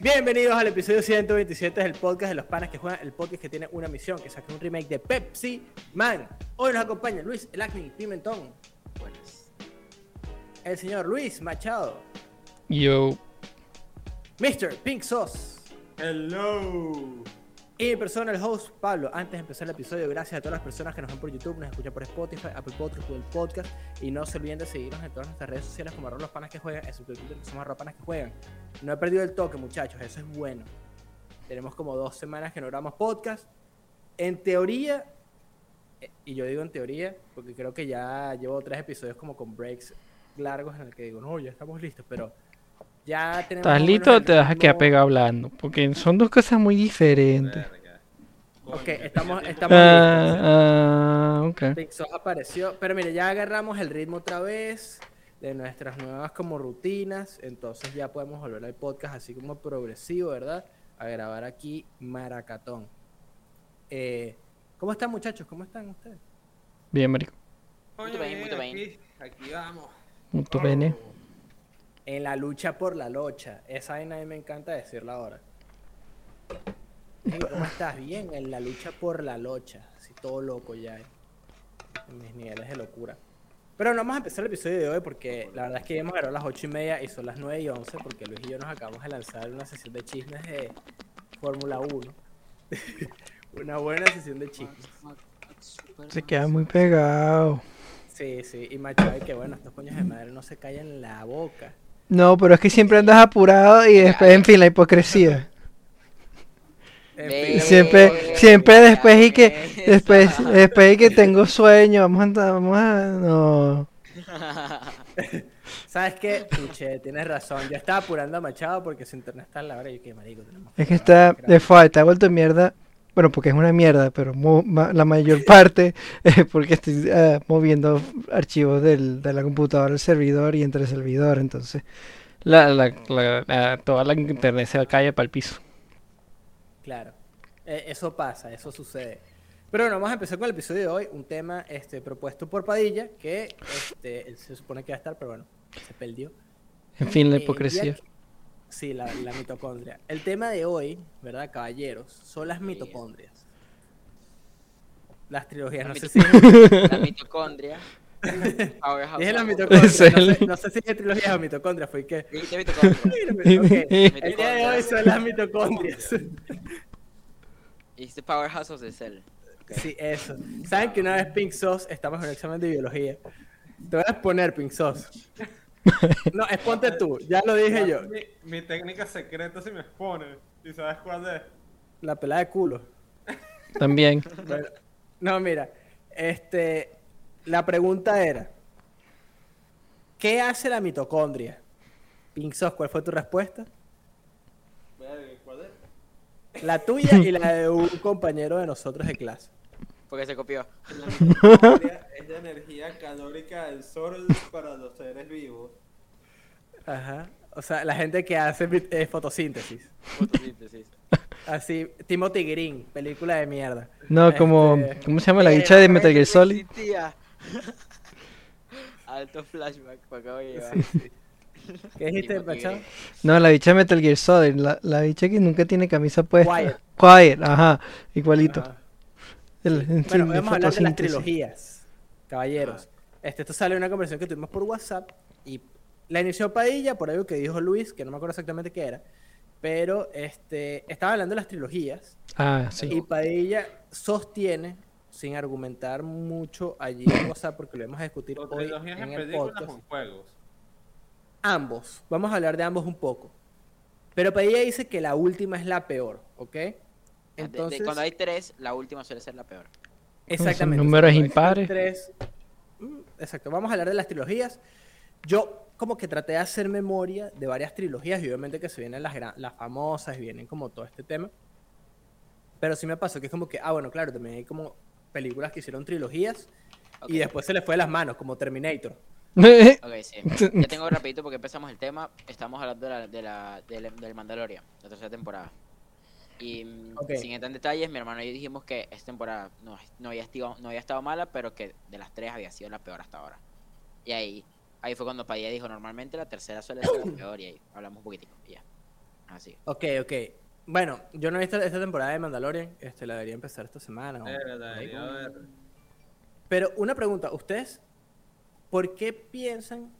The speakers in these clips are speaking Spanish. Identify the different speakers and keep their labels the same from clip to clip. Speaker 1: Bienvenidos al episodio 127 del podcast de los panas que juegan, el podcast que tiene una misión, que saca un remake de Pepsi Man. Hoy nos acompaña Luis El Acme Pimentón. Buenas. El señor Luis Machado.
Speaker 2: Yo,
Speaker 1: Mr. Pink Sauce.
Speaker 3: Hello.
Speaker 1: Y mi persona, el host Pablo. Antes de empezar el episodio, gracias a todas las personas que nos ven por YouTube, nos escuchan por Spotify, Apple Podcast, Google Podcast. Y no se olviden de seguirnos en todas nuestras redes sociales como arroba los panas que juegan, excepto en Twitter que somos arroba panas que juegan. No he perdido el toque, muchachos, eso es bueno. Tenemos como dos semanas que no grabamos podcast. En teoría, eh, y yo digo en teoría, porque creo que ya llevo tres episodios como con breaks largos en el que digo, no, ya estamos listos, pero ya tenemos.
Speaker 2: ¿estás
Speaker 1: más o menos
Speaker 2: listo o
Speaker 1: el
Speaker 2: te vas a quedar
Speaker 1: ritmo-
Speaker 2: pegado hablando? Porque son dos cosas muy diferentes.
Speaker 3: Verga. Coño,
Speaker 1: Ok,
Speaker 3: que tenía
Speaker 1: estamos-
Speaker 3: tiempo
Speaker 1: estamos
Speaker 3: para pensar.
Speaker 2: Ah, ah, ok.
Speaker 1: Big Sos apareció. Pero mire, ya agarramos el ritmo otra vez de nuestras nuevas como rutinas. Entonces ya podemos volver al podcast así como progresivo, ¿verdad? A grabar aquí Maracatón. Eh, ¿Cómo están muchachos? ¿Cómo están ustedes?
Speaker 2: Bien, marico.
Speaker 3: Coño,
Speaker 4: Muy bien, muy
Speaker 3: mira,
Speaker 4: bien.
Speaker 3: Aquí, aquí vamos.
Speaker 2: Punto bene.
Speaker 1: En la lucha por la locha. Esa vaina a mí me encanta decirla ahora. Ey, ¿Cómo estás? Bien, en la lucha por la locha. Así todo loco ya. eh. En mis niveles de locura. Pero no vamos a empezar el episodio de hoy porque la verdad es que hemos grabado a las 8 y media y son las 9 y 11 porque Luis y yo nos acabamos de lanzar una sesión de chismes de Fórmula 1. una buena sesión de chismes.
Speaker 2: Se queda muy pegado.
Speaker 1: Sí, sí. Y macho, ay, que bueno, estos coños de madre no se callan la boca.
Speaker 2: No, pero es que siempre andas apurado y después, en fin, la hipocresía.
Speaker 1: En
Speaker 4: Ve-
Speaker 1: fin,
Speaker 2: Siempre,
Speaker 4: Eh,
Speaker 2: siempre después y que,
Speaker 4: eso.
Speaker 2: después, después y que tengo sueño, vamos a, andar- vamos a, no.
Speaker 1: ¿Sabes qué? Puche, tienes razón. Yo estaba apurando a Machado porque su internet está en la hora y yo que marico tenemos
Speaker 2: Es que
Speaker 1: grabar,
Speaker 2: está de falta, ha vuelto mierda. Bueno, porque es una mierda, pero mu- ma- la mayor parte es porque estoy ah, moviendo archivos del, de la computadora al servidor y entre el servidor, entonces la, la, la- la- toda la internet se cae para el piso.
Speaker 1: Claro. Eh, eso pasa, eso sucede. Pero bueno, vamos a empezar con el episodio de hoy, un tema este, propuesto por Padilla, que este, él se supone que va a estar, pero bueno, se perdió.
Speaker 2: En fin, la
Speaker 1: Eh, el día
Speaker 2: hipocresía.
Speaker 1: que- Sí, la, la mitocondria. El tema de hoy, ¿verdad, caballeros? Son las mitocondrias. Las trilogías, no sé si...
Speaker 4: La mitocondria. Powerhouse.
Speaker 1: Dije las
Speaker 2: Es
Speaker 1: mitocondrias, no
Speaker 2: él.
Speaker 1: sé, no sé si dije trilogías o mitocondrias, fue que...
Speaker 4: Dijiste mitocondria.
Speaker 1: Ok, El día de hoy
Speaker 4: Mitocondrias.
Speaker 1: son las mitocondrias.
Speaker 4: Dijiste Powerhouse of the Cell.
Speaker 1: Sí, eso. ¿Saben que una vez Pink Sauce estamos en un examen de biología? Te voy a exponer Pink Sauce. No, exponte tú, ya lo dije yo.
Speaker 3: Mi, mi técnica secreta se me expone. ¿Y sabes cuál es?
Speaker 1: La pelada de culo.
Speaker 2: También.
Speaker 1: Bueno, no, mira. Este, la pregunta era: ¿Qué hace la mitocondria? Pink Sauce, ¿cuál fue tu respuesta?
Speaker 3: Verga, ¿Cuál es?
Speaker 1: La tuya y la de un compañero de nosotros de clase.
Speaker 4: Porque se copió.
Speaker 3: La mitocondria es la energía calórica del sol para los seres vivos.
Speaker 1: Ajá. O sea, la gente que hace mit- eh, fotosíntesis.
Speaker 4: Fotosíntesis.
Speaker 1: Así, Timothy Green, película de mierda.
Speaker 2: No, como,
Speaker 1: Este,
Speaker 2: ¿cómo se llama la guicha de Metal Gear Solid?
Speaker 4: Existía. Alto flashback para acá voy a llevar.
Speaker 1: ¿Qué dijiste,
Speaker 4: Timothy
Speaker 1: Machado?
Speaker 4: Green.
Speaker 2: No, la bicha de Metal Gear Solid, la, la bicha que nunca tiene camisa puesta.
Speaker 1: Quiet.
Speaker 2: Quiet, ajá, igualito.
Speaker 1: Ajá.
Speaker 2: El- sí,
Speaker 1: Bueno, vamos a hablar de las
Speaker 2: fotosíntesis.
Speaker 1: trilogías, caballeros. Este, esto sale de una conversación que tuvimos por WhatsApp y la inició Padilla por algo que dijo Luis, que no me acuerdo exactamente qué era, pero este, estaba hablando de las trilogías
Speaker 2: Ah,
Speaker 1: y
Speaker 2: sí.
Speaker 1: Padilla sostiene, sin argumentar mucho allí en WhatsApp, porque lo vamos a discutir
Speaker 3: O
Speaker 1: hoy
Speaker 3: trilogías
Speaker 1: en
Speaker 3: en
Speaker 1: el
Speaker 3: películas
Speaker 1: podcast.
Speaker 3: con juegos.
Speaker 1: ambos. Vamos a hablar de ambos un poco. Pero Padilla dice que la última es la peor, ¿ok?
Speaker 4: Ah, De- de- cuando hay tres, la última suele ser la peor.
Speaker 1: exactamente.
Speaker 2: Son números
Speaker 1: exacto, cuando hay
Speaker 2: impares.
Speaker 1: tres- Mm, Exacto. Vamos a hablar de las trilogías. Yo como que traté de hacer memoria de varias trilogías y obviamente que se vienen las, gran- las famosas y vienen como todo este tema. Pero sí me pasó que es como que, ah, bueno, claro, también hay como películas que hicieron trilogías
Speaker 4: Ok,
Speaker 1: y después se les fue de las manos, como Terminator.
Speaker 4: ok, sí. Ya tengo rapidito porque empezamos el tema. Estamos hablando de la, de la- del- del Mandalorian, la tercera temporada. Y mm,
Speaker 1: Ok.
Speaker 4: sin entrar en detalles, mi hermano y yo dijimos que esta temporada no, no, había estido- no había estado mala, pero que de las tres había sido la peor hasta ahora. Y ahí, ahí fue cuando Padilla dijo, normalmente la tercera suele ser la peor y ahí hablamos un poquitico. y ya. Así.
Speaker 1: Ok, ok. Bueno, yo no he visto esta temporada de Mandalorian, este, la debería empezar esta semana. o-
Speaker 3: Era, Eh, la
Speaker 1: por ahí.
Speaker 3: debería ver.
Speaker 1: Pero una pregunta, ¿ustedes por qué piensan?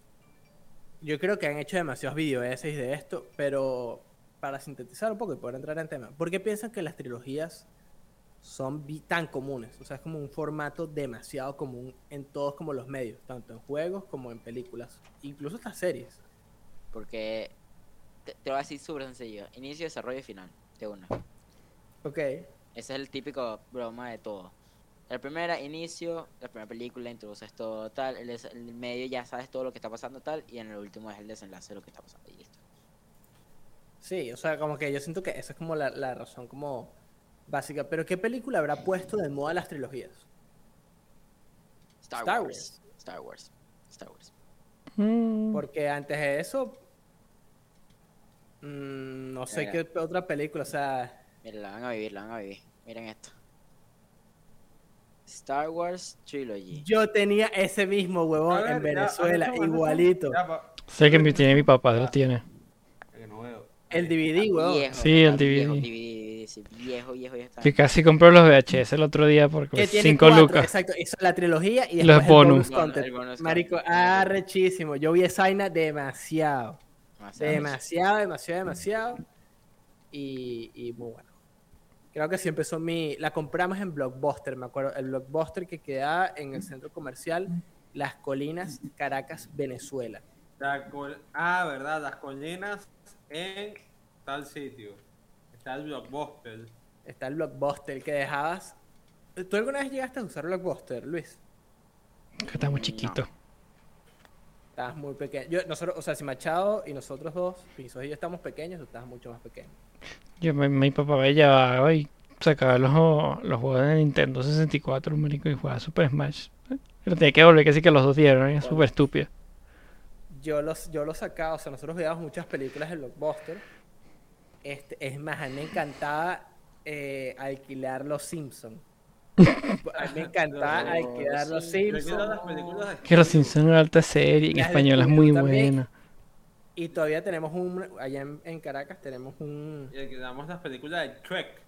Speaker 1: Yo creo que han hecho demasiados videos essays de esto, pero para sintetizar un poco y poder entrar en tema, ¿por qué piensan que las trilogías son bi- tan comunes? O sea, es como un formato demasiado común en todos como los medios, tanto en juegos como en películas, incluso estas series.
Speaker 4: Porque te, te lo voy a decir súper sencillo. Inicio, desarrollo y final. De una.
Speaker 1: Ok,
Speaker 4: Ese es el típico broma de todo. La primera, inicio, la primera película, introduces todo tal, el, des- el medio ya sabes todo lo que está pasando tal, y en el último es el desenlace de lo que está pasando y listo.
Speaker 1: sí, o sea, como que yo siento que esa es como la, la razón como básica, pero ¿qué película habrá puesto de moda las trilogías?
Speaker 4: Star,
Speaker 1: Star
Speaker 4: Wars. Star Wars. Star Wars.
Speaker 2: Mm,
Speaker 1: Porque antes de eso. mm, no sé
Speaker 4: Ya,
Speaker 1: qué otra película, o sea.
Speaker 4: Miren, la van a vivir, la van a vivir. Miren esto. Star Wars Trilogy.
Speaker 1: Yo tenía ese mismo huevón
Speaker 3: A ver,
Speaker 1: en
Speaker 3: ya,
Speaker 1: Venezuela,
Speaker 3: hazlo tú, hazlo tú.
Speaker 1: igualito.
Speaker 3: Ya, pa-
Speaker 2: Sé que mi, tiene mi papá, lo tiene.
Speaker 3: que no veo.
Speaker 1: El
Speaker 4: Está
Speaker 1: DVD, huevón.
Speaker 4: viejo,
Speaker 2: Sí, el
Speaker 4: está Viejo,
Speaker 2: DVD.
Speaker 4: DVD, ese viejo, viejo, ya está.
Speaker 2: Que casi compró los VHS el otro día por
Speaker 1: Que tiene
Speaker 2: 5
Speaker 1: cuatro,
Speaker 2: lucas.
Speaker 1: Exacto, hizo la trilogía y
Speaker 2: Los
Speaker 1: después el
Speaker 2: bonus.
Speaker 4: Bueno,
Speaker 1: content.
Speaker 4: el bonus
Speaker 1: Marico,
Speaker 4: content.
Speaker 1: ah, rechísimo. Yo vi esa vaina demasiado.
Speaker 4: Demasiado.
Speaker 1: Demasiado, demasiado, demasiado. Y, y muy bueno. Creo que sí empezó mi. La compramos en Blockbuster, me acuerdo. El Blockbuster que quedaba en el centro comercial Las Colinas, Caracas, Venezuela.
Speaker 3: La col- Ah, verdad, las colinas en tal sitio. Está el blockbuster.
Speaker 1: Está el Blockbuster que dejabas. ¿Tú alguna vez llegaste a usar Blockbuster, Luis?
Speaker 2: Que está muy chiquito.
Speaker 1: Estabas muy pequeño. Yo, nosotros, o sea, si Machado y nosotros dos, Pinzos y yo estamos pequeños, tú estabas mucho más pequeño.
Speaker 2: Yo, mi, mi papá me llevaba y sacaba los, los juegos de Nintendo 64, marico, y jugaba Super Smash. Pero tenía que volver, que sí que los dos dieron, es súper estúpido.
Speaker 1: Yo los, yo los sacaba, o sea, nosotros veíamos muchas películas de Blockbuster. Este, es más, a mí me encantaba eh, alquilar Los Simpsons. A mí me encantaba
Speaker 3: No,
Speaker 1: alquilar Los
Speaker 3: Yo quiero
Speaker 1: Simpsons.
Speaker 3: las películas de
Speaker 2: Que los
Speaker 3: Scooby-Doo.
Speaker 2: Simpsons era alta serie, en
Speaker 1: Las de
Speaker 2: español es
Speaker 1: Scooby-Doo
Speaker 2: muy
Speaker 1: también.
Speaker 2: buena.
Speaker 1: Y todavía tenemos un, allá en, en Caracas tenemos un
Speaker 3: Y alquilamos las películas de Trek.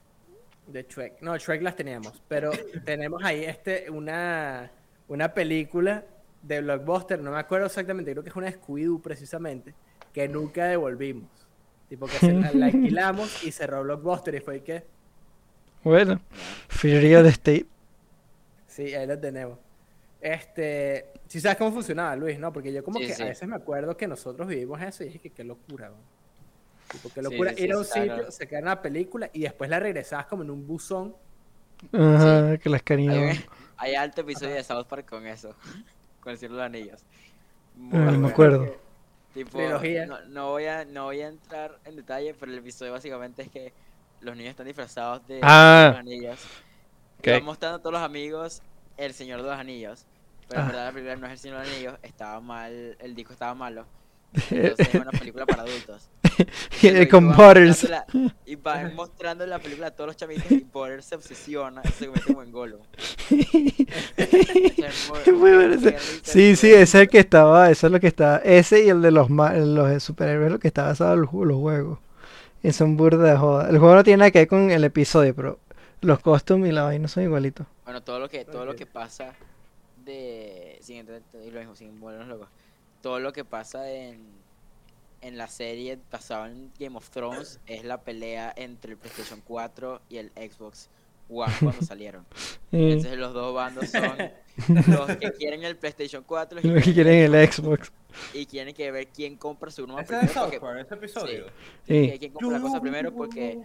Speaker 1: de Shrek. No, Shrek las teníamos, pero tenemos ahí este, una, una película de Blockbuster, no me acuerdo exactamente, creo que es una de Scooby-Doo precisamente, que nunca devolvimos. Tipo que se la, la alquilamos y cerró Blockbuster y fue que...
Speaker 2: Bueno, Fury de State.
Speaker 1: Sí, ahí lo tenemos. Este, si sabes cómo funcionaba, Luis, ¿no? Porque yo como
Speaker 4: Sí,
Speaker 1: que
Speaker 4: sí.
Speaker 1: a veces me acuerdo que nosotros vivimos eso y dije que qué locura, weón. Tipo, qué
Speaker 4: Sí,
Speaker 1: locura
Speaker 4: sí,
Speaker 1: ir a
Speaker 4: sí,
Speaker 1: un
Speaker 4: claro.
Speaker 1: sitio, sacar una película y después la regresabas como en un buzón.
Speaker 2: Ajá, que las
Speaker 4: Hay,
Speaker 2: cariñaban.
Speaker 4: hay alto episodio de South Park con eso. Con el cielo de los anillos. Muy
Speaker 2: Ah, No me
Speaker 4: bueno.
Speaker 2: acuerdo.
Speaker 4: Tipo,
Speaker 1: Trilogía.
Speaker 4: no, no voy a, no voy a entrar en detalle, pero el episodio básicamente es que los niños están disfrazados de
Speaker 2: Ah.
Speaker 4: los anillos.
Speaker 2: Ok.
Speaker 4: Y Van mostrando a todos los amigos el Señor de los Anillos. Pero en
Speaker 2: Ah.
Speaker 4: verdad la película no es el Señor de los Anillos, estaba mal, el disco estaba malo. Entonces es una película para adultos. Pero
Speaker 2: Con
Speaker 4: y tú vas
Speaker 2: Butters.
Speaker 4: mostrándola- Y vas mostrando la película a todos los chamitos y Butters se obsesiona y se convierte en Gollum. Es muy-
Speaker 2: Qué muy bueno
Speaker 4: muy
Speaker 2: ese.
Speaker 4: risa,
Speaker 2: Sí,
Speaker 4: muy
Speaker 2: sí, ese
Speaker 4: bueno.
Speaker 2: es el que estaba, eso es lo que está, ese y el de los ma- los de superhéroes lo que está basado en los, ju- los juegos. Y son burda de joda. El juego no tiene nada que ver con el episodio, pero los costumes y la vaina son igualitos.
Speaker 4: Bueno, todo lo que, todo lo
Speaker 1: Ok.
Speaker 4: que pasa de. Sin entrar en- y lo mismo, sin volvernos locos. Todo lo que pasa en, en la serie pasado en Game of Thrones es la pelea entre el PlayStation 4 y el Xbox One cuando salieron.
Speaker 2: Y
Speaker 4: Entonces los dos bandos son los que quieren el PlayStation 4
Speaker 2: lo que quieren el Xbox.
Speaker 4: y quieren que ver quién compra su nuevo
Speaker 3: Ese es de
Speaker 4: primero.
Speaker 3: South
Speaker 4: porque-
Speaker 3: Park, ese episodio.
Speaker 4: que
Speaker 2: Sí.
Speaker 4: hay quien compra la cosa primero porque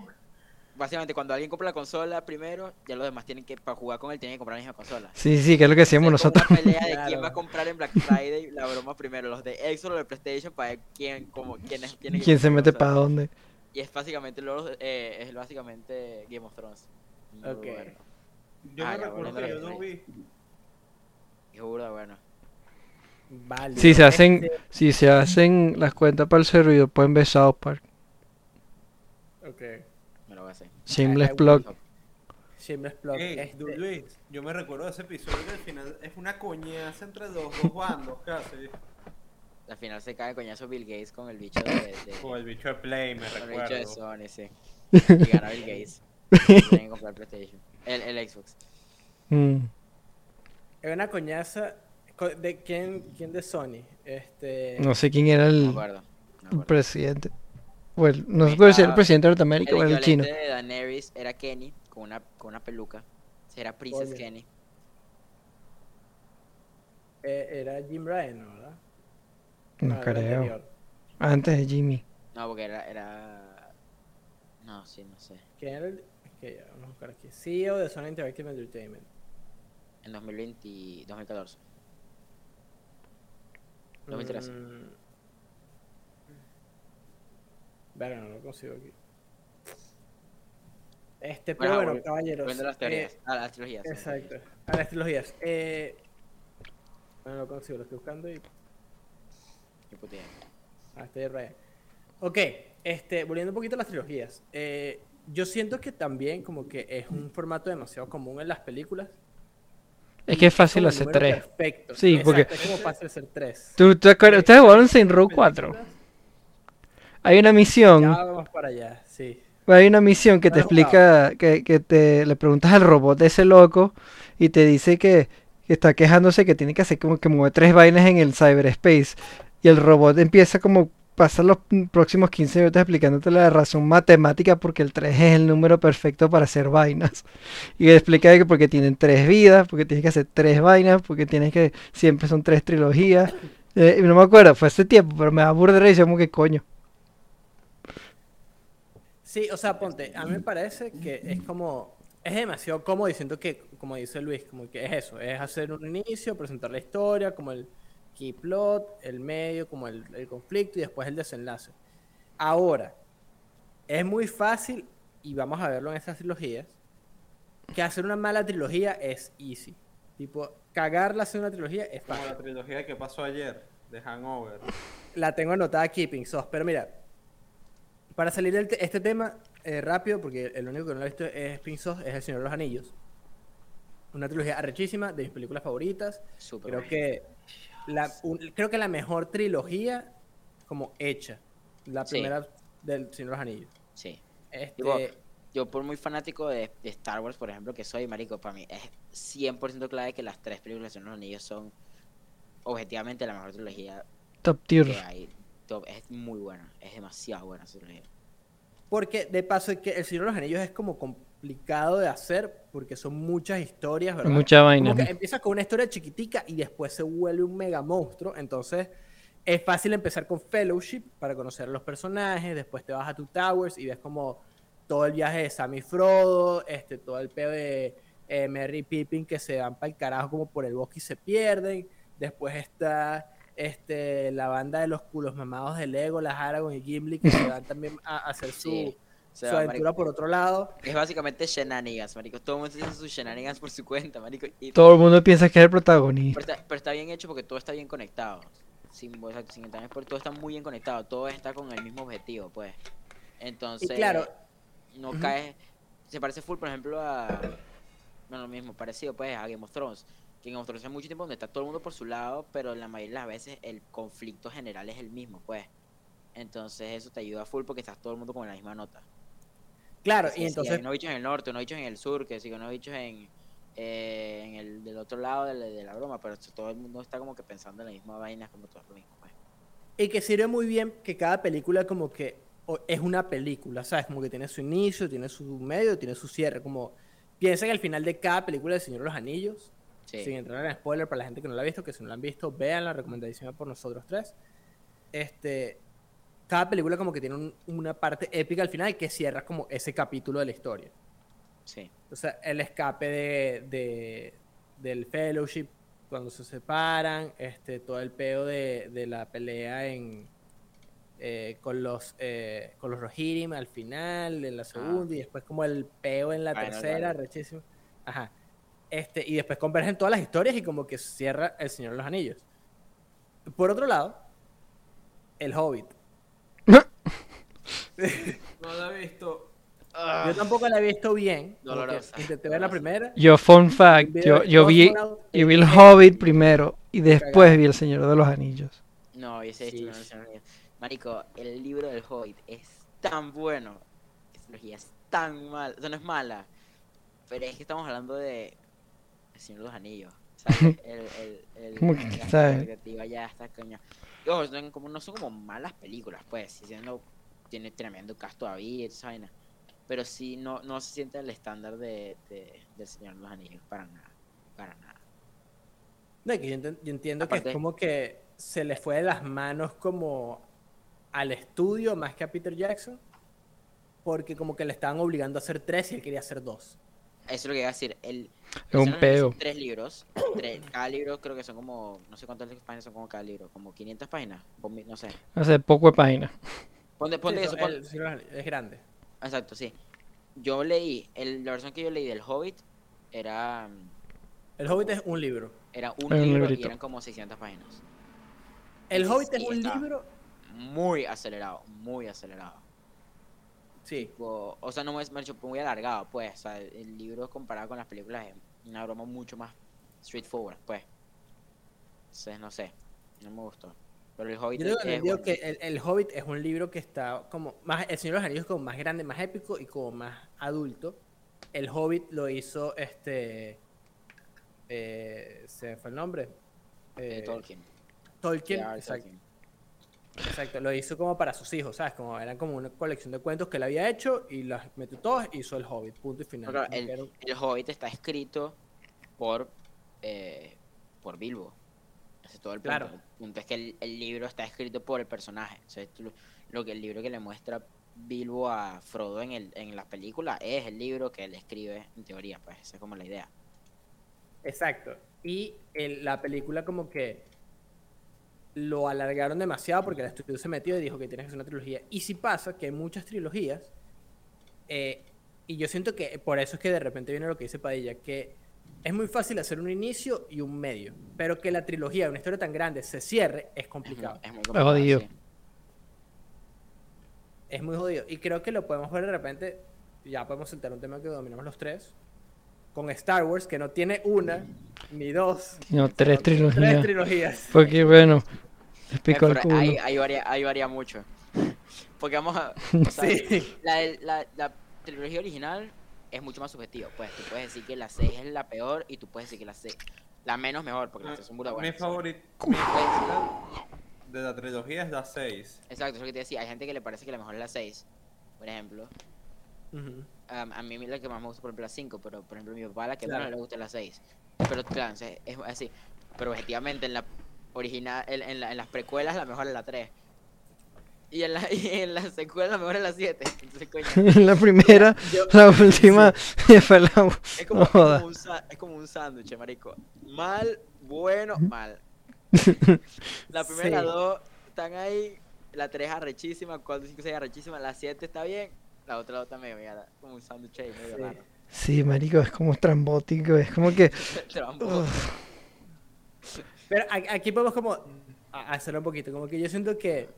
Speaker 4: básicamente cuando alguien compra la consola primero, ya los demás tienen que, para jugar con él, tienen que comprar la misma consola.
Speaker 2: Sí, sí, que es lo que
Speaker 4: Hacemos
Speaker 2: hacíamos nosotros.
Speaker 4: Una pelea de quién
Speaker 1: Claro.
Speaker 4: va a comprar en Black Friday la broma primero, los de Xbox o de PlayStation para ver quién, como, quiénes tienen que
Speaker 2: ¿Quién se
Speaker 4: comprar
Speaker 2: mete
Speaker 4: consola.
Speaker 2: para dónde?
Speaker 4: Y es básicamente, lo- eh, es básicamente Game of Thrones. Muy
Speaker 1: Ok.
Speaker 4: bueno.
Speaker 3: Yo
Speaker 4: Ah,
Speaker 3: me
Speaker 4: ya,
Speaker 3: recuerdo
Speaker 4: volviendo
Speaker 3: que
Speaker 4: a
Speaker 3: yo
Speaker 4: los
Speaker 3: no vi.
Speaker 4: Seguro, bueno.
Speaker 1: Vale.
Speaker 2: Si se hacen,
Speaker 1: Este,
Speaker 2: si se hacen las cuentas para el servidor, pueden ver South Park.
Speaker 1: ok.
Speaker 4: Me lo voy a hacer.
Speaker 2: Shameless Plug.
Speaker 1: Shameless plug.
Speaker 3: Ey,
Speaker 1: Este,
Speaker 3: du- Luis, yo me recuerdo de ese episodio que al final es una coñaza entre los dos bandos casi.
Speaker 4: Al final se cae coñazo Bill Gates con el bicho de, de-
Speaker 3: O el bicho de Play, me
Speaker 4: con el bicho de
Speaker 3: recuerdo.
Speaker 4: Sony, sí. Y gana Bill Gates. Tienen que comprar PlayStation. El, el Xbox.
Speaker 2: Mm.
Speaker 1: Era una coñaza. co- ¿De quién, quién de Sony? Este.
Speaker 2: No sé quién era
Speaker 4: No me
Speaker 2: el
Speaker 4: acuerdo. No me
Speaker 2: el
Speaker 4: acuerdo.
Speaker 2: presidente. O el- no sé si era el
Speaker 4: Ah,
Speaker 2: presidente de Norteamérica
Speaker 4: El
Speaker 2: o era el chino.
Speaker 4: equivalente de Daenerys era Kenny con una, con una peluca. Era Princess
Speaker 1: Coño.
Speaker 4: Kenny.
Speaker 1: eh, era Jim Ryan, ¿no? ¿verdad?
Speaker 2: No
Speaker 1: era el
Speaker 2: creo.
Speaker 1: anterior.
Speaker 2: Antes de Jimmy.
Speaker 4: No, porque era, era... No, sí, no sé.
Speaker 1: ¿Quién era el.? Ok, ya, vamos a buscar aquí. CEO de Sony Interactive Entertainment.
Speaker 4: En 2020, 2014. 2013.
Speaker 1: Mm. Verga, no lo consigo aquí. Este, pero
Speaker 4: Bueno,
Speaker 1: bueno,
Speaker 4: volviendo-
Speaker 1: caballeros.
Speaker 4: Viendo las
Speaker 1: eh,
Speaker 4: teorías. Ah, las trilogías. sí, las
Speaker 1: Exacto.
Speaker 4: trilogías.
Speaker 1: A este las trilogías. Eh, no lo consigo, lo estoy buscando y.
Speaker 4: Qué puteada.
Speaker 1: Ah, este de Ryan. Ok, este, volviendo un poquito a las trilogías. eh, yo siento que también, como que es un formato demasiado común en las películas.
Speaker 2: Es que es fácil
Speaker 1: como el
Speaker 2: hacer
Speaker 1: número
Speaker 2: tres.
Speaker 1: Perfecto.
Speaker 2: Sí, porque-
Speaker 1: Exacto, Es como fácil hacer tres.
Speaker 2: ¿Tú te
Speaker 1: Eh,
Speaker 2: acuerdas? Ustedes jugaron
Speaker 1: tres
Speaker 2: Saint Row 4.
Speaker 1: películas,
Speaker 2: Hay una misión.
Speaker 1: Ya vamos para allá, sí.
Speaker 2: Pues Hay una misión que
Speaker 1: No
Speaker 2: te
Speaker 1: lo he jugado.
Speaker 2: explica, que, que te le preguntas al robot ese loco y te dice que, que está quejándose que tiene que hacer como que mover tres vainas en el cyberspace. Y el robot empieza como pasar los p- próximos 15 minutos explicándote la razón matemática porque el 3 es el número perfecto para hacer vainas. Y explica que porque tienen tres vidas, porque tienes que hacer tres vainas, porque tienes que siempre son tres trilogías. Eh, y no me acuerdo, fue hace tiempo, pero me aburre y yo como que coño.
Speaker 1: Sí, o sea, ponte, a mí me parece que es como, es demasiado cómodo diciendo que, como dice Luis, como que es eso, es hacer un inicio, presentar la historia, como el key plot, el medio, como el, el conflicto y después el desenlace. Ahora, es muy fácil, y vamos a verlo en estas trilogías, que hacer una mala trilogía es easy. Tipo, cagarla hacer una trilogía es
Speaker 3: Como
Speaker 1: fácil.
Speaker 3: la trilogía que pasó ayer, de Hangover.
Speaker 1: La tengo anotada aquí, Pink Sauce. Pero mira, para salir de este tema eh, rápido, porque el único que no lo he visto es Pink Sauce, es El Señor de los Anillos. Una trilogía arrechísima, de mis películas favoritas.
Speaker 4: Súper.
Speaker 1: Creo
Speaker 4: buena.
Speaker 1: que la, un- creo que la mejor trilogía como hecha. La
Speaker 4: Sí.
Speaker 1: primera del Señor de los Anillos.
Speaker 4: Sí.
Speaker 1: Este,
Speaker 4: Tipo, yo por muy fanático de, de Star Wars, por ejemplo, que soy, marico, para mí es 100% clave que las tres películas de Señor de los Anillos son objetivamente la mejor trilogía
Speaker 2: Top tier.
Speaker 4: que hay. Top- Es muy buena, es demasiado buena esa trilogía.
Speaker 1: Porque de paso es que El Señor de los Anillos es como complicado de hacer porque son muchas historias, ¿verdad?
Speaker 2: Mucha vaina.
Speaker 1: Como que empiezas con una historia chiquitica y después se vuelve un mega monstruo. Entonces es fácil empezar con Fellowship para conocer a los personajes. Después te vas a Two Towers y ves como todo el viaje de Sam y Frodo, este, todo el peo de eh, Merry y Pippin que se van para el carajo como por el bosque y se pierden. Después está este, la banda de los culos mamados de Lego, las Aragorn y Gimli que se van también a, a hacer su,
Speaker 4: Sí, O sea,
Speaker 1: su aventura
Speaker 4: marico,
Speaker 1: por otro lado.
Speaker 4: Es básicamente shenanigans, marico. Todo el mundo tiene sus shenanigans por su cuenta, marico. y-
Speaker 2: Todo el mundo piensa que es el
Speaker 4: Pero
Speaker 2: protagonista.
Speaker 4: está, pero está bien hecho porque todo está bien conectado. Sin, o sea, sin internet, por- todo está muy bien conectado. Todo está con el mismo objetivo, pues. Entonces,
Speaker 1: claro.
Speaker 4: no
Speaker 1: Ujú.
Speaker 4: caes. Se parece full, por ejemplo, a. Bueno, lo mismo, parecido, pues, a Game of Thrones. Que Game of Thrones es mucho tiempo donde está todo el mundo por su lado, pero la mayoría de las veces el conflicto general es el mismo, pues. Entonces, eso te ayuda full porque estás todo el mundo con la misma nota.
Speaker 1: Claro,
Speaker 4: Sí,
Speaker 1: y
Speaker 4: sí,
Speaker 1: entonces
Speaker 4: hay unos bichos en el norte, unos bichos en el sur, que sí, unos bichos en, eh, en el del otro lado de la, de la broma, pero todo el mundo está como que pensando en la misma vaina, como todo lo mismo. pues.
Speaker 1: Y que sirve muy bien que cada película como que o- es una película, ¿sabes? Como que tiene su inicio, tiene su medio, tiene su cierre. Como piensa que al final de cada película de Señor de los Anillos,
Speaker 4: Sí.
Speaker 1: sin entrar en spoiler para la gente que no la ha visto, que si no la han visto, vean la recomendación por nosotros tres. Este, cada película como que tiene un- una parte épica al final que cierra como ese capítulo de la historia.
Speaker 4: sí.
Speaker 1: O sea, el escape de, de- del Fellowship cuando se separan, este, todo el peo de, de la pelea en eh, con los eh, con los Rohirrim al final, en la segunda, y después como el peo en la
Speaker 4: Final
Speaker 1: tercera,
Speaker 4: Battle.
Speaker 1: rechísimo. Ajá. Este, y después convergen todas las historias y como que cierra El Señor de los Anillos. Por otro lado, El Hobbit.
Speaker 3: No la he visto.
Speaker 1: Yo tampoco la he visto bien. como que
Speaker 4: Dolorosa,
Speaker 1: Intenté ver la
Speaker 4: dolorosa.
Speaker 1: primera.
Speaker 2: Yo, fun fact,
Speaker 1: vi
Speaker 2: yo,
Speaker 1: el
Speaker 2: yo vi,
Speaker 1: Oswald,
Speaker 2: yo vi el
Speaker 1: eh,
Speaker 2: Hobbit primero y después vi el Señor de los Anillos.
Speaker 4: No, No, hubiese visto
Speaker 1: Sí,
Speaker 4: una
Speaker 1: sí.
Speaker 4: versión original. Marico, el libro del Hobbit es tan bueno. La trilogía es tan mala. O sea, no es mala. Pero es que estamos hablando de. El Señor de los Anillos. ¿Sabes? El, el, el,
Speaker 5: ¿Cómo que
Speaker 4: la
Speaker 5: sabes?
Speaker 4: expectativa ya está coño. Y ojo, son como, no son como malas películas, pues. Siendo, tiene tremendo cast todavía, esa vaina. Pero sí, no, no se siente el estándar de, de, del Señor de los Anillos. Para nada. Para nada.
Speaker 1: No, y que yo, enten- yo entiendo que
Speaker 4: Aparte-
Speaker 1: es como que se le fue de las manos como al estudio más que a Peter Jackson, porque como que le estaban obligando a hacer tres y él quería hacer dos.
Speaker 4: Eso es lo que iba a decir. El,
Speaker 5: Es un
Speaker 4: son- son
Speaker 5: peo.
Speaker 4: Tres libros. tres- cada libro creo que son como, no sé cuántas páginas son como cada libro, como 500 páginas, o mi- no sé.
Speaker 5: Hace poco de página.
Speaker 4: Ponte, ponte
Speaker 1: Sí,
Speaker 4: eso,
Speaker 1: no,
Speaker 4: pon-
Speaker 1: el Señor de los Anillos es grande.
Speaker 4: Exacto, sí. Yo leí, el- la versión que yo leí del Hobbit era, mm,
Speaker 1: El Hobbit es un libro.
Speaker 4: era un
Speaker 5: Era un
Speaker 4: libro y
Speaker 5: librito.
Speaker 4: eran como 600 páginas.
Speaker 1: El
Speaker 4: Sí,
Speaker 1: Hobbit es
Speaker 4: sí,
Speaker 1: un
Speaker 4: está.
Speaker 1: libro.
Speaker 4: Muy acelerado, muy acelerado.
Speaker 1: Sí.
Speaker 4: O, o sea, no es me ha hecho muy alargado, pues. O sea, el libro comparado con las películas es una broma mucho más straightforward, pues. Entonces, no sé. No me gustó. Pero el Hobbit
Speaker 1: Yo tengo
Speaker 4: es
Speaker 1: entendido
Speaker 4: bueno.
Speaker 1: que el, el Hobbit es un libro que está como más. El Señor de los Anillos es como más grande, más épico y como más adulto. El Hobbit lo hizo este. eh, se me fue el nombre.
Speaker 4: de
Speaker 1: Eh,
Speaker 4: Tolkien.
Speaker 1: Tolkien,
Speaker 4: J.R.R.
Speaker 1: exacto,
Speaker 4: Tolkien.
Speaker 1: exacto, Lo hizo como para sus hijos, ¿sabes? Como eran como una colección de cuentos que él había hecho y las metió todas y hizo el Hobbit, punto y final.
Speaker 4: No, claro,
Speaker 1: Como que era un-
Speaker 4: El Hobbit está escrito por, eh, por Bilbo. Ese es todo el punto.
Speaker 1: Claro.
Speaker 4: El punto es que el, el libro está escrito por el personaje. O sea, esto lo, lo que el libro que le muestra Bilbo a Frodo en, el, en la película es el libro que él escribe en teoría. Pues esa es como la idea.
Speaker 1: Exacto. Y el- la película como que lo alargaron demasiado porque el estudio se metió y dijo que tienes que hacer una trilogía. Y si pasa que hay muchas trilogías, eh, y yo siento que por eso es que de repente viene lo que dice Padilla, que es muy fácil hacer un inicio y un medio, pero que la trilogía de una historia tan grande se cierre es
Speaker 4: Es,
Speaker 1: complicado.
Speaker 4: muy complicado,
Speaker 5: jodido.
Speaker 4: sí.
Speaker 1: Es muy jodido. Y creo que lo podemos ver de repente. Ya podemos sentar un tema que dominamos los tres. Con Star Wars, que no tiene una, ni dos.
Speaker 5: No, tres
Speaker 1: sino Tres
Speaker 5: trilogías.
Speaker 1: trilogías.
Speaker 5: Porque bueno, les
Speaker 4: Eh,
Speaker 5: pico el
Speaker 4: pero ahí,
Speaker 5: culo.
Speaker 4: ahí varía, ahí varía mucho. Porque vamos a. o sea,
Speaker 1: Sí.
Speaker 4: la, del- la, la trilogía original es mucho más subjetivo. Pues tú puedes decir que la 6 es la peor y tú puedes decir que la 6 la menos mejor, porque las 3 son muy
Speaker 3: Mi
Speaker 4: buenas.
Speaker 3: favorita
Speaker 4: Puedes decir-
Speaker 3: de la trilogía es la 6.
Speaker 4: Exacto, es lo que te decía. Hay gente que le parece que la mejor es la 6, por ejemplo.
Speaker 1: Ujú.
Speaker 4: Um, a mí la que más me gusta, por ejemplo, la 5, pero por ejemplo, mi papá la que
Speaker 1: Claro.
Speaker 4: menos le gusta es la 6. Pero claro, entonces, es así. Pero objetivamente, en la original, en, en la- en las precuelas, la mejor es la 3. Y en, la, y en las secuelas, la mejor es la 7. Entonces, coño.
Speaker 5: la primera, la última, fue la u-
Speaker 4: Es como,
Speaker 5: No
Speaker 4: es como
Speaker 5: joda.
Speaker 4: un sa- es como un sándwich, marico. Mal, bueno, mal. La primera, las
Speaker 1: Sí.
Speaker 4: dos están ahí. La tres arrechísima, cuatro, cinco, seis arrechísima. La siete está bien. La otra, la otra medio mierda. Como un sándwich ahí, medio
Speaker 1: Sí.
Speaker 4: raro.
Speaker 5: Sí, marico, es como trambótico, es como que...
Speaker 4: Trampo.
Speaker 5: uf,
Speaker 1: Pero a- aquí podemos como a- hacerlo un poquito. Como que yo siento que.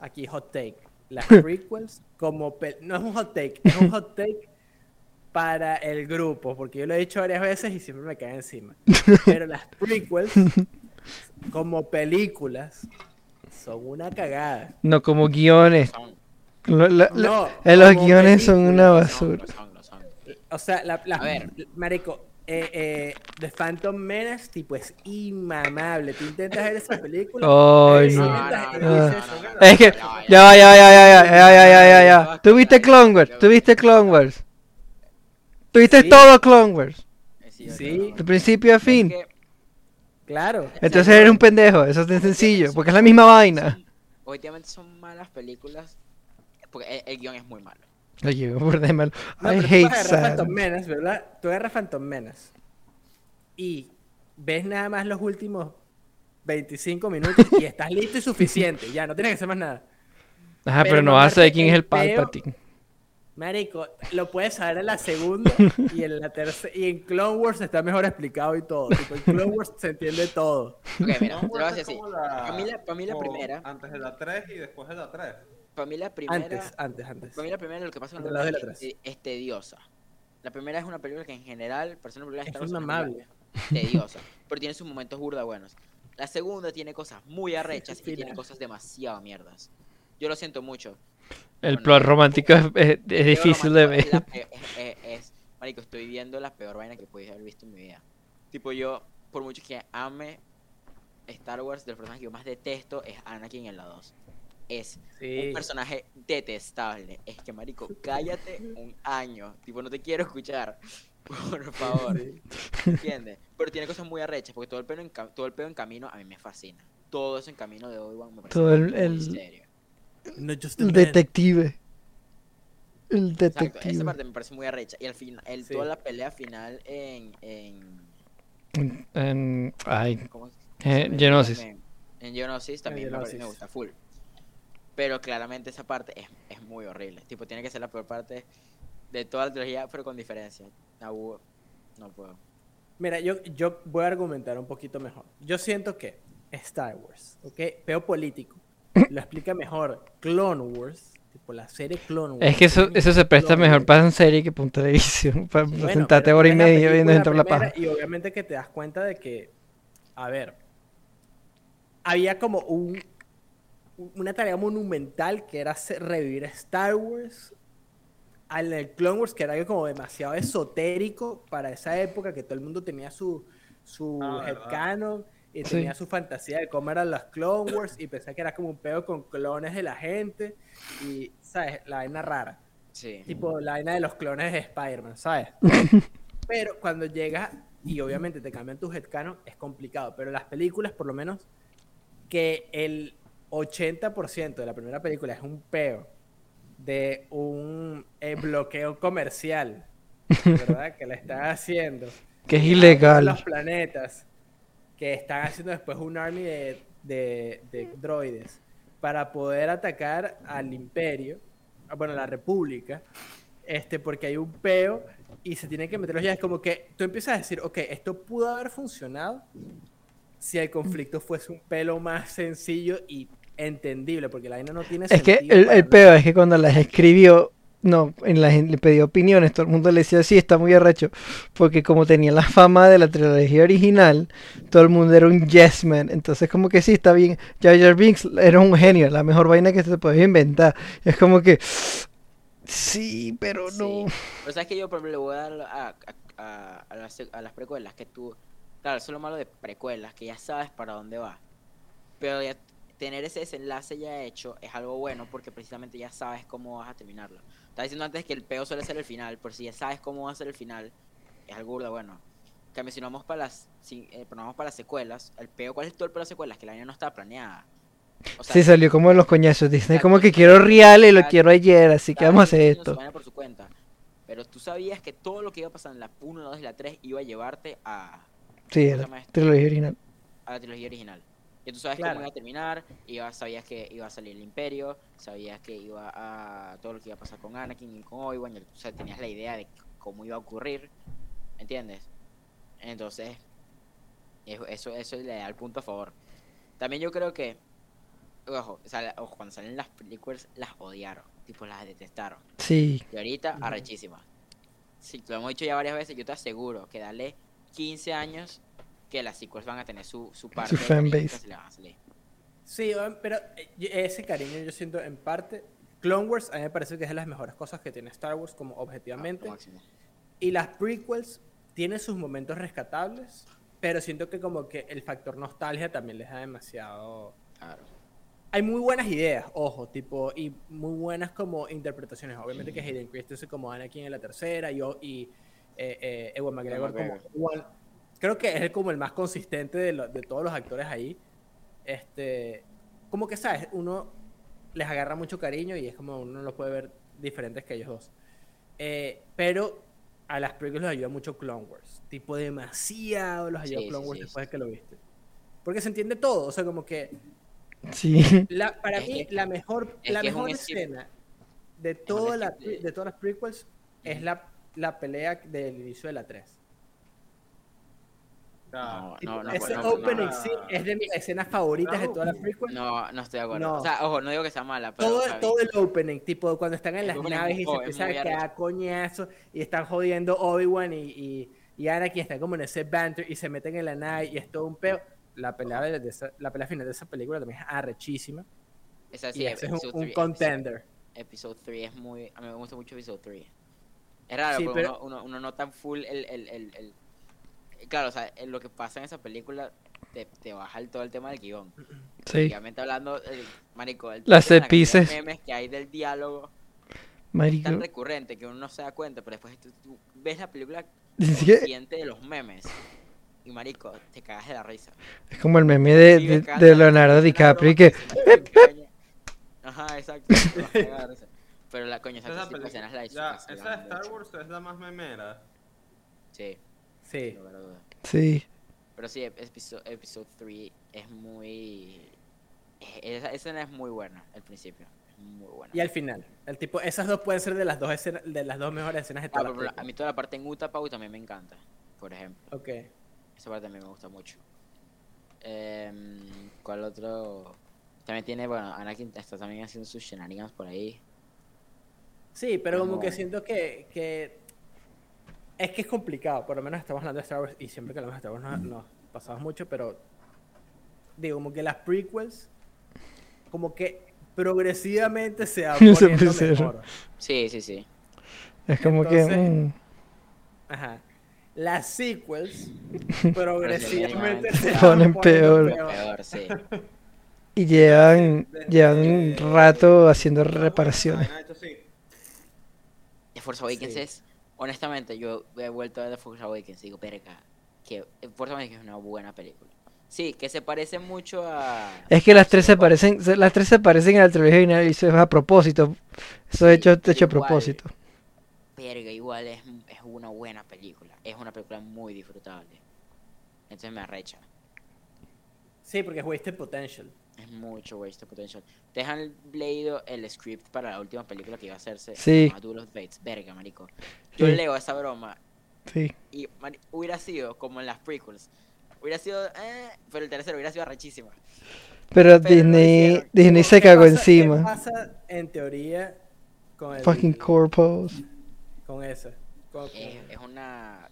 Speaker 1: Aquí, hot take. Las prequels, como. pe- No es un hot take, es un hot take para el grupo. Porque yo lo he dicho varias veces y siempre me cae encima. Pero las prequels, como películas, son una cagada.
Speaker 5: no, como guiones.
Speaker 4: Son,
Speaker 5: Lo- la- la-
Speaker 1: No,
Speaker 5: eh, los
Speaker 1: como
Speaker 5: guiones son
Speaker 1: películas,
Speaker 5: una
Speaker 4: lo son,
Speaker 5: basura.
Speaker 4: lo son, lo son.
Speaker 1: O sea, la, la-
Speaker 4: A ver.
Speaker 1: Marico, eh, eh, The Phantom Menace, tipo, es inmamable. Tú intentas ver esa película.
Speaker 5: Oh. Ay,
Speaker 1: No,
Speaker 4: No, no, no,
Speaker 5: no.
Speaker 1: dices,
Speaker 4: no, no,
Speaker 1: dices,
Speaker 4: no, no,
Speaker 5: Ah. Es que-
Speaker 4: no,
Speaker 5: Ya, va, ya, va, ya, va, ya, va, ya, va, ya, va, ya, ya, ya. ¿Tuviste Clone Wars? ¿Tuviste Clone Wars? ¿Tuviste
Speaker 1: Sí.
Speaker 5: todo Clone Wars?
Speaker 4: Sí, yo-
Speaker 1: Sí.
Speaker 4: yo- yo-
Speaker 5: De principio a fin.
Speaker 4: Es que-
Speaker 1: Claro.
Speaker 5: Entonces eres un pendejo, eso es tan sencillo,
Speaker 4: Son-
Speaker 5: porque es la misma
Speaker 4: son-
Speaker 5: vaina.
Speaker 4: Obviamente son malas películas. Porque e, el, el guión es muy malo.
Speaker 5: Oye, por de malo.
Speaker 1: No,
Speaker 5: I
Speaker 1: pero tú
Speaker 5: hate
Speaker 1: vas a agarrar
Speaker 5: sad.
Speaker 1: Phantom Menace, ¿verdad? Tú agarras Phantom Menace y ves nada más los últimos 25 minutos y estás listo y suficiente. Ya, no tienes que hacer más nada.
Speaker 5: Ajá,
Speaker 1: pero
Speaker 5: pero no
Speaker 1: no
Speaker 5: vas a saber
Speaker 1: marcarte
Speaker 5: quién es
Speaker 1: el
Speaker 5: el
Speaker 1: peo.
Speaker 5: Palpatine.
Speaker 1: Marico, lo puedes saber en la segunda y en la tercera. Y en Clone Wars está mejor explicado y todo. Tipo, en Clone Wars se entiende todo.
Speaker 4: Ok, mira, te lo voy a decir así. Para mí la- para mí la primera.
Speaker 3: Antes de la 3 y después de la 3.
Speaker 4: Para mí la primera.
Speaker 1: Antes, antes, antes.
Speaker 4: Para mí la primera lo que pasa con
Speaker 1: Entre
Speaker 4: la
Speaker 1: las dos y
Speaker 4: película
Speaker 1: las
Speaker 4: es, te- es tediosa. La primera es una película que en general, para ser una película de
Speaker 1: Es
Speaker 4: Star Wars, es una película
Speaker 1: inmamable.
Speaker 4: tediosa, pero tiene sus momentos burda buenos. La segunda tiene cosas muy arrechas y
Speaker 1: Final.
Speaker 4: tiene cosas demasiado mierdas. Yo lo siento mucho.
Speaker 2: El
Speaker 4: Bueno,
Speaker 2: plot romántico es, es- es difícil de ver.
Speaker 4: Es la pe- es- es- eh, es- marico, estoy viendo la peor vaina que pude haber visto en mi vida. Tipo, yo, por mucho que ame Star Wars, del personaje que yo más detesto es Anakin en la 2. Es un
Speaker 1: Sí.
Speaker 4: personaje detestable. Es que, marico, cállate un año. Tipo, no te quiero escuchar. Por favor. ¿Entiendes? Pero tiene cosas muy arrechas, porque todo el pelo en, ca- todo el pelo en camino a mí me fascina. Todo eso en camino de Obi-Wan me parece
Speaker 5: Todo el-
Speaker 4: muy
Speaker 5: el-
Speaker 4: serio.
Speaker 1: No, just a
Speaker 5: El
Speaker 1: man.
Speaker 5: detective. El
Speaker 4: Exacto, esa
Speaker 5: detective.
Speaker 4: parte me parece muy arrecha. Y al final, el-
Speaker 1: Sí.
Speaker 4: toda la pelea final en. en
Speaker 2: En- ay,
Speaker 4: ¿cómo es?
Speaker 2: Eh,
Speaker 4: se me-
Speaker 2: Genosis.
Speaker 4: En, en Genosis también me parece- me,
Speaker 1: Genosis.
Speaker 4: gusta full. Pero claramente esa parte es, es muy horrible. Tipo, tiene que ser la peor parte de toda la trilogía, pero con diferencia. Nabu, no puedo.
Speaker 1: Mira, yo, yo voy a argumentar un poquito mejor. Yo siento que Star Wars, ¿ok? Peo político. Lo explica mejor Clone Wars, tipo la serie Clone Wars.
Speaker 2: es que eso, eso se presta
Speaker 1: Clone
Speaker 2: mejor
Speaker 1: Wars.
Speaker 2: para en serie que para un televisión. Para
Speaker 1: Bueno,
Speaker 2: sentarte
Speaker 1: pero
Speaker 2: hora y
Speaker 1: es la
Speaker 2: media viendo
Speaker 1: película
Speaker 2: gente hablar
Speaker 1: primera
Speaker 2: paja.
Speaker 1: Y obviamente que te das cuenta de que, a ver, había como un, una tarea monumental que era hacer- revivir a Star Wars al el Clone Wars, que era algo como demasiado esotérico para esa época, que todo el mundo tenía su, su
Speaker 3: Ah, ¿verdad?
Speaker 1: headcanon y
Speaker 2: Sí.
Speaker 1: tenía su fantasía de cómo eran los Clone Wars y pensaba que era como un pedo con clones de la gente y, ¿sabes? La vaina rara.
Speaker 4: Sí.
Speaker 1: Tipo la vaina de los clones de Spider-Man, ¿sabes? pero cuando llegas y obviamente te cambian tu headcanon, es complicado. Pero las películas, por lo menos, que el 80% de la primera película es un peo de un eh, bloqueo comercial, ¿verdad? que la están haciendo.
Speaker 2: Que es
Speaker 1: Los
Speaker 2: ilegal.
Speaker 1: planetas que están haciendo después un army de, de, de droides para poder atacar al imperio, ah, bueno, a la república, este, porque hay un peo y se tienen que meter los ya. Es como que tú empiezas a decir, ok, esto pudo haber funcionado si el conflicto fuese un pelo más sencillo y entendible, porque la vaina no tiene
Speaker 5: Es que
Speaker 1: sentido
Speaker 5: el,
Speaker 1: para
Speaker 5: el
Speaker 1: nada.
Speaker 5: peor es que cuando las escribió, no, en las, le pedí opiniones, todo el mundo le decía, sí, está muy arrecho, porque como tenía la fama de la trilogía original, todo el mundo era un yes man, entonces como que sí, está bien, Jar Jar Binks era un genio, la mejor vaina que se te podía inventar, es como que, sí, pero no,
Speaker 4: Sí. Pero sabes que yo, por ejemplo, le voy a dar a, a- a- a las, a las precuelas que tú. Claro, eso es lo malo de precuelas, que ya sabes para dónde va. Pero ya tener ese desenlace ya hecho es algo bueno porque precisamente ya sabes cómo vas a terminarlo. Estaba diciendo antes que el peo suele ser el final, pero si ya sabes cómo va a ser el final, es algo burda bueno. En Cambio, si nos vamos para las, si, eh, pero nos vamos para las secuelas, el peo, ¿cuál es todo el peo de las secuelas? Que la vaina no está planeada. O sea,
Speaker 5: sí salió como de los coñazos Disney,
Speaker 4: Exacto.
Speaker 5: como que quiero real y lo
Speaker 4: Exacto.
Speaker 5: quiero ayer, así que
Speaker 4: cada
Speaker 5: vamos a
Speaker 4: quien
Speaker 5: hacer
Speaker 4: hizo su
Speaker 5: esto.
Speaker 4: vaina por su cuenta. Pero tú sabías que todo lo que iba a pasar en la 1, la 2 y la 3 iba a llevarte a,
Speaker 5: Sí,
Speaker 4: se
Speaker 5: era
Speaker 4: llama esto?
Speaker 5: trilogía original.
Speaker 4: a la trilogía original. Y tú sabes
Speaker 1: Claro.
Speaker 4: cómo iba a terminar, iba, sabías que iba a salir el imperio, sabías que iba a todo lo que iba a pasar con Anakin y con Obi-Wan, y- o sea, tenías la idea de cómo iba a ocurrir, ¿entiendes? Entonces, es- eso, eso le da el punto a favor. También yo creo que, ojo, o sea, la- ojo, cuando salen las películas las odiaron, tipo las detestaron.
Speaker 5: Sí,
Speaker 4: Y ahorita, arrechísima. Sí, lo hemos dicho ya varias veces, yo te aseguro que dale 15 años que las sequels van a tener su, su parte. de
Speaker 5: fan
Speaker 4: cariño que
Speaker 5: base.
Speaker 4: se le van a salir.
Speaker 1: Sí, o- pero eh, yo- ese cariño yo siento en parte. Clone Wars a mí me parece que es de las mejores cosas que tiene Star Wars como
Speaker 4: Ah, lo
Speaker 1: objetivamente.
Speaker 4: máximo.
Speaker 1: Y las prequels tienen sus momentos rescatables, pero siento que como que el factor nostalgia también les da demasiado...
Speaker 4: Claro.
Speaker 1: Hay muy buenas ideas, ojo, tipo, y muy buenas como interpretaciones. Obviamente que Hayden Christensen como Anakin en la tercera y, o- y eh, eh, Ewan McGregor como
Speaker 4: McGregor.
Speaker 1: Obi-Wan. Creo que es el- como el más consistente de, lo- de todos los actores ahí. Este, como que, ¿sabes? Uno les agarra mucho cariño y es como uno los puede ver diferentes que ellos dos. Eh, pero a las películas les ayuda mucho Clone Wars. Tipo, demasiado los ayuda
Speaker 4: Sí,
Speaker 1: Clone
Speaker 4: sí,
Speaker 1: Wars
Speaker 4: sí,
Speaker 1: después
Speaker 4: sí.
Speaker 1: de que lo viste. Porque se entiende todo, o sea, como que...
Speaker 5: sí.
Speaker 1: La- para
Speaker 4: Es
Speaker 1: mí,
Speaker 4: que-
Speaker 1: la mejor,
Speaker 4: es
Speaker 1: la
Speaker 4: que es un
Speaker 1: mejor
Speaker 4: skip.
Speaker 1: escena de, toda la,
Speaker 4: skip de-
Speaker 1: pre- de todas las prequels es
Speaker 4: Ujú.
Speaker 1: la, la pelea del inicio de la 3.
Speaker 3: Ya.
Speaker 4: No, no,
Speaker 1: Ah, Ese
Speaker 4: no, no,
Speaker 1: opening
Speaker 3: no.
Speaker 1: scene es de mis escenas favoritas de todas las prequels.
Speaker 4: No, no estoy de acuerdo.
Speaker 1: No.
Speaker 4: O sea, ojo, no digo que sea mala, pero.
Speaker 1: Todo,
Speaker 4: o sea,
Speaker 1: todo el opening, tipo cuando están en
Speaker 4: El
Speaker 1: las
Speaker 4: opening
Speaker 1: naves y se
Speaker 4: es muy
Speaker 1: empiezan a
Speaker 4: arrecho.
Speaker 1: quedar coñazos y están jodiendo Obi-Wan y, y, y Anakin, están como en ese banter y se meten en la nave y es todo un peo. la pelea, de, de esa- la pelea final de esa película también es arrechísima.
Speaker 4: Es así,
Speaker 1: y ese es un,
Speaker 4: episode
Speaker 1: un
Speaker 4: three,
Speaker 1: contender.
Speaker 4: Episode 3 es muy. A mí me gusta mucho Episode 3. Es raro,
Speaker 1: Sí,
Speaker 4: porque
Speaker 1: pero-
Speaker 4: uno, uno, uno no tan full el. el, el, el- eh, Claro, o sea, eh, lo que pasa en esa película te, te baja el- todo el tema del guión.
Speaker 2: Sí,
Speaker 4: Obviamente hablando, el, marico, el
Speaker 2: Las
Speaker 4: tema de la cantidad de
Speaker 2: cepices.
Speaker 4: memes que hay del diálogo es
Speaker 2: marico.
Speaker 4: tan recurrente que uno no se da cuenta, pero después tú, tú ves la película
Speaker 2: Ni siquiera-
Speaker 4: consciente de los memes. Y marico, te cagas de la risa.
Speaker 2: Es como el meme de,
Speaker 4: Sí,
Speaker 2: de-
Speaker 4: me
Speaker 2: de
Speaker 4: encanta,
Speaker 2: Leonardo
Speaker 4: es una
Speaker 2: DiCaprio y
Speaker 4: broma
Speaker 2: que...
Speaker 4: se me cae. Ajá, exacto. me caga de risa. Pero la coño,
Speaker 3: Esa
Speaker 4: esa tipo de
Speaker 3: película-
Speaker 4: escenas la hizo.
Speaker 3: ya,
Speaker 4: la hizo
Speaker 3: esa de Star
Speaker 4: mucho.
Speaker 3: Wars es la más memera.
Speaker 4: Sí, sin
Speaker 1: Sí.
Speaker 4: lugar a duda.
Speaker 2: Sí,
Speaker 4: Pero sí, episodio episode 3 es muy. eh, Esa escena es muy buena al principio. Es muy buena.
Speaker 1: Y al final, el tipo, esas dos pueden ser de las dos escenas, de las dos mejores escenas de
Speaker 4: Ah,
Speaker 1: toda
Speaker 4: pero
Speaker 1: la
Speaker 4: la- a mí toda la parte en Utapau también me encanta. Por ejemplo,
Speaker 1: película. Ok.
Speaker 4: esa parte también me gusta mucho. Em, ¿Cuál otro? También tiene, bueno, Anakin está también haciendo sus shenanigans por ahí.
Speaker 1: Sí, pero como que
Speaker 4: Como-
Speaker 1: siento que, que es que es complicado, por lo menos estamos hablando de Star Wars y siempre que hablamos de Star Wars nos, nos pasamos mucho, pero digo, como que las prequels como que progresivamente se van
Speaker 2: Se
Speaker 1: poniendo
Speaker 2: pusieron.
Speaker 1: mejor.
Speaker 4: Sí, sí, sí.
Speaker 2: es como que...
Speaker 1: Entonces,
Speaker 2: mm,
Speaker 1: Ajá. Las sequels
Speaker 4: Progresivamente
Speaker 1: progresivamente
Speaker 4: se
Speaker 1: se van
Speaker 2: ponen
Speaker 1: poniendo
Speaker 2: peor.
Speaker 4: Lo peor, sí.
Speaker 2: y llevan,
Speaker 3: Desde-
Speaker 2: llevan un
Speaker 1: Este,
Speaker 2: rato
Speaker 1: eh,
Speaker 2: haciendo reparaciones.
Speaker 3: Ah, esto sí.
Speaker 4: The Force Awakens
Speaker 1: Sí.
Speaker 4: es, honestamente, yo he vuelto a ver The Force Awakens y digo, verga, que Force Awakens es una buena película. Sí, que se parece mucho a...
Speaker 2: Es que las tres se parecen, se- las tres se parecen al trilogía original y eso es a propósito. Eso es
Speaker 4: Sí,
Speaker 2: hecho, hecho a
Speaker 4: igual.
Speaker 2: propósito.
Speaker 4: Verga, igual es, es una buena película. Es una película muy disfrutable. Entonces me arrecha.
Speaker 1: Sí, porque es Wasted Potential.
Speaker 4: Es mucho waste of potential. Te han leído el script para la última película que iba a hacerse.
Speaker 2: Sí.
Speaker 4: se llama Duel of Fates. Verga, marico. Yo
Speaker 2: Sí.
Speaker 4: leo esa broma
Speaker 2: Sí.
Speaker 4: Y mari- hubiera sido como en las prequels. Hubiera sido, eh, pero el tercero hubiera sido arrechísima.
Speaker 2: Pero
Speaker 4: Pero no lo
Speaker 2: Disney,
Speaker 4: hicieron.
Speaker 2: Disney se
Speaker 1: ¿Qué
Speaker 2: cagó
Speaker 1: pasa- ¿Qué
Speaker 2: encima.
Speaker 1: pasa en teoría con el,
Speaker 2: Fucking corpos.
Speaker 1: con eso? Con- con-
Speaker 4: Eh, Es, es una.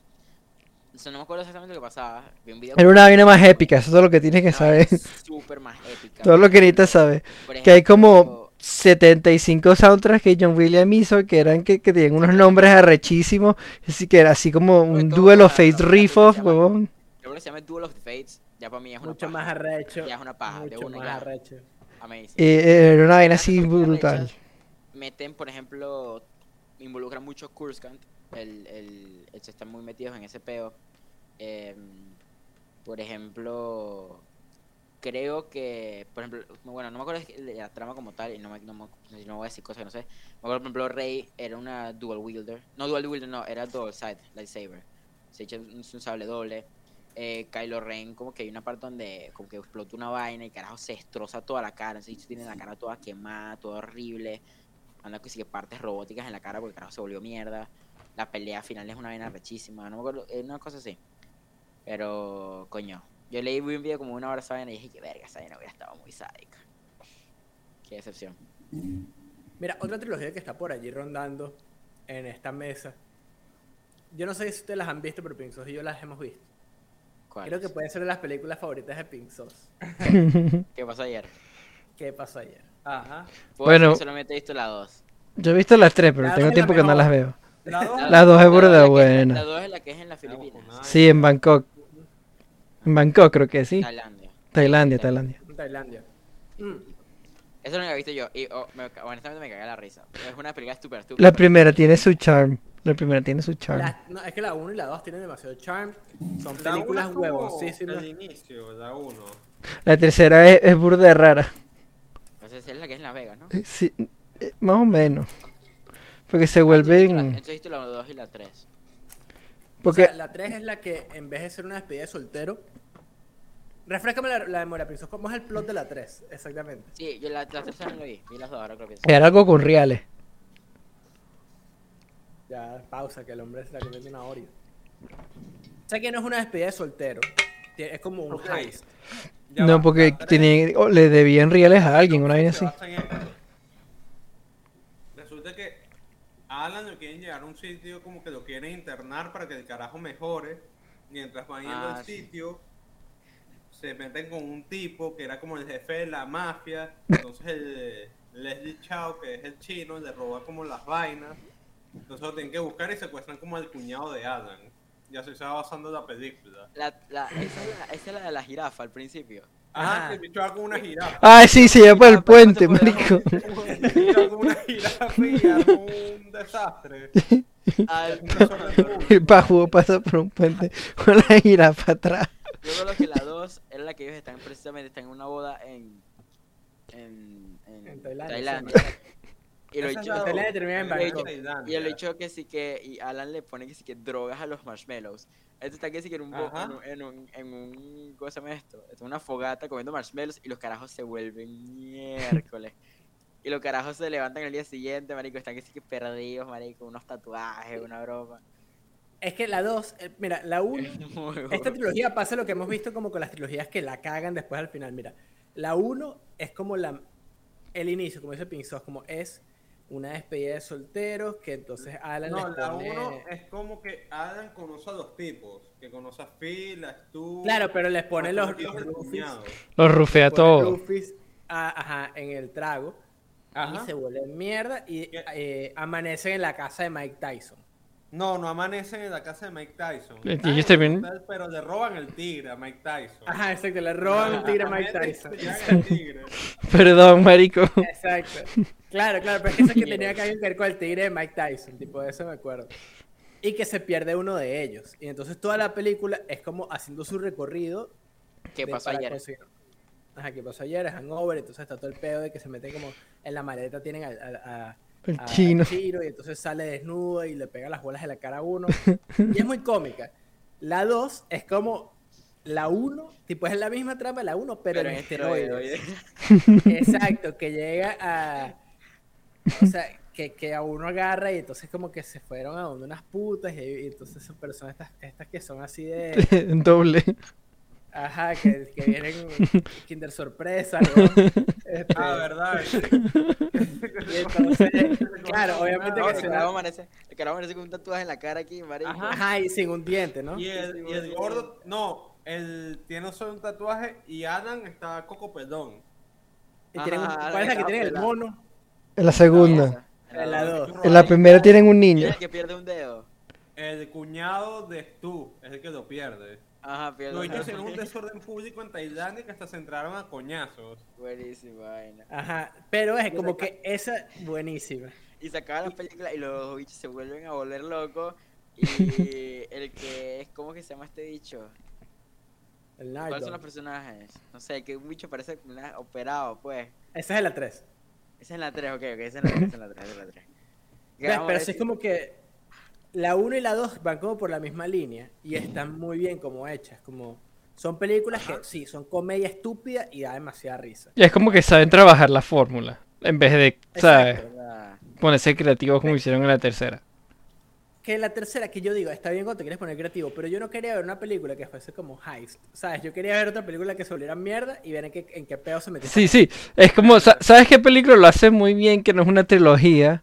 Speaker 4: o sea, no me acuerdo exactamente lo que pasaba. Vi un video.
Speaker 2: Era una vaina más épica, eso es todo lo que tienes que saber.
Speaker 4: Súper más épica.
Speaker 2: Todo lo que necesitas saber.
Speaker 4: Por
Speaker 2: Que hay
Speaker 4: ejemplo,
Speaker 2: como 75 soundtracks que John Williams hizo que eran que, que tenían unos nombres arrechísimos. Así que era así como un
Speaker 4: todo
Speaker 2: duelo
Speaker 4: para-
Speaker 2: face
Speaker 4: para
Speaker 2: riff
Speaker 4: que
Speaker 2: off,
Speaker 4: se llama-
Speaker 2: huevón.
Speaker 4: Yo creo que se llama Duel of the Fates. Ya para mí es una
Speaker 1: mucho
Speaker 4: paja.
Speaker 1: más arrecho.
Speaker 4: Ya es una paja. de
Speaker 1: Mucho
Speaker 4: una
Speaker 1: más
Speaker 4: ya.
Speaker 1: arrecho.
Speaker 4: Amazing.
Speaker 2: Y Eh, era una vaina
Speaker 4: Las
Speaker 2: así
Speaker 4: películas
Speaker 2: brutal.
Speaker 4: hechas Meten, por ejemplo, involucran mucho Kurskant. El, el, ellos están muy metidos en ese peo. Em, por ejemplo, creo que, por ejemplo, bueno, no me acuerdo de la trama como tal, y no, me, no, me- no voy a decir cosas que no sé. Me acuerdo, por ejemplo, Rey era una dual wielder. No dual wielder, no, era dual side, lightsaber. Se echa un, un sable doble. Eh, Kylo Ren, como que hay una parte donde como que explota una vaina y carajo se destroza toda la cara. Entonces tiene la cara toda quemada, toda horrible. Anda que sí que partes robóticas en la cara porque carajo se volvió mierda. La pelea final es una vaina rechísima. No me acuerdo, es una cosa así. Pero, coño. Yo leí un video como una hora esa vaina y dije que verga, esa vaina hubiera estado muy sádica. Qué decepción.
Speaker 1: Mira, otra trilogía que está por allí rondando en esta mesa. Yo no sé si ustedes las han visto, pero Pink Sauce y yo las hemos visto.
Speaker 4: ¿Cuál
Speaker 1: Creo que
Speaker 4: es?
Speaker 1: pueden ser de las películas favoritas de Pink Sauce.
Speaker 4: ¿Qué pasó ayer?
Speaker 1: ¿Qué pasó ayer? Ajá.
Speaker 4: Puedo decir que
Speaker 2: Bueno.
Speaker 4: solamente he visto la 2.
Speaker 2: Yo he visto las tres, pero
Speaker 1: Las
Speaker 2: tengo
Speaker 1: dos
Speaker 2: tiempo que no
Speaker 1: mejor.
Speaker 2: las veo.
Speaker 3: La dos-
Speaker 2: Las dos es burda buena.
Speaker 4: La 2 es la que es en las
Speaker 3: Vamos,
Speaker 4: Filipinas.
Speaker 3: nada.
Speaker 2: Sí, en Bangkok. En Bangkok creo que sí.
Speaker 4: Tailandia.
Speaker 2: Tailandia, Tailandia.
Speaker 1: En Tailandia. Mm.
Speaker 4: Esa es la única que he visto yo. Y oh, me- honestamente me cagué la risa. Es una película estúpida, estúpida.
Speaker 2: La primera tiene su charm. La primera tiene su charm.
Speaker 1: Las- no, es que la 1 y la 2 tienen demasiado charm. Son
Speaker 3: la uno
Speaker 1: películas
Speaker 3: es como
Speaker 1: huevos. Sí, sí,
Speaker 3: El
Speaker 1: no.
Speaker 3: inicio, la 1.
Speaker 2: La tercera es, es burda rara.
Speaker 4: Entonces es la que es en Las Vegas, ¿no?
Speaker 2: Eh, sí, eh, más o menos. Porque se
Speaker 4: Entonces,
Speaker 2: vuelven.
Speaker 4: Entonces he visto la 2 y la 3.
Speaker 2: Porque
Speaker 1: O sea, la 3 es la que en vez de ser una despedida de soltero. Refrescame la, la memoria, Pink Sauce. ¿Cómo es el plot de la 3? Exactamente.
Speaker 4: Sí, yo la, la 3 también la vi. Vi las dos ahora creo que sí.
Speaker 2: era algo con reales.
Speaker 1: Ya, pausa, que el hombre se la comiendo una Oreo. O sea que no es una despedida de soltero. Tie- Es como un
Speaker 3: Ok.
Speaker 1: heist.
Speaker 3: Ya
Speaker 2: No,
Speaker 3: va,
Speaker 2: porque
Speaker 3: la tres
Speaker 2: tenían- o le debían reales a alguien, una vaina así.
Speaker 3: se basa en esto. Resulta que a Alan lo quieren llegar a un sitio como que lo quieren internar para que el carajo mejore. Mientras van yendo
Speaker 4: Ah,
Speaker 3: al
Speaker 4: sí.
Speaker 3: sitio, se meten con un tipo que era como el jefe de la mafia. Entonces el Leslie Chao, que es el chino, le roba como las vainas. Entonces lo tienen que buscar y secuestran como al cuñado de Adam. Ya se está basando la película.
Speaker 4: La, la, esa, es la, esa es la de la jirafa al principio.
Speaker 3: Ajá,
Speaker 1: Ah.
Speaker 3: el bicho va con una jirafa.
Speaker 2: Ay, sí, se lleva por el
Speaker 4: Ah, pero no se
Speaker 2: puente,
Speaker 4: puede
Speaker 2: marico.
Speaker 3: El bicho va con una jirafa y arma un desastre.
Speaker 4: Al-
Speaker 3: Una sola luz.
Speaker 2: El pajugo pasa por un puente con la jirafa atrás.
Speaker 4: yo creo que la 2 es la que ellos están precisamente están en una boda en. En, en,
Speaker 1: En Tailandia,
Speaker 4: Tailandia. Y lo
Speaker 3: Esa es
Speaker 4: dicho-
Speaker 3: la dos.
Speaker 1: Tailandia termina en
Speaker 3: Tailandia,
Speaker 4: Bangkok. Y
Speaker 3: Tailandia.
Speaker 4: el hecho que sí que, y Alan le pone que sí que drogas a los marshmallows. Esto está que sí que en un, bo-
Speaker 3: Ajá.
Speaker 4: en un, en un, en un- ¿cómo se llama esto? Esto es una fogata comiendo marshmallows y los carajos se vuelven miércoles. y los carajos se levantan el día siguiente, marico, están que sí que perdidos, marico, unos tatuajes, una broma.
Speaker 1: Es que la 2, mira, la 1
Speaker 4: Es muy
Speaker 1: Esta
Speaker 4: bueno.
Speaker 1: trilogía pasa lo que hemos visto como con las trilogías que la cagan después al final. Mira, la 1 es como la, el inicio, como dice Pinzos, como es una despedida de solteros que entonces Alan
Speaker 3: No,
Speaker 1: les
Speaker 3: la
Speaker 1: pone-
Speaker 3: uno es como que Adam conoce a los tipos, que conoce a Phil, a Stu.
Speaker 1: Claro, pero les pone
Speaker 3: a
Speaker 1: los,
Speaker 3: Phil,
Speaker 1: los
Speaker 3: el
Speaker 1: roofies,
Speaker 3: cuñado.
Speaker 2: Los rufea
Speaker 1: pone
Speaker 2: todo.
Speaker 1: roofies, ah, ajá, en el trago y
Speaker 3: Ajá.
Speaker 1: se vuelven mierda y
Speaker 3: ¿Qué?
Speaker 1: eh, amanecen en la casa de Mike Tyson.
Speaker 3: No, no amanecen en la casa de Mike Tyson.
Speaker 2: Y ellos también-
Speaker 3: Tal, Pero le roban el tigre a Mike Tyson.
Speaker 1: Ajá, exacto, le roban el tigre a Mike Tyson.
Speaker 3: Llegan el tigre.
Speaker 2: Perdón, marico.
Speaker 1: Exacto. Claro, claro, pero es que eso que tenía que ver con el tigre de Mike Tyson, tipo de eso me acuerdo. Y que se pierde uno de ellos. Y entonces toda la película es como haciendo su recorrido.
Speaker 4: ¿Qué
Speaker 1: de-
Speaker 4: pasó
Speaker 1: para
Speaker 4: ayer?
Speaker 1: conseguir- Ajá, que pasó ayer, es Hangover, entonces está todo el pedo de que se mete como en la maleta, tienen al- al- a,
Speaker 2: El
Speaker 1: a-
Speaker 2: chino.
Speaker 1: a Chiro, y entonces sale desnudo y le pega las bolas de la cara a uno. Y es muy cómica. La 2 es como la 1, tipo es la misma trama de la 1, pero, en esteroides. Exacto, que llega a. O sea, que, que a uno agarra y entonces, como que se fueron a donde unas putas. Y, y entonces, son personas estas, estas que son así de.
Speaker 2: Doble.
Speaker 1: Ajá, que, que vienen Kinder Sorpresa, ¿no? Este,
Speaker 3: Ah, verdad.
Speaker 1: y entonces, claro,
Speaker 3: Ah,
Speaker 1: obviamente
Speaker 4: No,
Speaker 1: que
Speaker 4: el,
Speaker 1: se
Speaker 4: carajo amanece, el carajo amanece con un tatuaje en la cara aquí, marico.
Speaker 1: Ajá, ajá, y sin un diente, ¿no?
Speaker 3: Y el, y el gordo, no, él tiene solo un tatuaje y Adam está coco pelón.
Speaker 1: Y tienen un-
Speaker 4: Ajá,
Speaker 1: ¿Cuál es la que
Speaker 4: la
Speaker 1: tiene el
Speaker 4: capa, la-
Speaker 1: mono?
Speaker 2: En la segunda.
Speaker 4: Esa.
Speaker 1: En la 2.
Speaker 2: En la primera tienen un niño.
Speaker 4: ¿Quién es el que pierde un dedo?
Speaker 3: El cuñado de Stu es el que lo pierde.
Speaker 4: Ajá, pierde
Speaker 3: Los
Speaker 4: un
Speaker 3: hechos en
Speaker 4: dedo.
Speaker 3: un desorden público en Tailandia que hasta se entraron a coñazos.
Speaker 4: Buenísima vaina.
Speaker 1: Ajá, pero es como que esa, buenísima.
Speaker 4: Y se acaba la película y los bichos se vuelven a volver locos. Y el que es, ¿cómo que se llama este bicho?
Speaker 1: El
Speaker 4: ¿Cuáles son los
Speaker 1: Nardo.
Speaker 4: personajes? No sé, que un bicho parece como una- operado, pues.
Speaker 1: Esa es la 3.
Speaker 4: Esa es la 3, ok, ok, esa es la 3, esa es la 3, esa es la 3.
Speaker 1: ¿Ves? Pero sí es como que la 1 y la 2 van como por la misma línea y están muy bien como hechas. Como son películas que sí, son comedia estúpida y da demasiada risa.
Speaker 2: Y es como que saben trabajar la fórmula. En vez de, ¿sabes?
Speaker 1: Exacto.
Speaker 2: Ponerse creativos como hicieron en la tercera.
Speaker 1: Que la tercera que yo digo, está bien cuando te quieres poner creativo, pero yo no quería ver una película que fuese como heist. ¿Sabes? Yo quería ver otra película que se volviera mierda y ver en qué, en qué pedo se metió.
Speaker 2: Sí, sí. Es como, sa- ¿sabes qué película lo hace muy bien? Que no es una trilogía.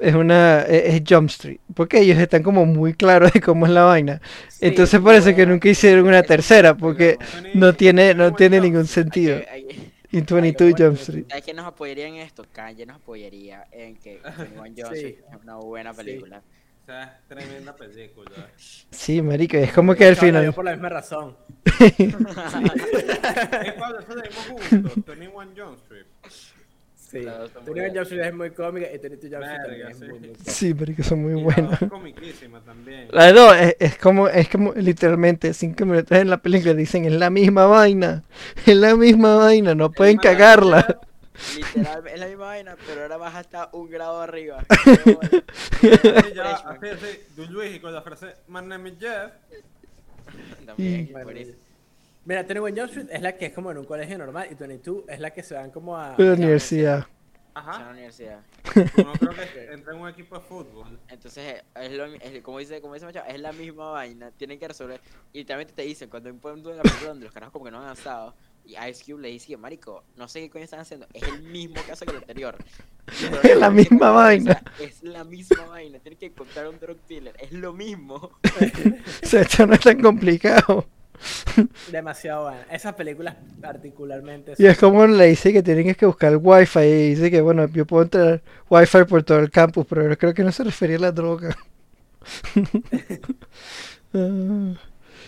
Speaker 2: Es una. e-, Es, es Jump Street. Porque ellos están como muy claros de cómo es la vaina.
Speaker 1: Sí,
Speaker 2: Entonces parece que
Speaker 4: bueno,
Speaker 2: nunca hicieron una
Speaker 4: es-
Speaker 2: tercera. Porque
Speaker 3: Tony-
Speaker 2: no tiene, no
Speaker 3: Tony
Speaker 2: tiene
Speaker 3: Jones.
Speaker 2: ningún sentido. Y
Speaker 1: Ay,
Speaker 2: 22
Speaker 1: lo
Speaker 2: Jump
Speaker 1: bueno.
Speaker 2: Street.
Speaker 4: ¿Sabes quién nos apoyaría en esto? Kanye nos apoyaría en que 21 Johnson
Speaker 1: Sí.
Speaker 4: es una buena
Speaker 1: Sí.
Speaker 4: película.
Speaker 3: O sea, es tremenda película.
Speaker 2: Sí, marico. Es como que al
Speaker 1: Chao, la veo
Speaker 2: final.
Speaker 1: por la misma razón.
Speaker 3: Eh, Pablo, eso lo vimos juntos. 21 John Street.
Speaker 1: Sí.
Speaker 4: Las dos son muy
Speaker 1: Tony
Speaker 4: buenas.
Speaker 1: Johnson es muy cómica y Tony Johnson
Speaker 3: Verga,
Speaker 1: también es
Speaker 3: sí.
Speaker 1: muy, muy cómica.
Speaker 2: Sí, marico, son muy
Speaker 3: Y
Speaker 2: buenos.
Speaker 3: Es comiquísima también.
Speaker 2: La dos es, es como, es como literalmente cinco minutos en la película dicen es la misma vaina, es la misma vaina, no pueden
Speaker 3: Hermana,
Speaker 2: cagarla.
Speaker 4: Literal, es la misma vaina, pero ahora vas hasta un grado arriba.
Speaker 3: Así ya, así, así, Du Luis y con la frase My name is Jeff.
Speaker 4: También,
Speaker 1: Bueno,
Speaker 4: buenísimo.
Speaker 1: Mira, Tony Jump Street es la que es como en un colegio normal y 22 es la que se van como a...
Speaker 2: La universidad.
Speaker 4: Está en la
Speaker 3: Ajá.
Speaker 4: universidad.
Speaker 3: No creo que entre en un equipo de fútbol.
Speaker 4: Entonces, eh, es lo, mi- es- como dice, como dice Machado, es la misma vaina, tienen que resolver. Y literalmente te dicen, cuando hay un punto de la película donde los carajos como que no han avanzado, y Ice Cube le dice, que, marico, no sé qué coño están haciendo, es el mismo caso que el anterior. Pero
Speaker 2: Es la
Speaker 4: tienen que
Speaker 2: misma
Speaker 4: encontrar- o sea,
Speaker 2: vaina.
Speaker 4: es la misma vaina, tienen que encontrar un drug dealer, es lo mismo.
Speaker 2: O sea, esto no es tan complicado.
Speaker 1: Demasiado buena. Esas películas particularmente.
Speaker 2: Y es como le dice que tienen es que buscar el wifi y dice que bueno, yo puedo entrar wifi por todo el campus, pero yo creo que no se refería a la droga. Ah.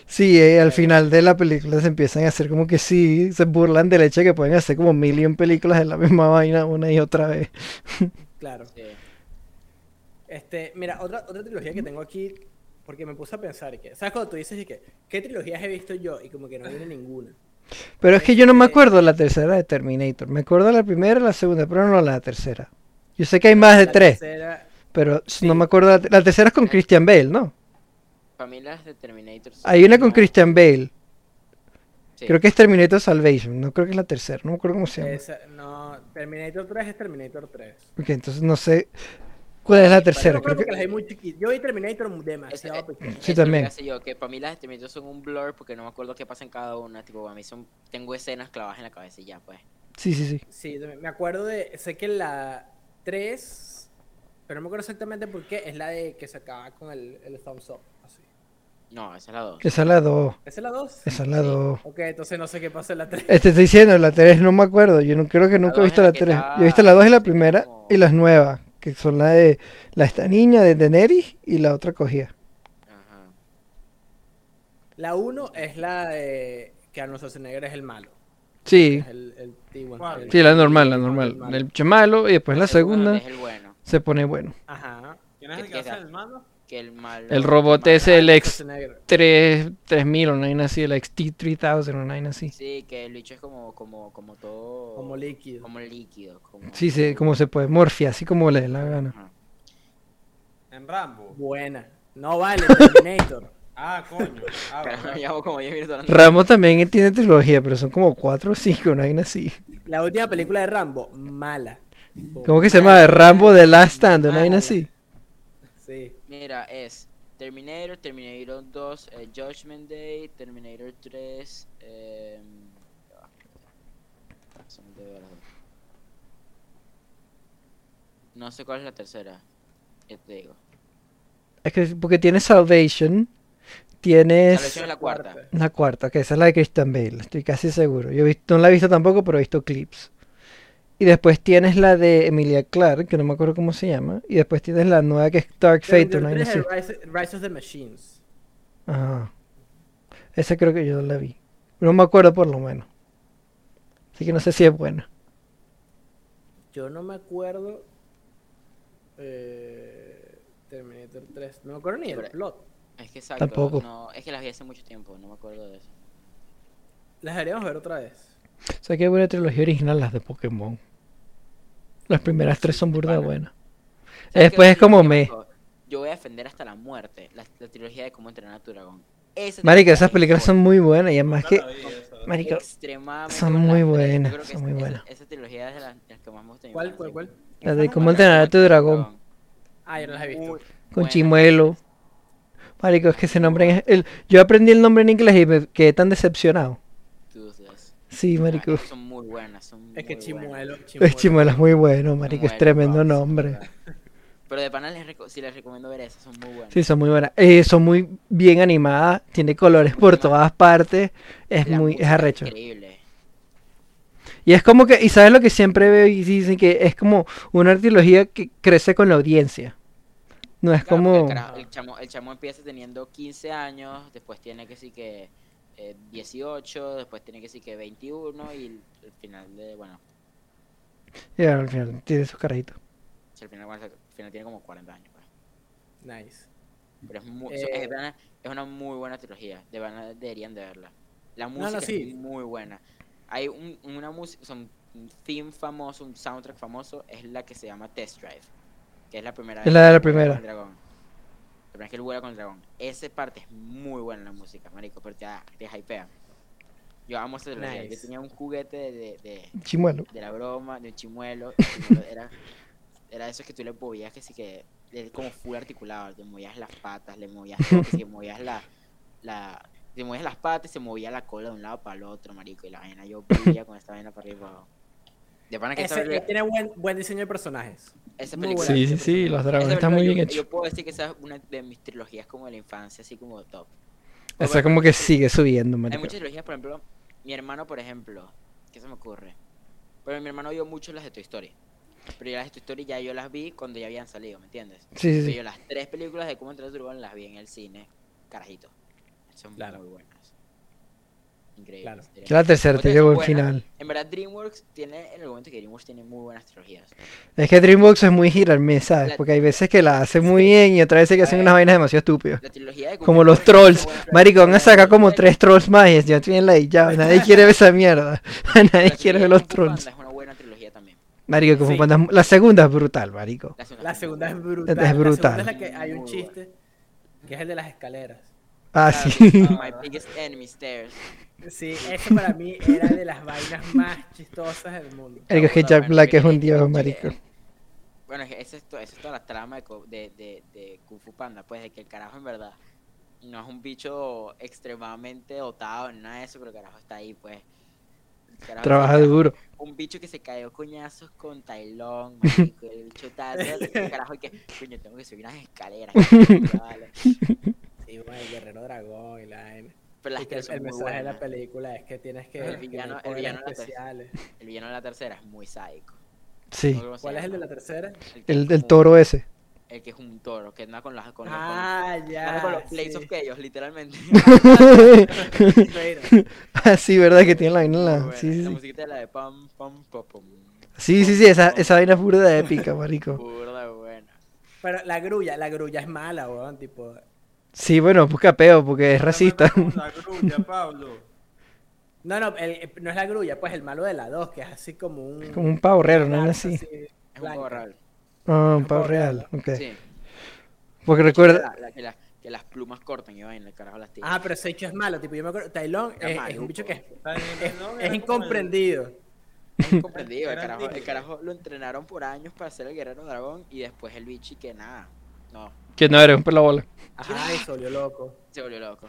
Speaker 2: sí, eh, al final de la película se empiezan a hacer como que sí, se burlan del hecho de que pueden hacer como millón películas de la misma vaina una y otra vez.
Speaker 1: Claro.
Speaker 4: Sí.
Speaker 1: Este, mira, otra, otra trilogía que tengo aquí, porque me puse a pensar y que, ¿sabes cuando tú dices y que, ¿qué trilogías he visto yo? Y como que no viene ninguna.
Speaker 2: Pero es que yo no me
Speaker 1: Este-
Speaker 2: acuerdo la tercera de Terminator. Me acuerdo la primera, la segunda, pero no la tercera. Yo sé que hay más de
Speaker 1: La
Speaker 2: tres,
Speaker 1: tercera- Eh.
Speaker 2: pero no me acuerdo. La, te- la tercera es con Christian Bale, ¿no?
Speaker 4: Familias de Terminator. son
Speaker 2: Hay una con
Speaker 4: como-
Speaker 2: Christian Bale.
Speaker 4: sí.
Speaker 2: Creo que es Terminator Salvation. No creo que es la tercera. No me acuerdo cómo se llama.
Speaker 1: esa- no, Terminator 3 es Terminator 3.
Speaker 2: Ok, entonces no sé cuál es la tercera.
Speaker 1: Yo creo
Speaker 2: Creo que...
Speaker 1: las vi muy chiquitas. Yo vi Terminator mu-
Speaker 4: Eso,
Speaker 1: demasiado
Speaker 4: eh,
Speaker 1: pequeño.
Speaker 2: Sí,
Speaker 4: eso es lo que
Speaker 2: también.
Speaker 4: hace yo, que para mí las de Terminator son un blur porque no me acuerdo qué pasa en cada una. Tipo, a mí son, tengo escenas clavadas en la cabeza y ya, pues.
Speaker 2: Sí, sí, sí.
Speaker 1: Sí, de- me acuerdo de, sé que la 3, pero no me acuerdo exactamente por qué, es la de que se acaba con el, el thumbs up. Así.
Speaker 4: No, esa es la dos.
Speaker 2: Esa es la 2.
Speaker 1: ¿Esa es la 2?
Speaker 2: Esa es la 2.
Speaker 1: Ok, entonces no sé qué pasa en la 3.
Speaker 2: Eh, Te estoy diciendo, la 3 no me acuerdo. Yo no creo que nunca he
Speaker 4: dos
Speaker 2: visto
Speaker 4: es
Speaker 2: la
Speaker 4: la que
Speaker 2: 3.
Speaker 4: está-
Speaker 2: Yo he visto la 2 y la
Speaker 4: que tiene
Speaker 2: primera
Speaker 4: como-
Speaker 2: y las nuevas, que son la de la esta niña de Daenerys y la otra cogía.
Speaker 4: Ajá.
Speaker 1: La 1 es la de que Arnold Schwarzenegger es el malo.
Speaker 6: Sí,
Speaker 1: Es el, el T1.
Speaker 3: ¿Cuál?
Speaker 1: el-
Speaker 6: sí, la normal, la
Speaker 1: el
Speaker 6: normal.
Speaker 1: malo.
Speaker 6: El chamalo y después la
Speaker 4: El bueno
Speaker 6: segunda
Speaker 4: Es el bueno.
Speaker 2: Se pone bueno.
Speaker 1: Ajá.
Speaker 3: ¿Quién es el que
Speaker 4: ¿Qué
Speaker 3: hace
Speaker 4: tal?
Speaker 3: el malo?
Speaker 4: Que el malo.
Speaker 6: El robot
Speaker 4: malo-
Speaker 6: ese, el
Speaker 1: Arnold
Speaker 6: ex
Speaker 1: Schwarzenegger.
Speaker 6: 3, 3000 o una vaina así, el ex T3000 o una vaina así.
Speaker 4: Sí, que el bicho es como, como, como todo.
Speaker 1: Como líquido.
Speaker 4: Como líquido. Como...
Speaker 2: Sí, se, como se puede. Morfia, así como le dé la gana.
Speaker 4: Ajá.
Speaker 3: En Rambo.
Speaker 1: Buena. No vale, Terminator.
Speaker 3: Ah, coño. Ah,
Speaker 4: Carajo,
Speaker 3: verdad.
Speaker 4: llevamos como 10 minutos hablando.
Speaker 2: Rambo también tiene trilogía, pero son como 4 o 5, una vaina así.
Speaker 1: la última película de Rambo, mala. Tipo,
Speaker 2: ¿Cómo que se llama? Rambo The Last Stand, una vaina así.
Speaker 1: Sí.
Speaker 4: Mira, es Terminator, Terminator 2, eh, Judgment Day, Terminator 3. Eh... ya va. ah, Se me olvidó las dos. No sé cuál es la tercera. Ya te digo.
Speaker 2: Es que porque tienes Salvation,
Speaker 4: La
Speaker 2: tienes
Speaker 4: versión es la cuarta.
Speaker 2: la cuarta, que esa es la de Christian Bale, estoy casi seguro. Yo he visto- no la he visto tampoco, pero he visto clips. Y después tienes la de Emilia Clarke, que no me acuerdo cómo se llama, y después tienes la nueva que es Dark Fate,
Speaker 1: Terminator
Speaker 2: una vaina
Speaker 1: 3
Speaker 2: así.
Speaker 1: es Rise, Rise of the Machines.
Speaker 2: Ajá. Esa creo que yo la vi. No me acuerdo por lo menos. Así que no sé si es buena.
Speaker 1: Yo no me acuerdo. eh, Terminator 3. No me acuerdo ni del
Speaker 4: Pero-
Speaker 1: plot.
Speaker 4: Es que exacto.
Speaker 2: Tampoco.
Speaker 4: No, es que las vi hace mucho tiempo, no me acuerdo de eso.
Speaker 1: Las deberíamos ver otra vez.
Speaker 2: O sea que hay buena trilogía original, las de Pokémon. Las primeras tres son burda
Speaker 4: pana.
Speaker 2: buenas.
Speaker 4: ¿Sabes qué
Speaker 2: Después es
Speaker 4: trilogía
Speaker 2: como
Speaker 4: me
Speaker 2: me.
Speaker 4: gustó? Yo voy a defender hasta la muerte la, la trilogía de cómo entrenar a tu dragón. Esa
Speaker 2: Marica,
Speaker 4: trilogía
Speaker 2: esas
Speaker 4: es
Speaker 2: películas son muy buenas y además
Speaker 3: Nunca
Speaker 2: que.
Speaker 3: la vi esa.
Speaker 2: Marica,
Speaker 4: extremadamente
Speaker 2: son
Speaker 4: buenas.
Speaker 2: muy
Speaker 4: Yo creo
Speaker 2: buenas,
Speaker 4: que
Speaker 2: son
Speaker 4: esa-
Speaker 2: muy
Speaker 4: esa-
Speaker 2: buenas.
Speaker 4: Esa, trilogía es de las, las que más me gusta.
Speaker 1: ¿Cuál, cuál, cuál?
Speaker 2: la de cómo entrenar a tu dragón.
Speaker 1: Ah, yo no las he visto.
Speaker 2: Con Chimuelo. Marico, es que ese nombre en- el- Yo aprendí el nombre en inglés y me quedé tan decepcionado. Sí, marico.
Speaker 4: Marico. Son muy buenas. Son
Speaker 1: Es que
Speaker 4: muy buenas.
Speaker 1: Chimuelo.
Speaker 2: Es Chimuelo es muy bueno, marico.
Speaker 4: Chimuelo,
Speaker 2: Es tremendo
Speaker 4: vamos,
Speaker 2: nombre.
Speaker 4: verdad.
Speaker 1: eh.
Speaker 4: Pero de pana les reco- sí les recomiendo ver esas, son muy buenas.
Speaker 2: Sí, son muy buenas. Eh, son muy bien animadas. Tiene colores por
Speaker 4: Animadas.
Speaker 2: todas partes. Es
Speaker 4: La
Speaker 2: muy...
Speaker 4: música
Speaker 2: Es arrecho.
Speaker 4: Increíble.
Speaker 2: Y es como que... Y sabes lo que siempre veo y dicen que es como una trilogía que crece con la audiencia. No es
Speaker 4: Claro, porque
Speaker 2: como...
Speaker 4: el, carajo- el chamo, el chamo empieza teniendo 15 años, después tiene que sí que eh, 18, después tiene que sí que 21 y el- el final de, bueno,
Speaker 2: Ya, al final tiene sus carajitos.
Speaker 4: si al final, al final tiene como 40 años. pues.
Speaker 1: Nice.
Speaker 4: Pero es, muy,
Speaker 1: Eh.
Speaker 4: es, de verdad- es una muy buena trilogía, de verdad deberían de verla. La
Speaker 1: no,
Speaker 4: música
Speaker 1: sí.
Speaker 4: es muy buena. Hay un, una música, son un theme famoso, un soundtrack famoso, es la que se llama Test Drive, que es la primera
Speaker 2: Es la de la
Speaker 4: que él vuela
Speaker 2: primera.
Speaker 4: con el dragón. La primera vez que él vuela con el dragón. Esa parte es muy buena la música, marico, pero te, te hypea. Yo amo esa trilogía. Yo
Speaker 1: Nice.
Speaker 4: tenía un juguete de, de, de-
Speaker 2: Chimuelo.
Speaker 4: de la broma, de un chimuelo. el chimuelo era, era eso que tú le movías, que sí que. Es como full articulado. Le movías las patas, le movías todo, que sí que movías la. la le movías las patas y se movía la cola de un lado para el otro, marico. Y la vaina yo pilla con esta vaina para arriba y para abajo. De pana Ah, que esa,
Speaker 1: Ese, él
Speaker 4: esa
Speaker 1: tiene buen, buen diseño de personajes. muy
Speaker 4: película.
Speaker 1: buena.
Speaker 2: Sí, sí, sí. Los
Speaker 4: esa
Speaker 2: dragones están
Speaker 4: película
Speaker 2: muy
Speaker 4: yo-
Speaker 2: bien hechos.
Speaker 4: Yo puedo decir que esa es una de mis trilogías como de la infancia, así como top.
Speaker 2: O sea, como que sigue subiendo,
Speaker 4: Hay
Speaker 2: marico.
Speaker 4: muchas trilogías, por ejemplo, mi hermano, por ejemplo, ¿qué se me ocurre? Pero mi hermano vio mucho las de Toy Story. Pero ya las de Toy Story ya yo las vi cuando ya habían salido, ¿me entiendes?
Speaker 2: Sí, sí,
Speaker 4: Pero
Speaker 2: sí.
Speaker 4: yo las tres películas de cómo entrar a tu Dragon las vi en el cine, carajito. Son
Speaker 1: Claro.
Speaker 4: muy buenas. Increíble.
Speaker 1: Claro.
Speaker 2: Ya la tercera te
Speaker 4: Otras
Speaker 2: llegó
Speaker 4: son
Speaker 2: al
Speaker 4: buenas.
Speaker 2: final.
Speaker 4: En verdad, DreamWorks tiene, en el momento que DreamWorks tiene muy buenas trilogías.
Speaker 2: Es que Dreambox es muy hit and miss, ¿sabes?
Speaker 4: La-
Speaker 2: Porque hay veces que la hace muy bien y otras veces que hacen
Speaker 4: Eh,
Speaker 2: unas vainas demasiado estúpidas.
Speaker 4: La trilogía de
Speaker 2: Como los trolls. Marico, van a sacar como tres trolls más y ya tienen la ya. Nadie quiere ver esa mierda. Nadie quiere ver los trolls.
Speaker 4: Es una buena trilogía también.
Speaker 2: Marico, como
Speaker 1: Sí.
Speaker 2: cuando es- La segunda es brutal, marico.
Speaker 1: La segunda es
Speaker 4: muy
Speaker 1: brutal.
Speaker 2: Es brutal.
Speaker 1: La segunda es la que hay un
Speaker 4: Muy
Speaker 1: chiste que es el de las escaleras.
Speaker 2: Ah,
Speaker 4: buena.
Speaker 2: sí.
Speaker 4: My biggest enemy stairs.
Speaker 1: Sí, eso para mí era de las vainas más chistosas del mundo.
Speaker 2: Marico, es que
Speaker 4: Bueno,
Speaker 2: Jack
Speaker 4: bueno,
Speaker 2: Black es un
Speaker 4: eh,
Speaker 2: dios,
Speaker 4: eh,
Speaker 2: marico.
Speaker 4: Bueno, es que esa es, to- esa es toda la trama de, co- de, de, de Kung Fu Panda, pues, de que el carajo en verdad no es un bicho extremadamente dotado ni nada de eso, pero el carajo está ahí, pues. El carajo
Speaker 2: Trabaja
Speaker 4: se ca-
Speaker 2: duro.
Speaker 4: Un bicho que se cayó coñazos con Tailón, marico, el bicho tal, el carajo que, coño, tengo que subir unas escaleras. ya vale.
Speaker 1: Sí, bueno, el guerrero dragón y la vaina.
Speaker 4: Pero las
Speaker 1: Y que el,
Speaker 4: tres son
Speaker 1: el
Speaker 4: muy
Speaker 1: mensaje de la
Speaker 4: buenas.
Speaker 1: película es que tienes que.
Speaker 4: El
Speaker 1: tener
Speaker 4: villano- el
Speaker 1: poderes
Speaker 4: villano de la tercera.
Speaker 1: especiales.
Speaker 4: El villano de la tercera es muy sádico.
Speaker 2: Sí.
Speaker 1: ¿Cuál es el de la tercera?
Speaker 4: que es
Speaker 2: El, el
Speaker 4: como-
Speaker 2: toro ese.
Speaker 4: El que es un toro, que anda con las con los- con los-
Speaker 1: Ah, ya.
Speaker 4: anda con los plays
Speaker 1: sí.
Speaker 4: of chaos, literalmente.
Speaker 1: Bueno,
Speaker 2: Ah, sí, ¿verdad? Que tiene la vaina en
Speaker 4: Muy
Speaker 2: la.
Speaker 4: buena.
Speaker 2: Sí, sí,
Speaker 4: La
Speaker 2: sí.
Speaker 4: musiquita de la de pam, pam, pam, pam.
Speaker 2: Sí, sí, sí, esa, esa vaina es burda de épica, marico.
Speaker 4: Burda buena.
Speaker 1: Pero la grulla, la grulla es mala, weón. Tipo,
Speaker 2: Sí, bueno, busca peo porque es racista.
Speaker 3: Como La grulla, Pablo.
Speaker 1: No, no, el- no es la grulla, pues el malo de la 2, que es así como un.
Speaker 2: Como un pavo real, ¿no?
Speaker 1: Claro,
Speaker 2: Así.
Speaker 4: Es un
Speaker 1: blanca.
Speaker 4: poco raro.
Speaker 2: Ah, un pavo real, ok.
Speaker 4: Sí.
Speaker 2: Porque recuerda.
Speaker 4: La- la- que, las- que las plumas cortan y vaina, el carajo las tira.
Speaker 1: Ah, pero ese hecho es malo, tipo, yo me acuerdo. Tailón
Speaker 4: Está
Speaker 1: es, es
Speaker 4: maluco.
Speaker 1: un bicho que es,
Speaker 3: Está bien,
Speaker 1: es-
Speaker 3: ¿no?
Speaker 1: es
Speaker 3: Era como el-
Speaker 1: incomprendido.
Speaker 4: es incomprendido. El
Speaker 3: Era
Speaker 4: carajo, el
Speaker 3: digno.
Speaker 4: carajo lo entrenaron por años para ser el guerrero dragón y después el bichi que nada. No,
Speaker 2: Que no eres un pelabola.
Speaker 1: Ajá, y se volvió loco.
Speaker 4: se volvió loco.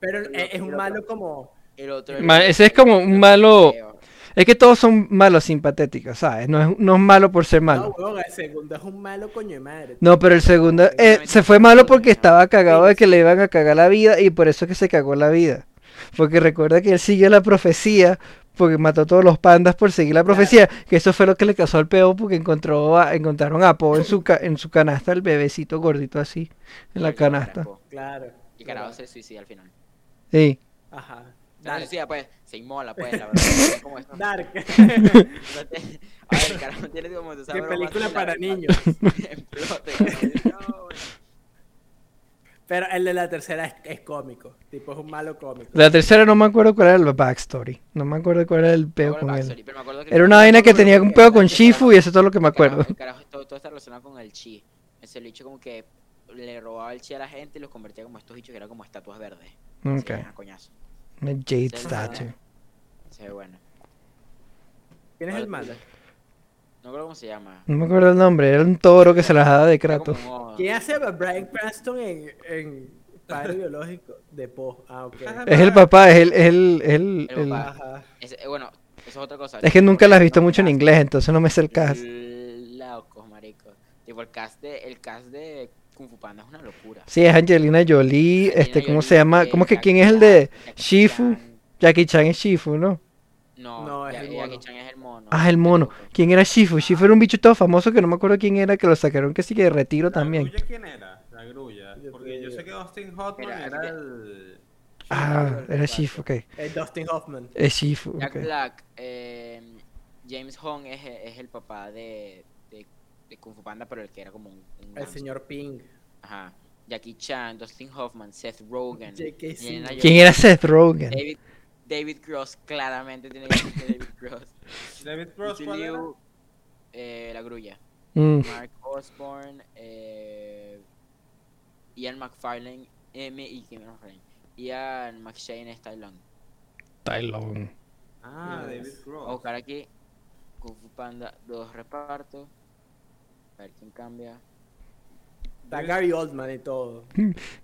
Speaker 1: Pero
Speaker 4: Loco,
Speaker 1: es, es un
Speaker 4: loco.
Speaker 1: malo como.
Speaker 4: El otro.
Speaker 2: Ma- ese es como un malo- Es que todos son malos simpatéticos, ¿sabes? No es, no es malo por ser malo.
Speaker 1: No, weón, el segundo es un malo coño de madre.
Speaker 2: No, pero el segundo eh, se fue malo porque estaba cagado de que le iban a cagar la vida y por eso es que se cagó la vida. Porque recuerda que él siguió la profecía porque mató a todos los pandas por seguir la profecía, que eso fue lo que le causó al peo porque encontró a- encontraron a Po en su ca- en su canasta el bebecito gordito así en la canasta.
Speaker 1: Claro.
Speaker 4: Y carajo
Speaker 1: claro.
Speaker 4: se suicida al final.
Speaker 2: Sí.
Speaker 1: Ajá.
Speaker 4: No se
Speaker 1: Dark.
Speaker 4: suicida, pues, se inmola, pues, la verdad. Como esto.
Speaker 1: Dark.
Speaker 4: No te- A ver, el carajo tiene como esa
Speaker 1: Qué
Speaker 4: broma
Speaker 1: película
Speaker 4: así, la
Speaker 1: para
Speaker 4: verdad.
Speaker 1: niños.
Speaker 4: En flote, carajo. No, bueno.
Speaker 1: Pero el de la tercera es, es cómico. Tipo, es un malo cómico.
Speaker 2: La tercera no me acuerdo cuál era el backstory. No me acuerdo cuál era el peo
Speaker 4: Ahora
Speaker 2: con
Speaker 4: Backstory, Ah,
Speaker 2: él.
Speaker 4: pero me acuerdo que
Speaker 2: Era una vaina que tenía un peo con Shifu y eso es todo lo que me
Speaker 4: el carajo-
Speaker 2: acuerdo.
Speaker 4: el carajo, todo, todo está relacionado con el chi. Ese bicho como que le robaba el chi a la gente y los convertía como estos bichos que eran como estatuas verdes. Se
Speaker 2: Ok.
Speaker 4: veían a coñazo.
Speaker 2: Una Jade Statue.
Speaker 4: Se ve bueno.
Speaker 1: ¿Quién es el malo?
Speaker 4: No creo cómo se llama.
Speaker 2: No me acuerdo el nombre, era un toro que se las daba de
Speaker 4: Era
Speaker 2: Kratos.
Speaker 4: como un ojo.
Speaker 1: ¿Quién hace a Brian Cranston en, en Padre Biológico de Po? Ah, ok.
Speaker 2: Es el papá, es el, es el, es el-
Speaker 4: El
Speaker 2: el-
Speaker 4: papá.
Speaker 1: Ajá.
Speaker 4: Ese- eh, bueno, eso es otra cosa.
Speaker 2: Es que nunca las
Speaker 4: las
Speaker 2: he visto mucho en inglés, entonces no me sé el cast.
Speaker 4: Locos, marico. Tipo, el cast de, el cast de Kung Fu Panda es una locura.
Speaker 2: Sí, es Angelina Jolie,
Speaker 4: Angelina
Speaker 2: este, ¿cómo
Speaker 4: Jolie,
Speaker 2: se llama? ¿Cómo es que
Speaker 4: Jackie
Speaker 2: quién es el
Speaker 4: Chan,
Speaker 2: de
Speaker 4: Jackie
Speaker 2: Shifu?
Speaker 4: Chan.
Speaker 2: Jackie Chan es Shifu, no?
Speaker 4: No,
Speaker 1: No, es
Speaker 4: Ya-
Speaker 1: el
Speaker 4: Jackie
Speaker 1: mono.
Speaker 4: Chan es el mono.
Speaker 2: Ah, el mono. ¿Quién era Shifu? Shifu era un bicho todo famoso que no me acuerdo quién era, que lo sacaron que sí que de retiro
Speaker 3: ¿La
Speaker 2: también.
Speaker 3: grulla quién era? La grulla.
Speaker 1: Yo
Speaker 3: Porque
Speaker 1: te
Speaker 3: yo sé
Speaker 1: digo.
Speaker 3: que Austin Hotman
Speaker 4: Mira,
Speaker 3: era
Speaker 4: aquí-
Speaker 3: el.
Speaker 2: Ah, era Shifu, ok.
Speaker 1: Es Dustin Hoffman.
Speaker 2: Es Shifu,
Speaker 4: Jack
Speaker 2: ok.
Speaker 4: Black, eh, James Hong es, es el papá de, de, de Kung Fu Panda, pero el que era como un, un
Speaker 1: El
Speaker 4: ganso.
Speaker 1: señor Ping.
Speaker 4: Ajá. Jackie Chan, Dustin Hoffman, Seth Rogen.
Speaker 1: J.K.
Speaker 4: Angelina
Speaker 1: Simmons.
Speaker 2: ¿Quién
Speaker 4: Jolie,
Speaker 2: era Seth Rogen?
Speaker 4: David, David Cross, claramente tiene que ser David Cross.
Speaker 3: David Cross,
Speaker 4: Lucy
Speaker 3: ¿cuál era?
Speaker 4: Liu, eh, La Grulla.
Speaker 2: Mm,
Speaker 4: Mark Osborne, eh, Ian McFarlane, M y Kim McFarlane. Ian McShane es Tai Lung.
Speaker 2: Tylon.
Speaker 3: Ah,
Speaker 1: Yes.
Speaker 3: David
Speaker 4: Voy a
Speaker 3: Cross.
Speaker 4: buscar aquí. Kung Fu Panda, dos repartos. A ver quién cambia.
Speaker 1: Está Gary Oldman y todo.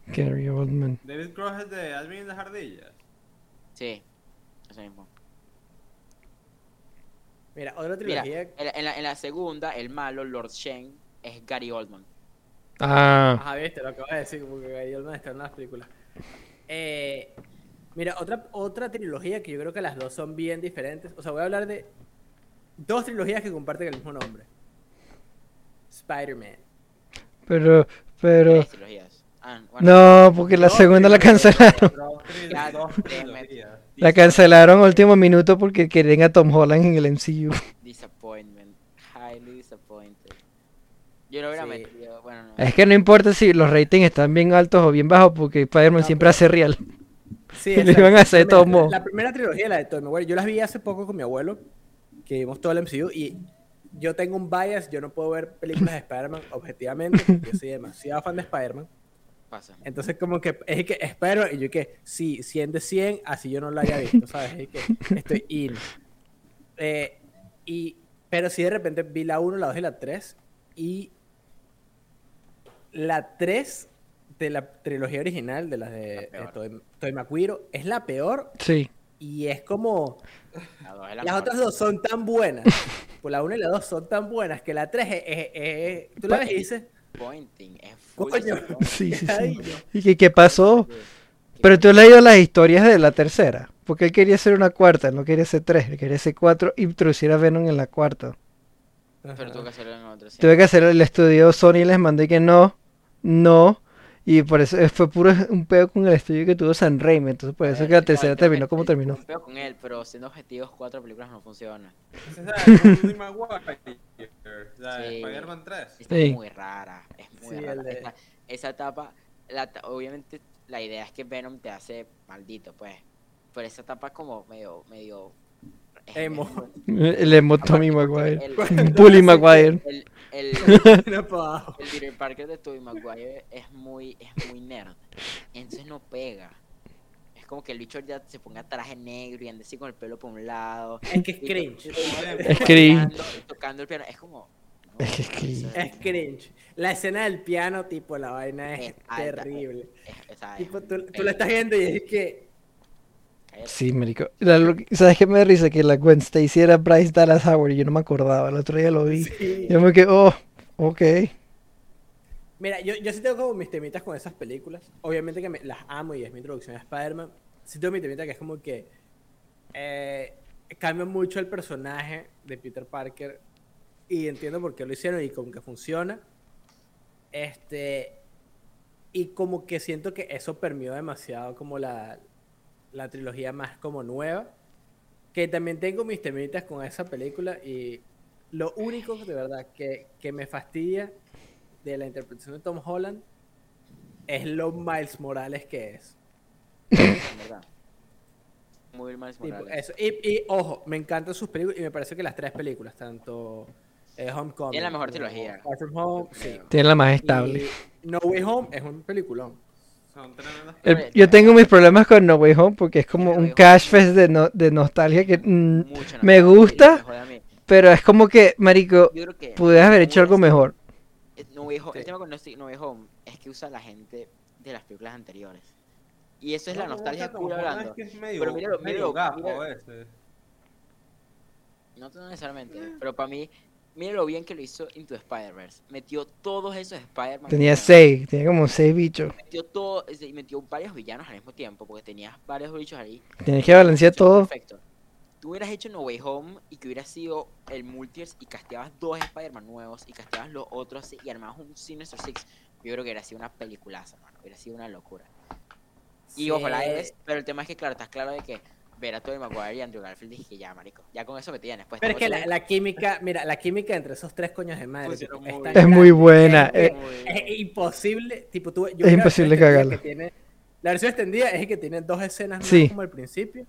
Speaker 2: Gary Oldman.
Speaker 3: David Cross es de Alvin y las Ardillas.
Speaker 4: Sí, eso mismo.
Speaker 1: Mira, otra
Speaker 4: Mira,
Speaker 1: trilogía.
Speaker 4: en la, en la- en la segunda, el malo, Lord Shen, es Gary Oldman.
Speaker 2: Ah,
Speaker 1: Ajá, viste, lo acabo de decir, porque Gary Oldman está en las películas. Eh, mira, otra, otra trilogía que yo creo que las dos son bien diferentes. O sea, voy a hablar de dos trilogías que comparten el mismo nombre. Spider-Man.
Speaker 2: Pero, pero.
Speaker 4: Tres trilogías. Ah, bueno,
Speaker 2: No, porque la segunda la cancelaron.
Speaker 1: Bro,
Speaker 4: Ya,
Speaker 3: Dos
Speaker 4: damn it.
Speaker 3: trilogías.
Speaker 2: La cancelaron a último minuto porque querían a Tom Holland en el MCU.
Speaker 4: Disappointment. Highly disappointed. Yo lo hubiera
Speaker 1: Sí.
Speaker 4: metido. Bueno, no.
Speaker 2: Es que no importa si los ratings están bien altos o bien bajos porque Spider-Man
Speaker 1: Ah,
Speaker 2: siempre hace real.
Speaker 1: Sí,
Speaker 2: Le
Speaker 1: exacto.
Speaker 2: iban a hacer de todos
Speaker 1: Mira,
Speaker 2: modos.
Speaker 1: La primera trilogía, la de Tobey Maguire, yo las vi hace poco con mi abuelo, que vimos todo el MCU, y yo tengo un bias, yo no puedo ver películas de Spider-Man objetivamente, porque yo soy demasiado fan de Spider-Man.
Speaker 4: Pasa.
Speaker 1: Entonces, como que es que espero, y yo que sí, 100 de 100, así yo no lo haya visto, ¿sabes? Es que estoy in. Eh, y, pero sí, de repente vi la 1, la 2 y la 3, y la 3 de la trilogía original, de las de
Speaker 4: La
Speaker 1: eh,
Speaker 4: peor.
Speaker 1: Tobey Tobey Maguire, es la peor
Speaker 2: Sí.
Speaker 1: y es como.
Speaker 4: La dos es la
Speaker 1: Las
Speaker 4: mejor.
Speaker 1: otras dos son tan buenas. Pues la 1 y la 2 son tan buenas que la 3 es, es- es- Tú la ves y dices.
Speaker 4: Disappointing. Es full
Speaker 1: Coño.
Speaker 4: disappointing.
Speaker 2: Sí, sí, sí.
Speaker 1: "Ay,
Speaker 2: ¿Y qué, qué pasó?
Speaker 4: Qué
Speaker 2: Pero tú has leído las historias de la tercera. Porque él quería hacer una cuarta, él no quería hacer tres, él quería hacer cuatro y introducir a Venom en la cuarta.
Speaker 1: no".
Speaker 4: Pero tuve que
Speaker 1: Ajá.
Speaker 4: hacerlo en otro sí.
Speaker 2: Tuve que hacer el estudio Sony les mandé que no, no. Y por eso eh, fue puro un peo con el estudio que tuvo San Raimi. Entonces por eso es que la
Speaker 4: Igual,
Speaker 2: tercera
Speaker 4: creo
Speaker 2: terminó
Speaker 4: que
Speaker 2: como
Speaker 4: el-
Speaker 2: terminó.
Speaker 4: un peo con él, pero siendo objetivos, cuatro películas no funcionan.
Speaker 3: Esa es la de Tobey Maguire, la de
Speaker 4: Sí.
Speaker 3: Spider-Man 3.
Speaker 4: Es
Speaker 2: Sí.
Speaker 4: muy rara, es muy
Speaker 1: Sí,
Speaker 4: rara.
Speaker 1: el de-
Speaker 4: Esa, esa etapa, la ta- obviamente la idea es que Venom te hace maldito, pues. Pero esa etapa es como medio, medio... es-
Speaker 1: Emo.
Speaker 4: es muy-
Speaker 2: El emo Tommy
Speaker 4: aparte porque
Speaker 2: Maguire.
Speaker 4: el-
Speaker 2: Bully Maguire.
Speaker 4: El, el,
Speaker 1: Mira pa' pues, abajo.
Speaker 4: el Peter Parker de Tobey Maguire es muy, es muy nerd. Entonces no pega. Es como que el bicho ya se ponga traje negro y ande así con el pelo por un lado.
Speaker 1: Es que es
Speaker 4: y-
Speaker 1: cringe.
Speaker 2: Es cringe.
Speaker 4: Tocando, tocando el piano. Es como. no,
Speaker 2: Es que es cringe.
Speaker 4: o sea,
Speaker 1: Es cringe. La escena del piano, tipo, la vaina es
Speaker 4: Es alta.
Speaker 1: terrible.
Speaker 4: es- o sea, es
Speaker 1: Tipo,
Speaker 4: un-
Speaker 1: tú, tú
Speaker 4: eh,
Speaker 1: la estás viendo y es que.
Speaker 4: cállate.
Speaker 2: Sí, marico. La lo- ¿Sabes qué me da risa? Que la Gwen Stacy era Bryce Dallas Howard y yo no me acordaba. El otro día lo vi.
Speaker 1: sí.
Speaker 2: Yo me quedé, oh, ok.
Speaker 1: Mira, yo, yo sí tengo como mis temitas con esas películas. Obviamente que me- las amo y es mi introducción a Spider-Man. Sí tengo mi temita que es como que. eh, cambia mucho el personaje de Peter Parker. Y entiendo por qué lo hicieron y como que funciona. Este. Y como que siento que eso permeó demasiado como la, la trilogía más como nueva. Que también tengo mis temitas con esa película y lo único de verdad que, que me fastidia de la interpretación de Tom Holland es lo Miles Morales que es.
Speaker 4: en verdad. Muy mal
Speaker 1: Tipo,
Speaker 4: Morales.
Speaker 1: eso. Y, y, ojo, me encantan sus películas y me parece que las tres películas, tanto eh, Homecoming.
Speaker 4: Tiene la mejor
Speaker 1: como
Speaker 4: trilogía.
Speaker 1: Far From Home, sí.
Speaker 2: Tiene la más estable.
Speaker 1: Y No Way Home es un peliculón.
Speaker 3: Son tremendas.
Speaker 2: El-
Speaker 4: Hombre,
Speaker 2: yo
Speaker 4: ya.
Speaker 2: tengo mis problemas con No Way Home porque es como
Speaker 4: No Way
Speaker 2: un
Speaker 4: Home.
Speaker 2: cash fest de, no- de nostalgia que... mm,
Speaker 4: Mucho
Speaker 2: me
Speaker 4: nostalgia,
Speaker 2: gusta. pues,
Speaker 4: me jode a mí.
Speaker 2: pero es como que, marico,
Speaker 4: Yo creo que.
Speaker 2: pudieras haber hecho
Speaker 4: no
Speaker 2: algo
Speaker 4: es-
Speaker 2: mejor.
Speaker 4: es- No Way Home-
Speaker 1: Sí.
Speaker 4: El tema con No Way- No Way Home es que usa a la gente de las películas anteriores. Y eso es la
Speaker 3: No,
Speaker 4: nostalgia
Speaker 3: Tom
Speaker 4: pura
Speaker 3: Holland
Speaker 4: hablando.
Speaker 3: Es que es medio,
Speaker 4: Pero míralo,
Speaker 3: medio
Speaker 4: míralo,
Speaker 3: gapo
Speaker 4: míralo.
Speaker 3: a veces.
Speaker 4: No, no necesariamente, pero para mí, mira lo bien que lo hizo Into the Spider-Verse. Metió todos esos Spider-Man.
Speaker 2: Tenía
Speaker 4: nuevos,
Speaker 2: seis, tenía como seis bichos.
Speaker 4: Metió, todo, es decir, metió varios villanos al mismo tiempo, porque tenías varios bichos ahí.
Speaker 2: Tienes que balancear
Speaker 4: Entonces,
Speaker 2: todo.
Speaker 4: Perfecto. Tú hubieras hecho No Way Home y que hubiera sido el multiverse y casteabas dos Spider-Man nuevos y casteabas los otros así, y armabas un Sinister Six. Yo creo que hubiera sido una peliculaza, mano. Hubiera sido una locura. Y ojo, la
Speaker 1: Sí.
Speaker 4: es, pero el tema es que, claro, estás claro de que ver a Tobey Maguire y Andrew Garfield dije ya, marico. Ya con eso me tienes. Pues,
Speaker 1: Pero es
Speaker 4: tengo
Speaker 1: que
Speaker 4: todo
Speaker 1: la, la química, mira, la química entre esos tres coños de
Speaker 4: Pues,
Speaker 1: madre
Speaker 3: Pusieron
Speaker 1: tipo, es
Speaker 3: muy
Speaker 1: tan
Speaker 3: bien.
Speaker 2: Es muy
Speaker 1: grande,
Speaker 2: buena.
Speaker 1: es-
Speaker 2: eh,
Speaker 1: Es imposible, tipo, tú, yo
Speaker 2: Es
Speaker 1: creo que la
Speaker 2: imposible
Speaker 1: versión extendida
Speaker 2: cagarla.
Speaker 1: que tiene- la versión extendida es que tiene dos escenas más
Speaker 2: Sí.
Speaker 1: como al principio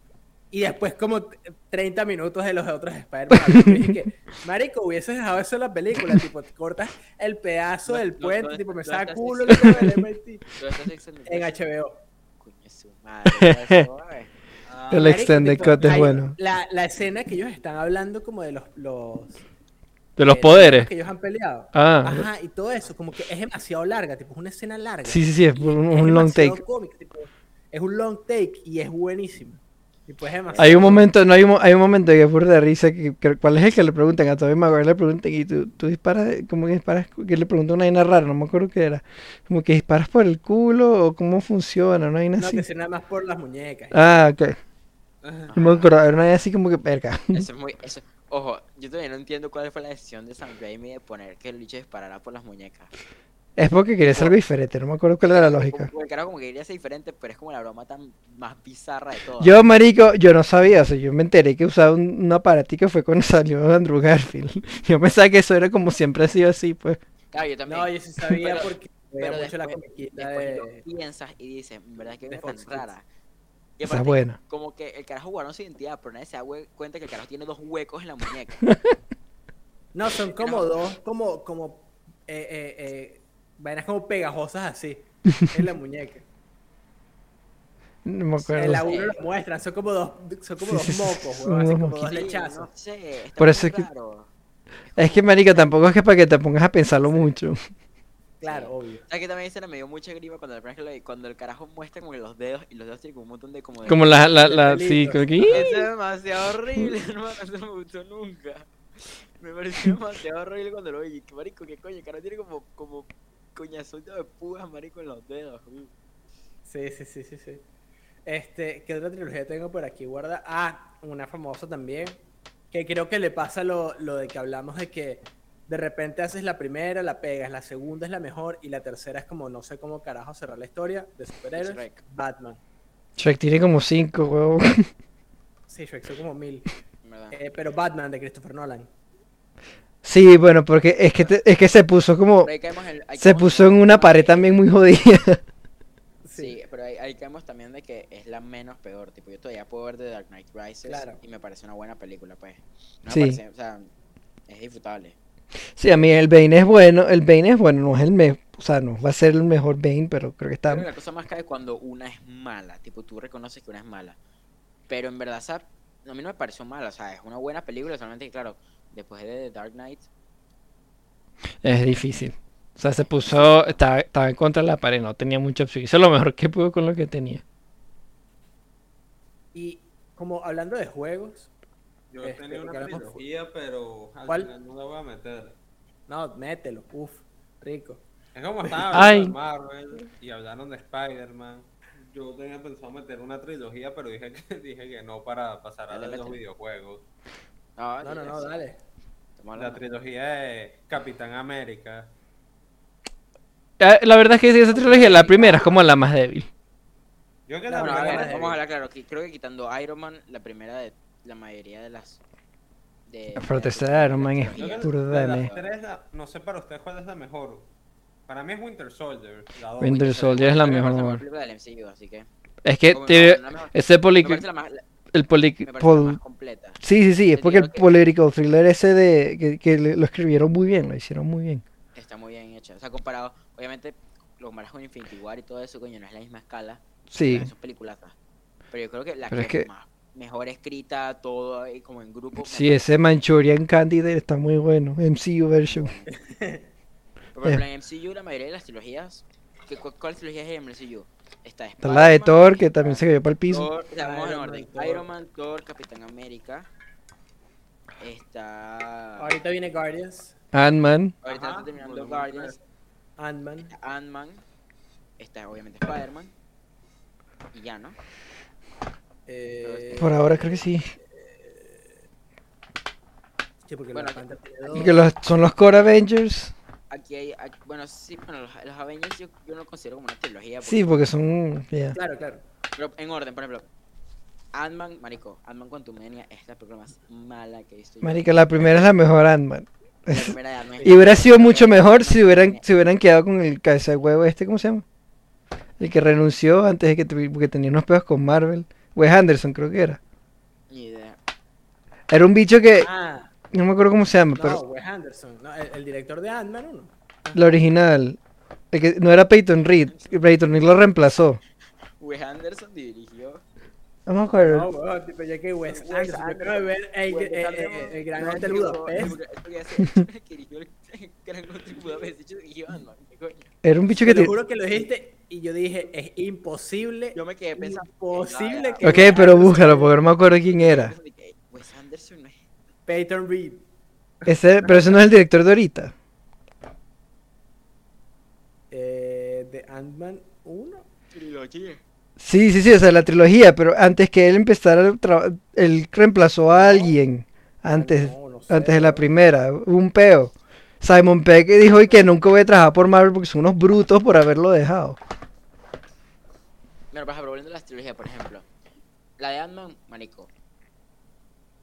Speaker 1: y después como t- 30 minutos de los otros Spider-Man. Yo dije que, Marico, hubieses dejado eso en la película, tipo, te cortas el pedazo
Speaker 4: No,
Speaker 1: del
Speaker 4: no,
Speaker 1: puente,
Speaker 4: no,
Speaker 1: tipo, me
Speaker 4: no
Speaker 1: saca
Speaker 4: estás
Speaker 1: culo el
Speaker 4: diciendo-
Speaker 1: MIT
Speaker 4: Todo esto se extendió.
Speaker 1: en HBO.
Speaker 4: Coño, de su madre. por favor.
Speaker 3: Ah,
Speaker 2: El
Speaker 1: Marico,
Speaker 2: extended
Speaker 1: tipo,
Speaker 2: cut es
Speaker 1: hay-
Speaker 2: bueno.
Speaker 1: La, la escena que ellos están hablando como de los... los
Speaker 2: De
Speaker 1: eh,
Speaker 2: los poderes.
Speaker 1: Que ellos han peleado.
Speaker 2: Ah,
Speaker 1: Ajá, y todo eso, como que es demasiado larga, tipo, es una escena larga.
Speaker 2: sí, sí, sí, es
Speaker 1: Y
Speaker 2: un,
Speaker 1: es
Speaker 2: un long
Speaker 1: demasiado
Speaker 2: take.
Speaker 1: cómico, tipo, es un long take y es buenísimo. Y pues es demasiado.
Speaker 2: Hay un momento, no hay un, hay un momento que es burda de risa, que, que- ¿cuál es el que le preguntan? A Tobey Maguire le preguntan, y tú, tú disparas, como que disparas, que le preguntan una vaina rara, no me acuerdo qué era, como que disparas por el culo, o cómo funciona, una vaina
Speaker 1: No,
Speaker 2: así.
Speaker 1: que si nada más por las muñecas.
Speaker 2: Ah, ok,
Speaker 3: Ajá.
Speaker 2: no me acuerdo, era una vaina así como que, verga,
Speaker 4: Eso es muy. Eso... Ojo, yo todavía no entiendo cuál fue la decisión de Sam Raimi de poner que el bicho disparara por las muñecas.
Speaker 2: es porque querías algo diferente, no me acuerdo cuál era la lógica.
Speaker 4: Como, el carajo como que quería ser diferente, pero es como la broma tan más bizarra de todas.
Speaker 2: Yo, marico, yo no sabía, o sea, yo me enteré que usaba un, un aparatico fue cuando salió Andrew Garfield. Yo pensaba que eso era como siempre ha sido así, pues.
Speaker 4: Claro, yo también.
Speaker 1: No, yo sí sabía
Speaker 4: Pero-
Speaker 1: porque veía
Speaker 4: pero
Speaker 1: mucho
Speaker 4: después-
Speaker 1: la comiquita
Speaker 4: después lo
Speaker 1: de.
Speaker 4: piensas y dices, en verdad que
Speaker 1: de
Speaker 4: es tan
Speaker 1: Fox Kids.
Speaker 4: rara. Y
Speaker 2: Esa es
Speaker 4: aparte,
Speaker 2: buena.
Speaker 4: como que el carajo guardó su identidad, pero nadie se da hue- cuenta que el carajo tiene dos huecos en la muñeca.
Speaker 1: No, son como dos, como, como, eh, eh, eh, vainas como pegajosas así, en la muñeca.
Speaker 2: No me
Speaker 1: En
Speaker 2: acuerdo.
Speaker 1: la uno lo muestran, son como dos, son como
Speaker 2: Sí, sí,
Speaker 1: dos
Speaker 2: sí,
Speaker 1: mocos,
Speaker 2: son
Speaker 1: weón, así
Speaker 2: unos
Speaker 1: como dos
Speaker 4: Sí,
Speaker 1: lechazos.
Speaker 4: no sé, está
Speaker 2: Por
Speaker 4: muy
Speaker 2: eso es que-
Speaker 4: raro.
Speaker 2: Es que, marico, tampoco es que para que te pongas a pensarlo mucho.
Speaker 1: Claro, obvio.
Speaker 4: ¿Sabes que también se me dio mucha grima cuando, la primera vez que lo vi? cuando el carajo muestra como que los dedos y los dedos tienen como un montón de como de...
Speaker 2: Como la, la, la,
Speaker 1: Pelitos.
Speaker 2: sí, como que...
Speaker 4: Eso es demasiado horrible, hermano, eso no me gustó nunca. Me pareció demasiado horrible cuando lo vi. Que marico, qué coño, el carajo tiene como, como coñazito de púas, marico, en los dedos. uy.
Speaker 1: Sí, sí, sí, sí, sí. Este, ¿qué otra trilogía tengo por aquí? Guarda, ah, una famosa también, que creo que le pasa lo, lo de que hablamos de que de repente haces la primera, la pegas, la segunda es la mejor y la tercera es como no sé cómo carajo cerrar la historia de superhéroes,
Speaker 4: Shrek.
Speaker 1: Batman.
Speaker 2: Shrek tiene como cinco, huevón.
Speaker 1: Sí, Shrek son como mil.
Speaker 4: En verdad.
Speaker 1: Eh, pero Batman de Christopher Nolan.
Speaker 2: Sí, bueno, porque es que, te- es que se puso como...
Speaker 4: Pero ahí caemos en- ahí
Speaker 2: Se
Speaker 4: caemos
Speaker 2: puso
Speaker 4: en-
Speaker 2: en una pared también muy jodida.
Speaker 4: Sí, pero ahí, ahí caemos también de que es la menos peor. Tipo, yo todavía puedo ver The Dark Knight Rises
Speaker 1: Claro.
Speaker 4: y me parece una buena película, pues. No me
Speaker 2: Sí.
Speaker 4: parece- o sea, es disfrutable.
Speaker 2: Sí, a mí el Bane es bueno, el Bane es bueno, no es el mejor, o sea, no va a ser el mejor Bane, pero creo que está...
Speaker 4: Creo que la cosa más cae cuando una es mala, tipo tú reconoces que una es mala. Pero en verdad, esa- a mí no me pareció mala, o sea, es una buena película, solamente que claro, después de The Dark Knight,
Speaker 2: Es difícil. O sea, se puso, estaba, estaba en contra de la pared, no tenía mucha opción. Hizo lo mejor que pudo con lo que tenía.
Speaker 1: Y como hablando de juegos,
Speaker 3: Yo
Speaker 1: Este,
Speaker 3: tenía una
Speaker 1: porque hablamos fu-
Speaker 3: trilogía, pero al
Speaker 1: ¿Cuál?
Speaker 3: final no la voy a meter.
Speaker 1: no, mételo, uff, rico.
Speaker 3: Es como estaban hablando
Speaker 2: Ay.
Speaker 3: de Marvel y hablaron de Spider-Man. Yo tenía pensado meter una trilogía, pero dije que, dije que no para pasar a
Speaker 4: Dale,
Speaker 3: los
Speaker 4: métele.
Speaker 3: videojuegos.
Speaker 4: no,
Speaker 1: No, no, no,
Speaker 4: sí,
Speaker 1: dale.
Speaker 4: ah, estamos
Speaker 3: La
Speaker 4: hablando.
Speaker 3: trilogía de Capitán América.
Speaker 2: Ah, La verdad es que sí, esa trilogía, la primera es como la más débil.
Speaker 3: Yo que
Speaker 1: No,
Speaker 3: la
Speaker 4: Bueno,
Speaker 1: no,
Speaker 4: a ver,
Speaker 1: no,
Speaker 3: primera-
Speaker 1: no,
Speaker 4: vamos a hablar claro, que creo que quitando Iron Man, la primera de la mayoría de las de,
Speaker 2: La
Speaker 4: de
Speaker 2: protesta
Speaker 4: las
Speaker 2: de Iron Man es
Speaker 3: yo que
Speaker 4: trilogías.
Speaker 2: pura.
Speaker 3: de las
Speaker 2: Dame.
Speaker 3: tres, la- no sé para ustedes cuál es la mejor. Para mí es Winter Soldier. La dos.
Speaker 2: Winter Soldier es la
Speaker 4: Creo que me
Speaker 2: mejor.
Speaker 4: parece la
Speaker 2: weón.
Speaker 4: película del MCU, así que
Speaker 2: Es que
Speaker 4: o me-
Speaker 2: tiene-
Speaker 4: no, no, no, me
Speaker 2: ese poli...
Speaker 4: parece la más- la-
Speaker 2: El poli...
Speaker 4: me parece la
Speaker 2: pol-
Speaker 4: más completa.
Speaker 2: Sí, sí, sí, es
Speaker 4: Te
Speaker 2: porque el
Speaker 4: digo que-
Speaker 2: political thriller ese de que, que le- lo escribieron muy bien, lo hicieron muy bien.
Speaker 4: Está muy bien hecha. O sea, comparado, obviamente, lo comparas con Infinity War y todo eso, coño, no es la misma escala.
Speaker 2: Sí,
Speaker 4: Son películas. Pero yo creo que la
Speaker 2: Pero es
Speaker 4: que,
Speaker 2: que-
Speaker 4: más mejor escrita, todo ahí como en grupo. me
Speaker 2: sí, ese Manchurian Candidate está muy bueno, MCU version.
Speaker 4: parece- Pero por ejemplo, en MCU, la mayoría de las trilogías. ¿qué, cu- ¿Cuál trilogía es el MCU? Está
Speaker 2: Está la de
Speaker 4: Spider-Man,
Speaker 2: Thor, que también
Speaker 4: está
Speaker 2: se cayó para el piso.
Speaker 4: Thor, o sea, vamos en
Speaker 1: Iron
Speaker 4: orden.
Speaker 1: Man, Thor.
Speaker 4: Iron Man, Thor, Capitán América. Está. Ahorita
Speaker 1: Ahorita viene Guardians,
Speaker 2: Ant-Man,
Speaker 4: está
Speaker 3: Ajá,
Speaker 4: terminando
Speaker 3: bueno,
Speaker 4: Guardians.
Speaker 1: Ant-Man.
Speaker 4: Está Ant-Man. Está obviamente Spider-Man. Y ya, ¿no?
Speaker 1: eh,
Speaker 2: por ahora creo que sí.
Speaker 1: sí, porque
Speaker 4: Bueno,
Speaker 1: la Panther tiene dos.
Speaker 2: Que los, son los Core Avengers.
Speaker 4: Aquí hay, aquí- bueno, sí, bueno, los, los Avengers yo, yo no los considero como una trilogía, porque-
Speaker 2: Sí, porque son. ya.
Speaker 1: Claro, claro.
Speaker 4: pero en orden, por ejemplo, Ant-Man, marico, Ant-Man Quantumania es la película más mala que he visto yo.
Speaker 2: Marica, la primera es la mejor Ant-Man.
Speaker 4: La primera de Ant-Man es
Speaker 2: Y hubiera
Speaker 4: la-
Speaker 2: sido mucho mejor si
Speaker 4: No,
Speaker 2: hubieran,
Speaker 4: no,
Speaker 2: si hubieran quedado con el cabeza de huevo este, ¿cómo se llama? El que renunció antes de que tuvi- porque tenía unos pedos con Marvel. Wes Anderson creo que era.
Speaker 4: Ni idea.
Speaker 2: Era un bicho que.
Speaker 1: Ah,
Speaker 2: No me acuerdo cómo se llama,
Speaker 1: no,
Speaker 2: Eh, pero.
Speaker 1: Wes Anderson, no, el, el director de Ant-Man ¿o no?
Speaker 2: La original. El que no era Peyton Reed. que Peyton Reed lo reemplazó.
Speaker 4: Wes Anderson dirigió.
Speaker 2: No me acuerdo.
Speaker 1: No, weón, tipo ya que Wes
Speaker 4: Wes
Speaker 1: Anderson. Yo acabo de ver el,
Speaker 4: Wes
Speaker 1: el, el,
Speaker 4: Anderson.
Speaker 1: el gran
Speaker 4: No,
Speaker 1: hotel
Speaker 4: digo,
Speaker 1: Budapest.
Speaker 4: digo, esto que hace- esto que dirigió el el Gran Hotel Budapest, de hecho, dirigió Ant-Man, qué coño.
Speaker 2: Era un bicho que
Speaker 1: Te lo
Speaker 2: tenía.
Speaker 1: juro que lo dijiste Y yo dije, es imposible.
Speaker 4: Yo me quedé pensando.
Speaker 1: Imposible que-
Speaker 2: Ok, pero búscalo, porque no me acuerdo quién era.
Speaker 4: Wes Anderson no es.
Speaker 1: Peyton Reed.
Speaker 2: Ese, pero ese no es el director de ahorita.
Speaker 1: eh, de Ant-Man 1.
Speaker 4: Trilogía.
Speaker 2: Sí, sí, sí, o sea, la trilogía, pero antes que él empezara, el tra- él reemplazó a alguien. Antes,
Speaker 1: Ah, No, no sé,
Speaker 2: antes de la
Speaker 1: weón.
Speaker 2: primera, un peo. Simon Peck dijo y que nunca voy a trabajar por Marvel porque son unos brutos por haberlo dejado.
Speaker 4: Mira, por ejemplo, volviendo a las trilogías, por ejemplo. La de Ant-Man, marico.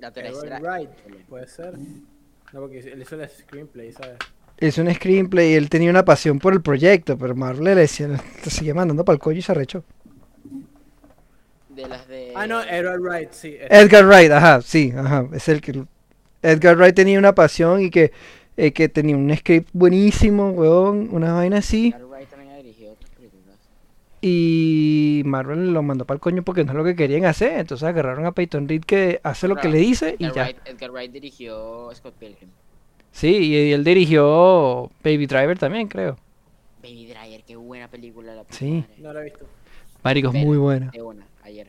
Speaker 4: La tercera.
Speaker 1: Edward Wright, puede ser. No, porque él hizo el screenplay, ¿sabes?
Speaker 2: Hizo un screenplay y él tenía una pasión por el proyecto, pero Marvel le decía, te sigue mandando para el collo y se arrechó.
Speaker 4: De las de.
Speaker 1: Ah, no, Edward Wright, sí. es-
Speaker 2: Edgar Wright, ajá, sí, ajá, es el que... Edgar Wright tenía una pasión y que, eh, que tenía un script buenísimo, weón, una vaina
Speaker 1: eh,
Speaker 2: así.
Speaker 4: Edgar Wright también ha dirigido otras películas.
Speaker 2: Y Marvel lo mandó para el coño porque no es lo que querían hacer. Entonces agarraron a Peyton Reed que hace lo que le dice y
Speaker 4: Edgar
Speaker 2: ya.
Speaker 4: Wright, Edgar Wright dirigió Scott Pilgrim.
Speaker 2: Sí, y él dirigió Baby Driver también, creo.
Speaker 4: Baby Driver, qué buena película la puta
Speaker 2: Sí.
Speaker 4: madre.
Speaker 1: No lo he visto.
Speaker 2: Marico, es muy
Speaker 4: Pero-
Speaker 2: buena.
Speaker 4: De una, ayer.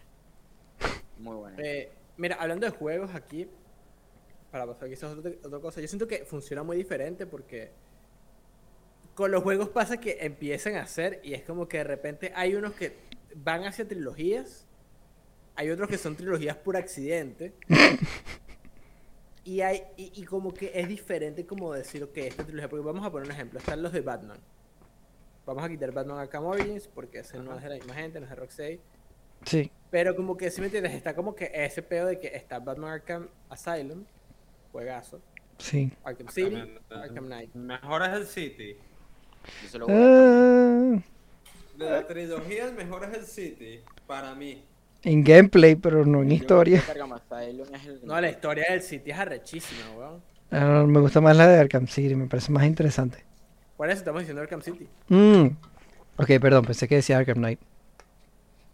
Speaker 4: Muy buena.
Speaker 1: Eh, mira, hablando de juegos aquí, para pasar quizás otra, otra cosa, yo siento que funciona muy diferente porque con los juegos pasa que empiezan a hacer y es como que de repente hay unos que van hacia trilogías, hay otros que son trilogías por accidente. Y, hay, y, y como que es diferente como decir, ok, esta trilogía, porque vamos a poner un ejemplo, están los de Batman. Vamos a quitar Batman Arkham Origins porque ese no es de la misma gente, no es de Rocksteady.
Speaker 2: Sí.
Speaker 1: Pero como que, si me entiendes, está como que ese pedo de que está Batman Arkham Asylum, juegazo,
Speaker 2: Sí.
Speaker 1: Arkham City,
Speaker 3: Arkham-
Speaker 1: Arkham Knight.
Speaker 3: Mejor es el City.
Speaker 4: Yo solo voy a-
Speaker 2: Ah,
Speaker 3: De la trilogía, el mejor es el City. Para mí.
Speaker 2: en gameplay, pero no en
Speaker 4: yo-
Speaker 2: historia.
Speaker 4: yo cargo más, Asylum es el-
Speaker 1: No, la historia del City es arrechísima, weón.
Speaker 2: Ah, me gusta más la de Arkham City, me parece más interesante.
Speaker 1: Por eso estamos diciendo Arkham City.
Speaker 2: Mm. Ok, perdón, pensé que decía Arkham Knight.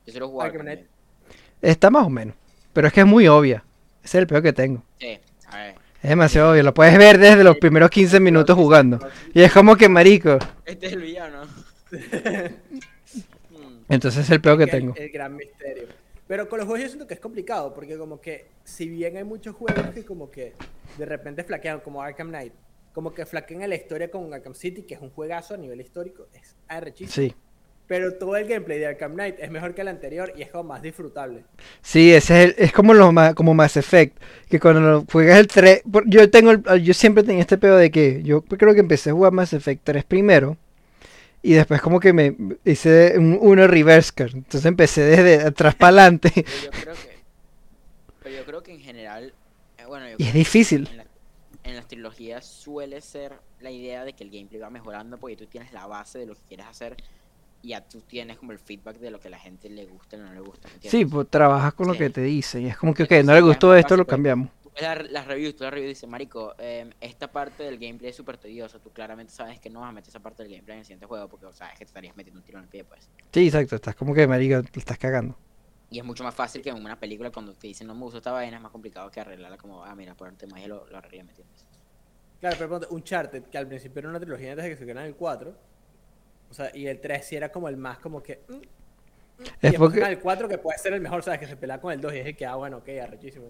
Speaker 4: Yo solo jugaba
Speaker 1: Arkham Knight.
Speaker 2: Está más o menos. Pero es que es muy obvia. Ese es el peor que tengo.
Speaker 4: Sí, a ver.
Speaker 2: Es demasiado obvio. Lo puedes ver desde los primeros 15 minutos jugando. Y es como que marico.
Speaker 4: Este es el villano. Mm,
Speaker 2: Entonces es el peor que
Speaker 1: que es
Speaker 2: tengo.
Speaker 1: El, gran misterio. Pero con los juegos yo siento que es complicado, porque como que, si bien hay muchos juegos que como que de repente flaquean, como Arkham Knight, como que flaquean en la historia con Arkham City, que es un juegazo a nivel histórico, es arrechísimo.
Speaker 2: Sí.
Speaker 1: Pero todo el gameplay de Arkham Knight es mejor que el anterior y es como más disfrutable.
Speaker 2: Sí, ese es, el- es como los ma- como Mass Effect, que cuando lo juegas el 3, por- yo tengo el- yo siempre tenía este pedo de que yo creo que empecé a jugar Mass Effect 3 primero y después como que me hice un uno reverse card. Entonces empecé desde atrás para adelante
Speaker 4: pero yo creo que. Pero yo creo que en general. eh, Bueno, yo
Speaker 2: y es
Speaker 4: creo
Speaker 2: difícil.
Speaker 4: en, la- en las trilogías suele ser la idea de que el gameplay va mejorando porque tú tienes la base de lo que quieres hacer y ya tú tienes como el feedback de lo que a la gente le gusta y no le gusta. ¿me
Speaker 2: Sí,
Speaker 4: entiendes?
Speaker 2: pues trabajas con lo
Speaker 4: Sí.
Speaker 2: que te dicen y es como que ok,
Speaker 4: Entonces,
Speaker 2: no le
Speaker 4: ya
Speaker 2: gustó
Speaker 4: vas
Speaker 2: esto, lo
Speaker 4: con-
Speaker 2: cambiamos.
Speaker 4: Tú ves la- las reviews, tú las reviews dices, Marico, em, esta parte del gameplay es súper tediosa. Tú claramente sabes que no vas a meter esa parte del gameplay en el siguiente juego porque o sabes que te estarías metiendo un tiro en el pie, pues.
Speaker 2: Sí, exacto, estás como que marico, te estás cagando.
Speaker 4: Y es mucho más fácil que en una película cuando te dicen no me gustó esta vaina, es más complicado que arreglarla como, ah, mira, ponerte más y lo, lo arreglé, ¿me entiendes?
Speaker 1: Claro, pero ponte, Uncharted, que al principio era una trilogía antes de que se quedara en el 4. O sea, y el 3 sí era como el más como que. mm, mm, y
Speaker 2: Es
Speaker 1: después
Speaker 2: porque
Speaker 1: sacan el 4 que puede ser el mejor, ¿sabes? Que se pelea con el 2 y es el que, ah, bueno, ok, arrechísimo.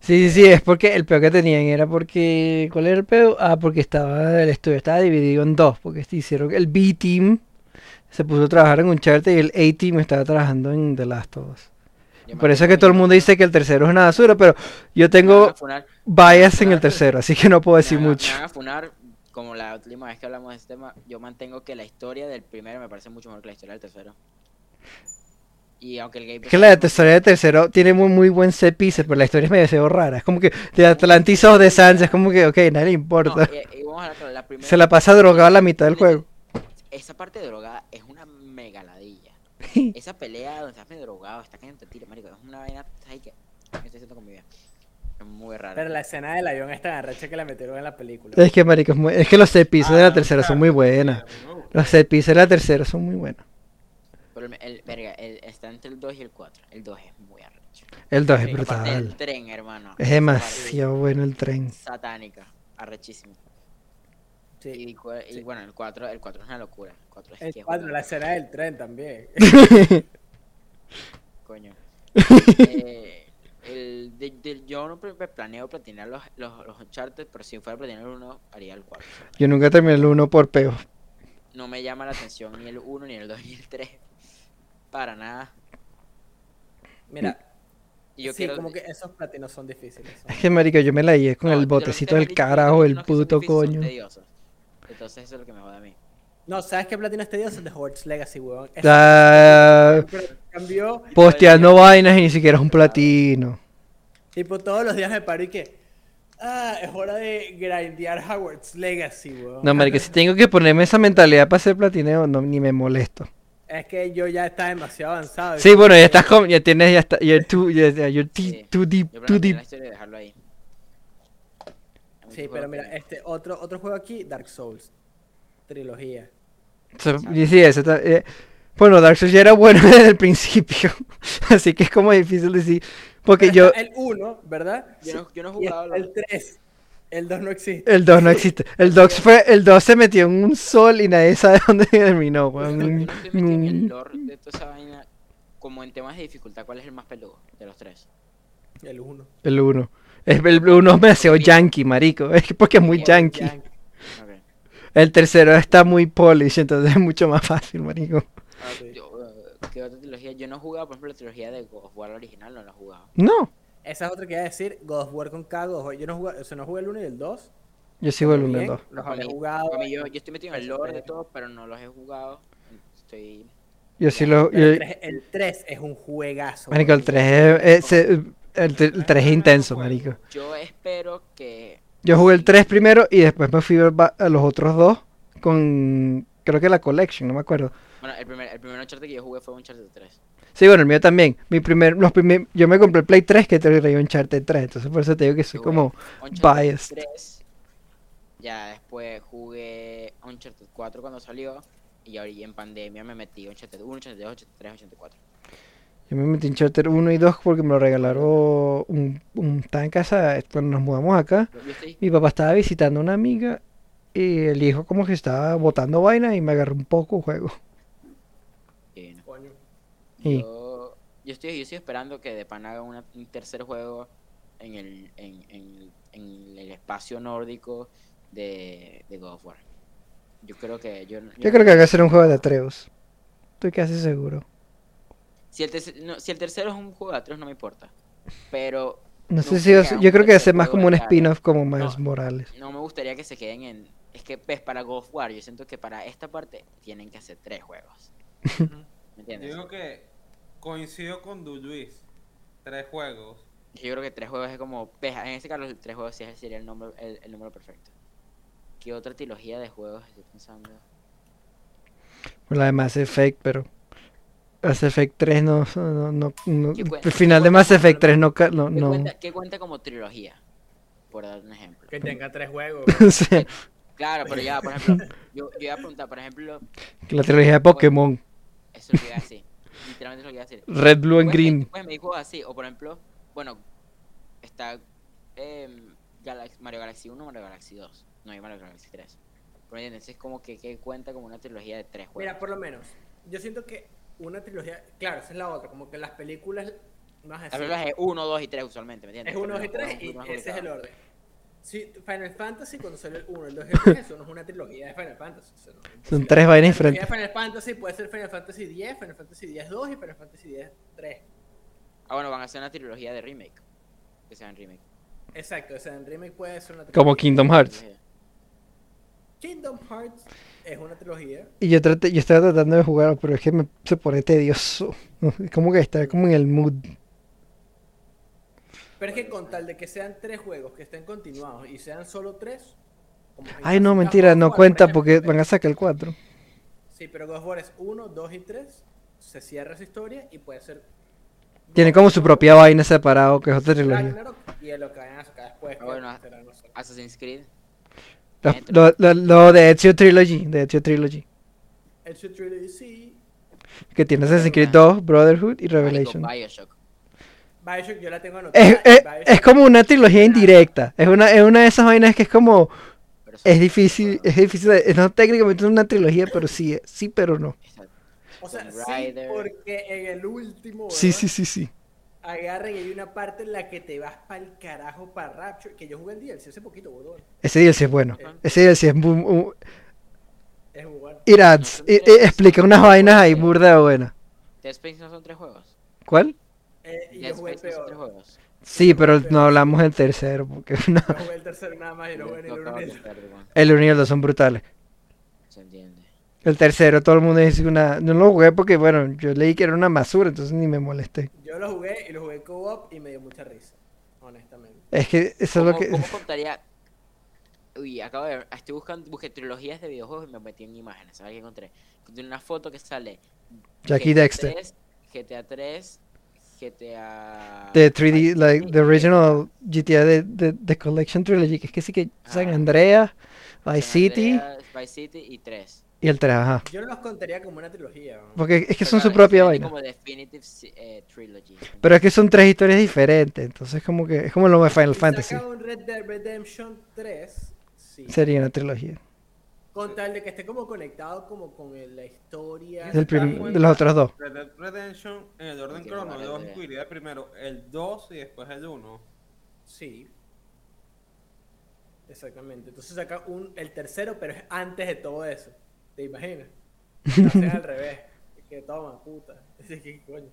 Speaker 2: Sí, sí, sí, es porque el peo que tenían era porque. ¿Cuál era el peo? Ah, porque estaba el estudio, estaba dividido en dos, porque este hicieron el B-Team se puso a trabajar en Uncharted y el A-Team estaba trabajando en The Last of Us.
Speaker 4: Yo me
Speaker 2: Por eso es
Speaker 4: acuerdo
Speaker 2: que todo el mundo dice que el tercero es una basura, pero yo
Speaker 4: me van
Speaker 2: tengo
Speaker 4: a funar,
Speaker 2: bias en el tercero, así que no puedo decir
Speaker 4: me van a-
Speaker 2: mucho.
Speaker 4: Me van a funar, como la última vez que hablamos de este tema, yo mantengo que la historia del primero me parece mucho mejor que la historia del tercero. Y aunque el gameplay...
Speaker 2: Es que la de historia del tercero tiene muy, muy buen set pieces, pero la historia es medio rara. Es como que de Atlantis o de Sans, es como que, ok, nadie le
Speaker 4: No,
Speaker 2: importa.
Speaker 4: y, y vamos a hablar claro, la primera...
Speaker 2: Se la pasa drogada la mitad del juego.
Speaker 4: Esa parte de drogada es una mega ladilla.
Speaker 2: Sí,
Speaker 4: Esa pelea donde estás medio drogado, estás cayendo tiro, marico, es una vaina, ay, que... ¿Qué estoy haciendo con mi vida? Es muy raro.
Speaker 1: Pero la escena del avión está arrecha que la metieron en la película.
Speaker 2: Es que, marico, es, muy- es que los set pieces de
Speaker 3: Ah,
Speaker 2: la tercera son muy
Speaker 3: claro,
Speaker 2: buenas.
Speaker 3: sí, a mí me gusta.
Speaker 2: Los set pieces de la tercera son muy buenos.
Speaker 4: Pero el, el- verga, el- está entre el 2 y el 4. El 2 es muy arrecho.
Speaker 2: El 2 es
Speaker 1: Sí,
Speaker 4: Aparte del
Speaker 2: brutal.
Speaker 4: tren, hermano.
Speaker 2: Es demasiado bueno el tren.
Speaker 4: Satánica. Arrechísimo.
Speaker 1: Sí.
Speaker 4: Y, cua- y bueno, el 4 el cuatro es una locura. El 4 es que
Speaker 1: El
Speaker 4: es
Speaker 1: 4,
Speaker 4: una-
Speaker 1: la escena del tren también.
Speaker 4: Coño. Eh, el, de- de- yo no pre- planeo platinar los, los, los Uncharted, pero si fuera a platinar el 1, haría el 4.
Speaker 2: Yo nunca terminé el 1 por peo.
Speaker 4: No me llama la atención ni el 1, ni el 2, ni el 3. Para nada.
Speaker 1: Mira,
Speaker 4: Y yo
Speaker 1: sí,
Speaker 4: quiero-
Speaker 1: como que esos platinos son difíciles. son-
Speaker 2: Es que, marico, yo me la llevé con
Speaker 4: no,
Speaker 2: el
Speaker 4: de los que
Speaker 2: botecito
Speaker 4: me
Speaker 2: del
Speaker 4: han dicho,
Speaker 2: carajo,
Speaker 4: los
Speaker 2: el
Speaker 4: que son
Speaker 2: puto
Speaker 4: difíciles son
Speaker 2: coño.
Speaker 4: tediosos. Entonces eso es lo que me jode a mí.
Speaker 1: No, ¿sabes qué platino este es tedioso? El de Hogwarts Legacy, weón. Ese-
Speaker 2: Ah,
Speaker 1: pero cambió,
Speaker 2: posteando vainas y ni siquiera es un platino.
Speaker 1: tipo, todos los días me paro y que. Ah, es hora de grindear Hogwarts Legacy, weón.
Speaker 2: No, marico, si tengo que ponerme esa mentalidad para hacer platineo, no, ni me molesto.
Speaker 1: Es que yo ya estaba demasiado avanzado.
Speaker 2: Sí, bueno, ya estás com- ya tienes, ya está, you're too, ya- ya- you're ti-
Speaker 4: Sí.
Speaker 2: too deep,
Speaker 4: Yo
Speaker 2: too
Speaker 4: planeo
Speaker 2: deep.
Speaker 4: la historia de dejarlo ahí. Hay muchos
Speaker 1: Sí, pero
Speaker 4: juegos
Speaker 1: mira,
Speaker 4: que-
Speaker 1: este otro, otro juego aquí, Dark Souls. Trilogía.
Speaker 2: So, y sí, eso ta- eh, bueno, Dark Souls ya era bueno desde el principio, así que es como difícil decir, porque
Speaker 1: Pero
Speaker 2: yo,
Speaker 1: está El 1, ¿verdad?
Speaker 4: Yo no, yo no he
Speaker 1: Y
Speaker 4: jugado
Speaker 1: está
Speaker 4: los-
Speaker 1: el 3. El 2 no existe.
Speaker 2: el 2 no existe, el 2 fue, el 2 se metió en un sol y nadie sabe dónde terminó, weón.
Speaker 4: Yo no estoy metido en el
Speaker 2: Mm.
Speaker 4: lore de toda esa vaina. Como en temas de dificultad, ¿cuál es el más peludo de los tres?
Speaker 1: El 1.
Speaker 2: el 1. El 1 es demasiado yankee, marico, es que porque es muy
Speaker 4: Muy
Speaker 2: yankee.
Speaker 4: Ok.
Speaker 2: El tercero está muy polish, entonces es mucho más fácil, marico.
Speaker 4: Ah, yo, eh, ¿Qué otra trilogía? Yo no he jugado, por ejemplo, la trilogía de God of War original, no la he jugado.
Speaker 1: Ah,
Speaker 2: No,
Speaker 1: Esa es otra que iba a decir, God of War con K, God of War. Yo no jugué, o sea, no jugué el 1 y el 2.
Speaker 2: yo sigo el 1 y el
Speaker 1: Bien,
Speaker 2: 2.
Speaker 1: Los
Speaker 4: Para
Speaker 1: había
Speaker 4: mí-
Speaker 1: jugado.
Speaker 4: para mí yo, yo estoy metido en el
Speaker 1: Eso
Speaker 4: lore
Speaker 1: es.
Speaker 4: de todo, pero no los he jugado. Estoy.
Speaker 2: Yo sí lo.
Speaker 1: pero
Speaker 2: yo-
Speaker 1: el, 3, es un juegazo.
Speaker 2: Marico, el
Speaker 1: weón.
Speaker 2: 3 es. es- se- el, tre- el 3 es intenso, marico.
Speaker 4: Yo espero que.
Speaker 2: Yo jugué el 3 primero y después me fui a ba- a los otros dos con. Creo que la Collection, no me acuerdo.
Speaker 4: Bueno, el primer, el primer Uncharted que yo jugué fue Uncharted 3.
Speaker 2: Sí, bueno, el mío también. Mi primer, los primer, yo me compré el Play 3 que te traía un Charter 3, entonces por eso te digo que soy
Speaker 4: Qué
Speaker 2: como.
Speaker 4: Uncharted
Speaker 2: Biased.
Speaker 4: 3. Ya después jugué Uncharted 4 cuando salió. Y ahorita en pandemia me metí Uncharted 1, Uncharted 2, Uncharted 3, Uncharted 4.
Speaker 2: Yo me metí en Charter 1 y 2 porque me lo regalaron un, un estaba en casa eh, cuando nos mudamos acá.
Speaker 4: Yo estoy.
Speaker 2: Mi papá estaba visitando a una amiga y el hijo como que estaba botando vaina y me agarró un poco el juego.
Speaker 4: eh, no.
Speaker 1: Coño.
Speaker 2: Y-
Speaker 4: Yo, yo estoy, yo estoy esperando que de pan haga una- un tercer juego en el, en, en- en el espacio nórdico de, de God of War. Yo creo que. Yo,
Speaker 2: Yo creo que va a ser un juego de Atreus. Estoy casi seguro.
Speaker 4: Si el, terce- no, si el tercero es un juego de Atreus, no me importa. Pero
Speaker 2: No sé
Speaker 4: No
Speaker 2: si va a
Speaker 4: creo,
Speaker 2: ser- yo creo que va a ser más
Speaker 4: pero
Speaker 2: como un
Speaker 4: claro.
Speaker 2: spin-off como Miles
Speaker 4: No.
Speaker 2: Morales.
Speaker 4: no me gustaría que se queden en. Es que ves para God of War, yo siento que para esta parte tienen que hacer tres juegos. ¿Me
Speaker 3: Yo
Speaker 4: entiendes?
Speaker 3: digo que coincido con Du Luis. Tres juegos.
Speaker 4: Yo creo que tres juegos es como. ves, en este caso, tres juegos sí sería el, nombre, el, el número perfecto. ¿Qué otra trilogía de juegos estoy pensando?
Speaker 2: La de Mass Effect, pero Mass Effect 3 no, no, no- no-
Speaker 4: ¿Qué cuenta?
Speaker 2: el final de Mass Effect 3 no, ca- no,
Speaker 4: ¿Qué,
Speaker 2: no.
Speaker 4: Cuenta, qué cuenta como trilogía? Por dar un ejemplo.
Speaker 1: Que tenga tres juegos.
Speaker 2: O sea,
Speaker 4: Claro, pero ya, por ejemplo, yo, yo iba a preguntar, por ejemplo,
Speaker 2: que la trilogía de Pokémon,
Speaker 4: eso es lo que iba a decir. Literalmente es lo que iba a decir.
Speaker 2: Red, Blue and
Speaker 4: Pues,
Speaker 2: Green.
Speaker 4: Pues me dijo así, o por ejemplo, bueno, está em, Galax- Mario Galaxy 1, Mario Galaxy 2, no hay Mario Galaxy 3. ¿Pero me entiendes? Es como que, que cuenta como una trilogía de tres juegos.
Speaker 1: Mira, por lo menos, yo siento que una trilogía, claro, esa es la otra, como que las películas más
Speaker 4: Las reglas es 1, 2 y 3 usualmente, ¿me entiendes?
Speaker 1: pues, es 1, 2
Speaker 4: Pero
Speaker 1: y 3
Speaker 4: es
Speaker 1: y
Speaker 4: más
Speaker 1: ese es el
Speaker 4: complicado.
Speaker 1: orden. Si Final Fantasy cuando salió el 1, el 2 y el 3, eso no es una trilogía de Final Fantasy. eso no es
Speaker 2: Son
Speaker 1: imposible.
Speaker 2: tres vainas
Speaker 1: La trilogía
Speaker 2: diferentes.
Speaker 1: de Final Fantasy puede ser Final Fantasy 10, Final Fantasy 10 2 y Final Fantasy 10 3.
Speaker 4: Ah, bueno, van a hacer una trilogía de remake. Que sean remake.
Speaker 1: Exacto, o sea, en remake puede ser una trilogía.
Speaker 2: Como Kingdom Hearts.
Speaker 1: Kingdom Hearts es una trilogía.
Speaker 2: Y yo traté, yo estaba tratando de jugar, pero es que me, se pone tedioso. Como que está como en el mood.
Speaker 1: Pero es que con tal de que sean tres juegos que estén continuados y sean solo tres. como en
Speaker 2: Ay, no,
Speaker 1: casi
Speaker 2: mentira,
Speaker 1: cada
Speaker 2: no
Speaker 1: juego, por
Speaker 2: cuenta
Speaker 1: ejemplo,
Speaker 2: porque
Speaker 1: pero-
Speaker 2: van a sacar el 4.
Speaker 1: Sí, pero God of War es 1, 2 y 3. Se cierra su historia y puede ser.
Speaker 2: Tiene como su propia vaina separado, que es otra trilogía.
Speaker 1: Ragnarok y es lo que vayan a sacar después.
Speaker 4: Ah, bueno,
Speaker 1: que será, no sé.
Speaker 4: Assassin's Creed.
Speaker 2: Lo, lo- lo- lo de Ezio Trilogy, de Ezio Trilogy.
Speaker 1: El Shoot Trilogy, sí.
Speaker 2: Que tiene Assassin's Creed
Speaker 4: Ajá.
Speaker 2: 2, Brotherhood y
Speaker 4: Revelation.
Speaker 2: Revelation.
Speaker 4: Bioshock.
Speaker 1: Bioshock yo la tengo anotada.
Speaker 2: Es, es-
Speaker 1: Bioshock-
Speaker 2: es como una trilogía indirecta. Es una, es una de esas vainas que es como.
Speaker 4: Pero
Speaker 2: Es difícil, es difícil, es no técnicamente una trilogía, pero sí, sí, pero no.
Speaker 1: O sea,
Speaker 4: Tomb
Speaker 1: sí,
Speaker 4: Raider.
Speaker 1: porque en el último.
Speaker 2: Sí,
Speaker 1: ¿verdad?
Speaker 2: sí, sí, sí.
Speaker 1: Agarran y hay una parte en la que te vas para el carajo para Rapture. Que yo jugué el DLC hace poquito, boludo.
Speaker 2: Ese DLC es bueno. Ese DLC es muy, muy-
Speaker 1: Es muy bueno.
Speaker 2: It adds, i- i- explica unas vainas ahí burda buena.
Speaker 4: Dead Space no son tres juegos.
Speaker 2: ¿Cuál?
Speaker 1: Eh, y
Speaker 4: Dead
Speaker 1: yo jugué el
Speaker 4: Space no son tres
Speaker 1: peor.
Speaker 4: juegos.
Speaker 2: Sí, pero no hablamos del tercero, porque no.
Speaker 1: Yo jugué el tercero nada más y no
Speaker 4: Lo-
Speaker 1: jugué ni el
Speaker 4: lo
Speaker 1: uno
Speaker 4: acabo
Speaker 1: ni
Speaker 4: de
Speaker 1: el dos.
Speaker 4: contar, Dubán.
Speaker 2: El uno y el dos son brutales.
Speaker 4: Se entiende.
Speaker 2: El tercero, todo el mundo dice una. No lo jugué porque, bueno, yo leí que era una basura, entonces ni me molesté.
Speaker 1: Yo lo jugué y lo jugué co-op y me dio mucha risa. Honestamente.
Speaker 2: Es que eso es lo
Speaker 4: ¿Cómo,
Speaker 2: que.
Speaker 4: cómo contaría? Uy, acabo de ver. Estoy buscando, busqué trilogías de videojuegos y me metí en imágenes. ¿Sabes qué encontré? Encontré una foto que sale.
Speaker 2: Jackie
Speaker 4: GTA
Speaker 2: Dexter.
Speaker 4: 3, GTA 3, GTA.
Speaker 2: The 3D, like the
Speaker 4: GTA,
Speaker 2: original GTA, the, the, the Collection Trilogy, que es que sí que San
Speaker 4: Ah.
Speaker 2: Andreas,
Speaker 4: San
Speaker 2: Vice City
Speaker 4: Andreas, Vice City y 3.
Speaker 2: y el 3, ajá.
Speaker 1: Yo no los contaría como una trilogía. ¿no?
Speaker 2: Porque es que son su
Speaker 4: Pero claro,
Speaker 2: propia
Speaker 4: es
Speaker 2: vaina.
Speaker 4: Como Definitive si- eh, Trilogy.
Speaker 2: Pero es que son tres historias diferentes, entonces como que es como lo de Final
Speaker 1: Si
Speaker 2: Fantasy.
Speaker 1: saca un Red Dead Redemption 3, sí.
Speaker 2: Sería una trilogía.
Speaker 1: Con tal de que esté como conectado como con el- la historia.
Speaker 2: Del prim-
Speaker 3: bueno.
Speaker 2: de los otros dos.
Speaker 3: Red Dead Redemption en el orden
Speaker 4: Ok,
Speaker 3: cronológico
Speaker 4: vale.
Speaker 3: iría primero el 2 y después el 1.
Speaker 1: Sí. Exactamente. Entonces saca un, el tercero, pero es antes de todo eso. ¿Te imaginas? Lo hacen al revés. Es Que toma, puta. Es que, coño.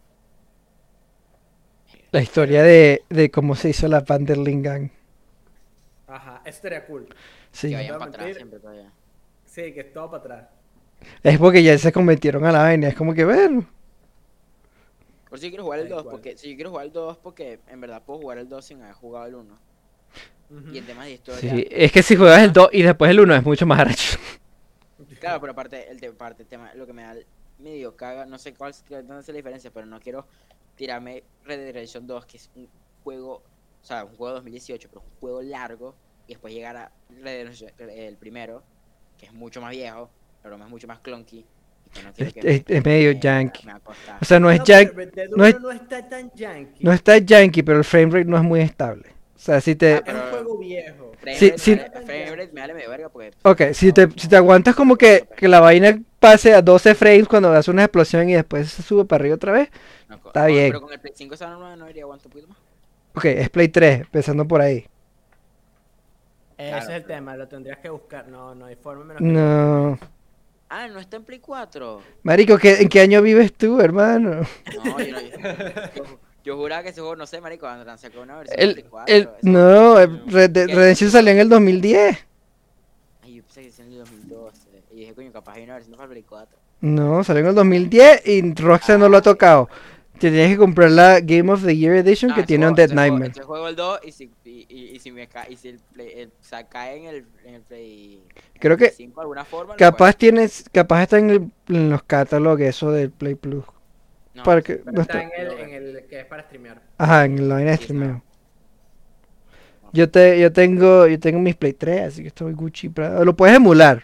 Speaker 2: La historia de, de cómo se hizo la Vanderling Gang.
Speaker 1: Ajá, eso estaría cool.
Speaker 2: Sí.
Speaker 4: Que vayan
Speaker 1: No,
Speaker 4: para atrás
Speaker 1: mentira.
Speaker 4: siempre todavía.
Speaker 1: Sí, que es todo para atrás.
Speaker 2: Es porque ya se convirtieron a la vaina, es como que, bueno,
Speaker 4: Por si yo quiero jugar el
Speaker 1: Tal
Speaker 4: 2,
Speaker 1: cual.
Speaker 4: porque si yo quiero jugar el 2, porque en verdad puedo jugar el 2 sin haber jugado el 1.
Speaker 1: Ujú.
Speaker 4: Y en temas de historia.
Speaker 2: sí. Es que si juegas el 2 y después el 1 es mucho más arrecho.
Speaker 4: Claro, pero aparte, el, te- aparte, el tema, lo que me da el- medio caga, no sé cuál es dónde es la diferencia, pero no quiero tirarme Red Dead Redemption 2, que es un juego, o sea, un juego de 2018, pero un juego largo, y después llegar a Red Dead Redemption, eh, el primero, que es mucho más viejo, pero es mucho más clunky. y que no quiero
Speaker 2: Es-
Speaker 4: que me-
Speaker 2: es- es medio
Speaker 4: me-
Speaker 2: janky.
Speaker 4: me va a costar.
Speaker 2: O sea, no es
Speaker 1: No,
Speaker 2: Jack,
Speaker 1: pero Red Dead
Speaker 2: no es-
Speaker 1: 1 no está tan yankee.
Speaker 2: no está yankee, pero el frame rate no es muy estable. O sea, si te...
Speaker 4: Ah,
Speaker 1: Es un
Speaker 4: pero-
Speaker 1: juego viejo.
Speaker 4: Frame
Speaker 2: sí,
Speaker 4: rate
Speaker 2: sí.
Speaker 4: me vale- frame rate me vale medio verga porque
Speaker 2: Ok, si te, si te aguantas como que, que la vaina pase a 12 frames cuando hace una explosión y después se sube para arriba otra vez.
Speaker 4: no co-
Speaker 2: está
Speaker 4: no,
Speaker 2: bien.
Speaker 4: Pero con el Play 5 esa no, no iría aguantar un poquito más.
Speaker 2: Ok, es Play 3, empezando por ahí.
Speaker 1: Ese
Speaker 4: Claro,
Speaker 1: es el
Speaker 4: pero-
Speaker 1: tema, lo tendrías que buscar. No, no hay forma menos que-
Speaker 2: No.
Speaker 4: Ah, no está en Play 4.
Speaker 2: Marico, ¿qué- ¿en qué año vives tú, hermano?
Speaker 4: No, yo no. Yo, ju- yo juraba que ese juego, no sé, marico, Andrán sacó una versión de
Speaker 2: El,
Speaker 4: Play 4.
Speaker 2: el,
Speaker 4: ese-
Speaker 2: no, el Red Dead Redemption salió en el 2010.
Speaker 4: Ay, yo pensé que decía en el 2012. Y dije, coño, capaz hay una versión para Play 4.
Speaker 2: No, salió en el 2010 y Rockstar no lo ha tocado. Te tienes que comprar la Game of the Year Edition
Speaker 4: Ah,
Speaker 2: que
Speaker 4: ese
Speaker 2: tiene
Speaker 4: juego-
Speaker 2: un Dead
Speaker 4: ese juego-
Speaker 2: Nightmare.
Speaker 4: ese juego el 2 y si, y, y- y si me cae, y si el Play, el, o sea, cae en el, en el Play
Speaker 2: Creo que
Speaker 4: 5 de alguna forma. lo
Speaker 2: capaz tienes, capaz está en, el- en los catálogos eso del Play Plus.
Speaker 4: juego. No,
Speaker 2: para que-
Speaker 1: Pero
Speaker 2: no
Speaker 1: está
Speaker 2: está-
Speaker 1: en el, en el que es para streamear.
Speaker 2: Ajá, en la vaina de
Speaker 4: Sí,
Speaker 2: streameo.
Speaker 4: está.
Speaker 2: Yo, te, yo, tengo, yo tengo mis Play 3, así que estoy Gucci. pra- Lo puedes emular,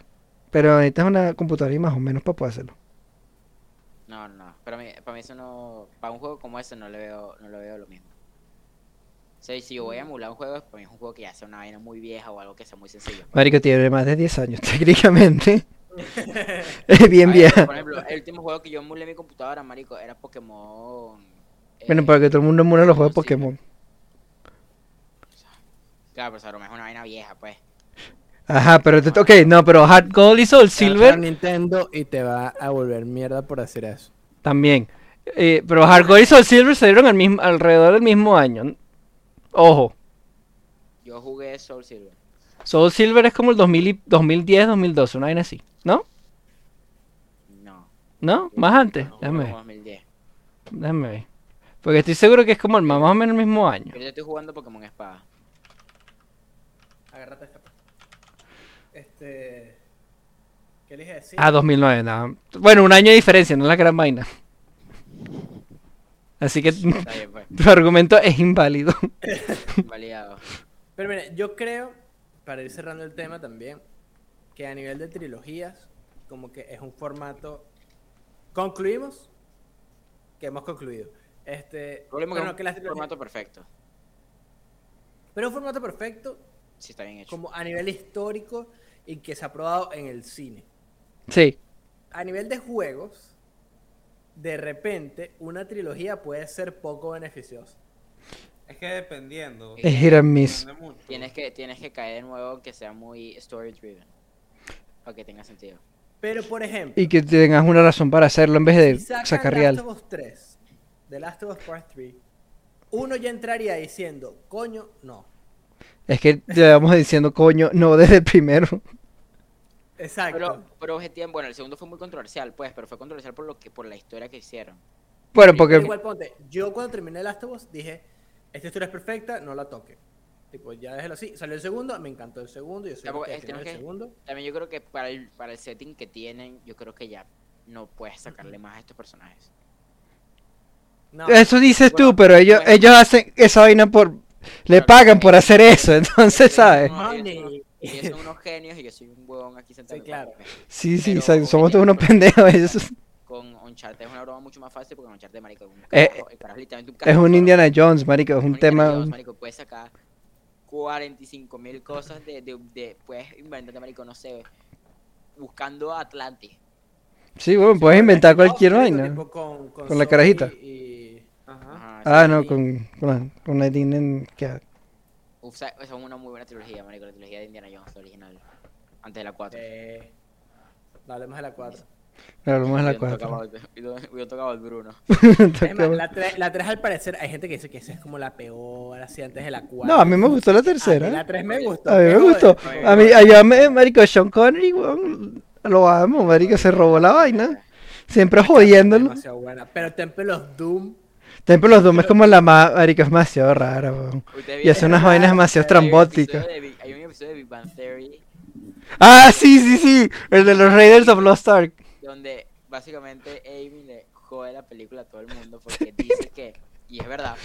Speaker 2: pero necesitas una computadora y más o menos para poder hacerlo.
Speaker 4: No, no, no. Para mí, para mí eso no. Para un juego como ese no le veo, no le veo lo mismo. O sea, y si yo voy a
Speaker 2: Mm.
Speaker 4: emular un juego, para mí es un juego que ya sea una vaina muy vieja o algo que sea muy sencillo.
Speaker 2: Marico tiene más de 10 años técnicamente. es bien
Speaker 4: Ay,
Speaker 2: vieja.
Speaker 4: Por ejemplo, el último juego que yo emulé en mi computadora, marico, era Pokémon. eh,
Speaker 2: Bueno, para que todo el mundo emule los juegos de
Speaker 4: sí.
Speaker 2: Pokémon.
Speaker 4: Claro, pero Saruman es una vaina vieja, pues.
Speaker 2: Ajá, pero te- ok, no, pero Hard Gold y Soul Silver
Speaker 1: Nintendo y te va a volver mierda por hacer eso.
Speaker 2: también. Eh, pero Hard Gold y Soul Silver salieron al mismo, alrededor del mismo año. Ojo,
Speaker 4: Yo jugué Soul Silver.
Speaker 2: Soul Silver es como el 2000 y- 2010, 2012, una vaina así. ¿No?
Speaker 4: No.
Speaker 2: ¿No? Más antes.
Speaker 4: no
Speaker 2: Déjame
Speaker 4: como
Speaker 2: ver.
Speaker 4: 2010.
Speaker 2: Déjame ver. Porque estoy seguro que es como el más más o menos el mismo año.
Speaker 4: Pero yo estoy jugando Pokémon Espada.
Speaker 1: Agárrate esta. Este. ¿Qué les iba a decir?
Speaker 2: Ah, 2009, nada. Bueno, un año de diferencia, no es la gran vaina. Así que
Speaker 4: Está bien, pues.
Speaker 2: tu argumento es inválido.
Speaker 4: Validado.
Speaker 1: Pero mire, yo creo, para ir cerrando el tema también, que a nivel de trilogías, como que es un formato. Concluimos que hemos concluido. Este.
Speaker 4: Problema
Speaker 1: bueno,
Speaker 4: que
Speaker 1: que
Speaker 4: es
Speaker 1: las
Speaker 4: un
Speaker 1: trilogías-
Speaker 4: formato perfecto.
Speaker 1: Pero es un formato perfecto
Speaker 4: Sí, está bien hecho.
Speaker 1: como a nivel histórico y que se ha probado en el cine.
Speaker 2: Sí.
Speaker 1: A nivel de juegos, de repente una trilogía puede ser poco beneficiosa.
Speaker 3: Es que dependiendo.
Speaker 2: Es hit and miss.
Speaker 3: Depende mucho.
Speaker 4: Tienes que, tienes que caer de nuevo que sea muy story driven. Para que tenga sentido.
Speaker 1: Pero por ejemplo,
Speaker 2: Y que tengas una razón para hacerlo en vez de
Speaker 1: si sacan
Speaker 2: sacar
Speaker 1: Last
Speaker 2: real.
Speaker 1: of Us 3, The Last of Us Part 3, uno ya entraría diciendo, coño, no.
Speaker 2: Es que le vamos diciendo, coño, no desde el primero.
Speaker 1: Exacto.
Speaker 4: Pero, pero objetivo, bueno, el segundo fue muy controversial, pues, pero fue controversial por lo que, por la historia que hicieron.
Speaker 2: Bueno,
Speaker 1: Pero
Speaker 2: porque
Speaker 1: igual ponte, yo cuando terminé Last of Us dije, esta historia es perfecta, no la toque. Tipo, ya déjelo así. Salió el segundo, me encantó el segundo, yo soy
Speaker 4: Ya, porque
Speaker 1: el que
Speaker 4: tenemos
Speaker 1: defiende el
Speaker 4: que-
Speaker 1: segundo.
Speaker 4: También yo creo que para el, para el setting que tienen, yo creo que ya no puedes sacarle más a estos personajes.
Speaker 1: No,
Speaker 2: eso dices tú,
Speaker 4: Bueno,
Speaker 2: pero ellos,
Speaker 4: bueno.
Speaker 2: ellos hacen esa vaina por. Le
Speaker 4: Claro,
Speaker 2: pagan
Speaker 4: sí.
Speaker 2: por hacer eso, entonces, ¿sabes?
Speaker 4: No, ellos son
Speaker 1: Money.
Speaker 4: unos- ellos son unos genios y yo soy un huevón aquí sentado.
Speaker 1: Sí, claro.
Speaker 2: Sí, sí,
Speaker 4: Pero,
Speaker 2: exacto, somos todos
Speaker 4: coño,
Speaker 2: unos pendejos. eso es-
Speaker 4: Con Uncharted es una broma mucho más fácil porque Uncharted, marico, es un
Speaker 2: Eh,
Speaker 4: carajo, el carajo es literalmente un
Speaker 2: Es
Speaker 4: carajo.
Speaker 2: un Indiana Jones, marico, es
Speaker 4: Con
Speaker 2: un
Speaker 4: Indiana
Speaker 2: tema.
Speaker 4: Jones, marico, puedes sacar 45 mil cosas de, de, de- Puedes inventarte, marico, no sé, buscando a Atlantis.
Speaker 2: Sí, bueno, puedes
Speaker 1: Pero
Speaker 2: inventar
Speaker 1: no,
Speaker 2: cualquier
Speaker 1: pero
Speaker 2: vaina.
Speaker 1: tipo con,
Speaker 2: Con la
Speaker 1: Sony
Speaker 2: carajita.
Speaker 1: y-
Speaker 3: Ajá.
Speaker 4: Ajá,
Speaker 2: Ah,
Speaker 4: sí.
Speaker 2: no, con, con, la- con la Disney en- que-
Speaker 4: Uf, esa esa es una muy buena trilogía, marico, la trilogía de Indiana Jones, la original. Antes de la 4.
Speaker 1: eh, no hablemos de la 4.
Speaker 2: le hablamos de la
Speaker 4: tocaba,
Speaker 2: cuarta.
Speaker 4: hubiera tocado el Bruno.
Speaker 2: Toca-
Speaker 1: Es más, la 3, al parecer, hay gente que dice que esa es como la peor, así antes de la 4.
Speaker 2: No, a mí me gustó la
Speaker 1: A mí la
Speaker 2: tercera.
Speaker 1: 3 me gustó.
Speaker 2: A mí me
Speaker 1: qué
Speaker 2: gustó.
Speaker 1: joder.
Speaker 2: A mí, a- yo amé, marico, Sean Connery, weón, Lo amo, marico, se robó la vaina. Siempre jodiéndolo.
Speaker 1: Demasiado buena. Pero Temple of Doom.
Speaker 2: Siempre los Doom es como la más, marico, es demasiado rara, weón.
Speaker 4: Ustedes
Speaker 2: Y hace
Speaker 4: vieron-
Speaker 2: unas vainas demasiado
Speaker 4: hay un episodio
Speaker 2: estrambóticas.
Speaker 4: de Big- Hay un episodio de Big Bang Theory
Speaker 2: Ah, sí, sí, sí. El de los Raiders of Lost Ark.
Speaker 4: donde básicamente Amy le jode la película a todo el mundo porque dice que, y es verdad,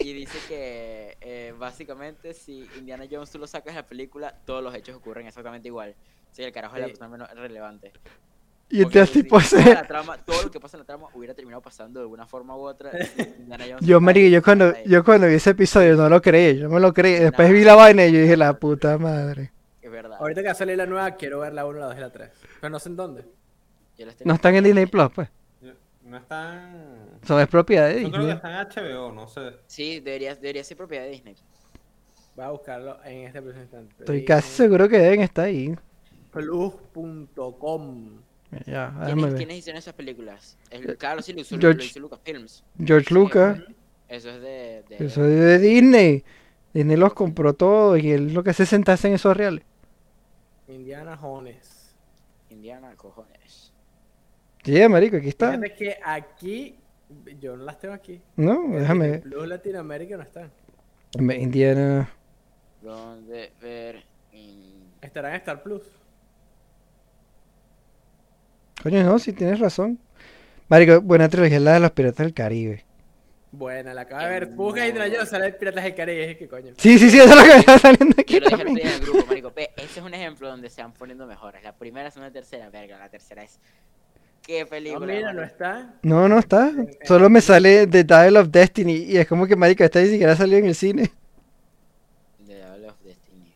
Speaker 4: y dice que eh, básicamente si Indiana Jones tú lo sacas de la película, todos los hechos ocurren exactamente igual. Si el carajo es la
Speaker 1: Sí.
Speaker 4: persona menos relevante.
Speaker 2: Y
Speaker 4: Porque
Speaker 2: entonces
Speaker 4: si
Speaker 2: tipo
Speaker 4: toda
Speaker 2: ese-
Speaker 4: la trama- todo lo que pasa en la trama hubiera terminado pasando de alguna forma u otra. si Indiana Jones
Speaker 2: Yo,
Speaker 4: está
Speaker 2: marico,
Speaker 4: ahí,
Speaker 2: yo cuando,
Speaker 4: está ahí.
Speaker 2: yo cuando vi ese episodio no lo creí, yo me lo creí. Después
Speaker 4: Nah.
Speaker 2: vi la vaina y yo dije, la puta madre.
Speaker 4: Es verdad.
Speaker 1: Ahorita que va a salir la nueva, quiero ver la 1, la 2 y la 3. Pero no sé en dónde.
Speaker 4: Yo las tengo
Speaker 2: No están en Disney Plus, pues.
Speaker 3: No están.
Speaker 2: Son es propiedad de
Speaker 3: Yo creo que
Speaker 2: Disney.
Speaker 3: están en HBO, no sé.
Speaker 4: Sí, debería, debería ser propiedad de Disney.
Speaker 1: Voy a buscarlo en este preciso instante.
Speaker 2: Estoy casi seguro que deben estar ahí.
Speaker 1: Plus.com.
Speaker 2: Ya, déjame
Speaker 4: ¿Quiénes,
Speaker 2: ver.
Speaker 4: quiénes hicieron esas películas? El, claro, sí, lo hizo,
Speaker 2: Ah, Eh, George-
Speaker 4: lo hizo Lucasfilms.
Speaker 2: George
Speaker 4: Sí,
Speaker 2: Lucas,
Speaker 4: Eso es de. de-
Speaker 2: eso es de Disney. Disney los compró todos y él lo que hace es sentarse en esos reales.
Speaker 1: Indiana Jones.
Speaker 4: Indiana, cojones.
Speaker 2: Sí, marico, aquí está.
Speaker 1: Fíjate que aquí, yo no las tengo aquí.
Speaker 2: No, déjame
Speaker 1: En
Speaker 2: ver. eh,
Speaker 1: Plus Latinoamérica no están.
Speaker 2: Me- Indiana.
Speaker 4: Donde ver. in-
Speaker 1: Estarán en Star Plus.
Speaker 2: Coño, no, sí tienes razón. Marico, buena trilogía la de los piratas del Caribe.
Speaker 1: Buena, la acabo
Speaker 4: Qué
Speaker 1: de ver. Busca y
Speaker 4: bueno.
Speaker 1: Indiana Jones, sale Piratas del Caribe. y dije, ¿Qué coño?
Speaker 2: Sí, sí, sí, eso es lo que me está saliendo aquí
Speaker 4: Yo lo dije al
Speaker 2: también.
Speaker 4: principio del grupo, marico. Ve, ese es un ejemplo donde se van poniendo mejores. La primera, segunda, tercera, verga. La tercera es. ¡Qué
Speaker 1: No,
Speaker 4: película!
Speaker 1: mira, no
Speaker 4: marico!
Speaker 1: está.
Speaker 2: No, no está. Solo me sale The Dial of Destiny y es como que marico, esta ni siquiera salió en el cine.
Speaker 4: The Dial of Destiny.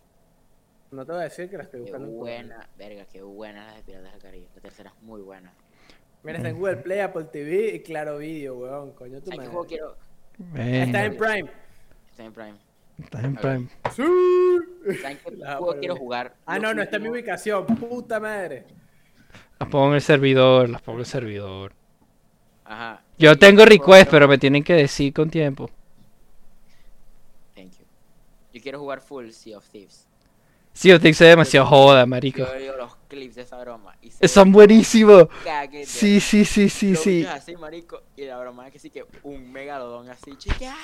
Speaker 1: No te voy a decir que la estoy
Speaker 4: Qué
Speaker 1: buscando. en Google.
Speaker 4: buena, verga, qué buena la de Piratas del Caribe. La tercera es muy buena.
Speaker 1: Mira, está en Google Play, Apple TV y Claro Video, weón. Coño, tu
Speaker 4: ¿Sabes qué
Speaker 1: madre.
Speaker 4: juego quiero?
Speaker 1: Está
Speaker 2: Bueno,
Speaker 1: en Prime.
Speaker 4: Está en Prime.
Speaker 2: está en Prime.
Speaker 1: Sí.
Speaker 4: ¿Saben qué
Speaker 1: La
Speaker 4: juego
Speaker 1: volví.
Speaker 4: quiero jugar?
Speaker 1: Ah,
Speaker 4: Lo
Speaker 1: no, no está en mi
Speaker 4: último-
Speaker 1: ubicación. Puta madre.
Speaker 2: Las pongo en el servidor, las pongo en el servidor.
Speaker 4: Ajá.
Speaker 2: Yo
Speaker 4: Sí,
Speaker 2: tengo
Speaker 4: juego
Speaker 2: request,
Speaker 4: quiero-
Speaker 2: pero me tienen que decir con tiempo.
Speaker 4: Thank you. Yo quiero jugar full Sea of Thieves.
Speaker 2: Sí, of Thieves es demasiado joda, marico.
Speaker 4: Yo veo los clips de esa broma y se
Speaker 2: Son buenísimos.
Speaker 4: cague de-
Speaker 2: Sí, sí, sí, sí,
Speaker 4: Los
Speaker 2: sí.
Speaker 4: bichos así, marico, y la broma es que sí que un megalodón así, chica.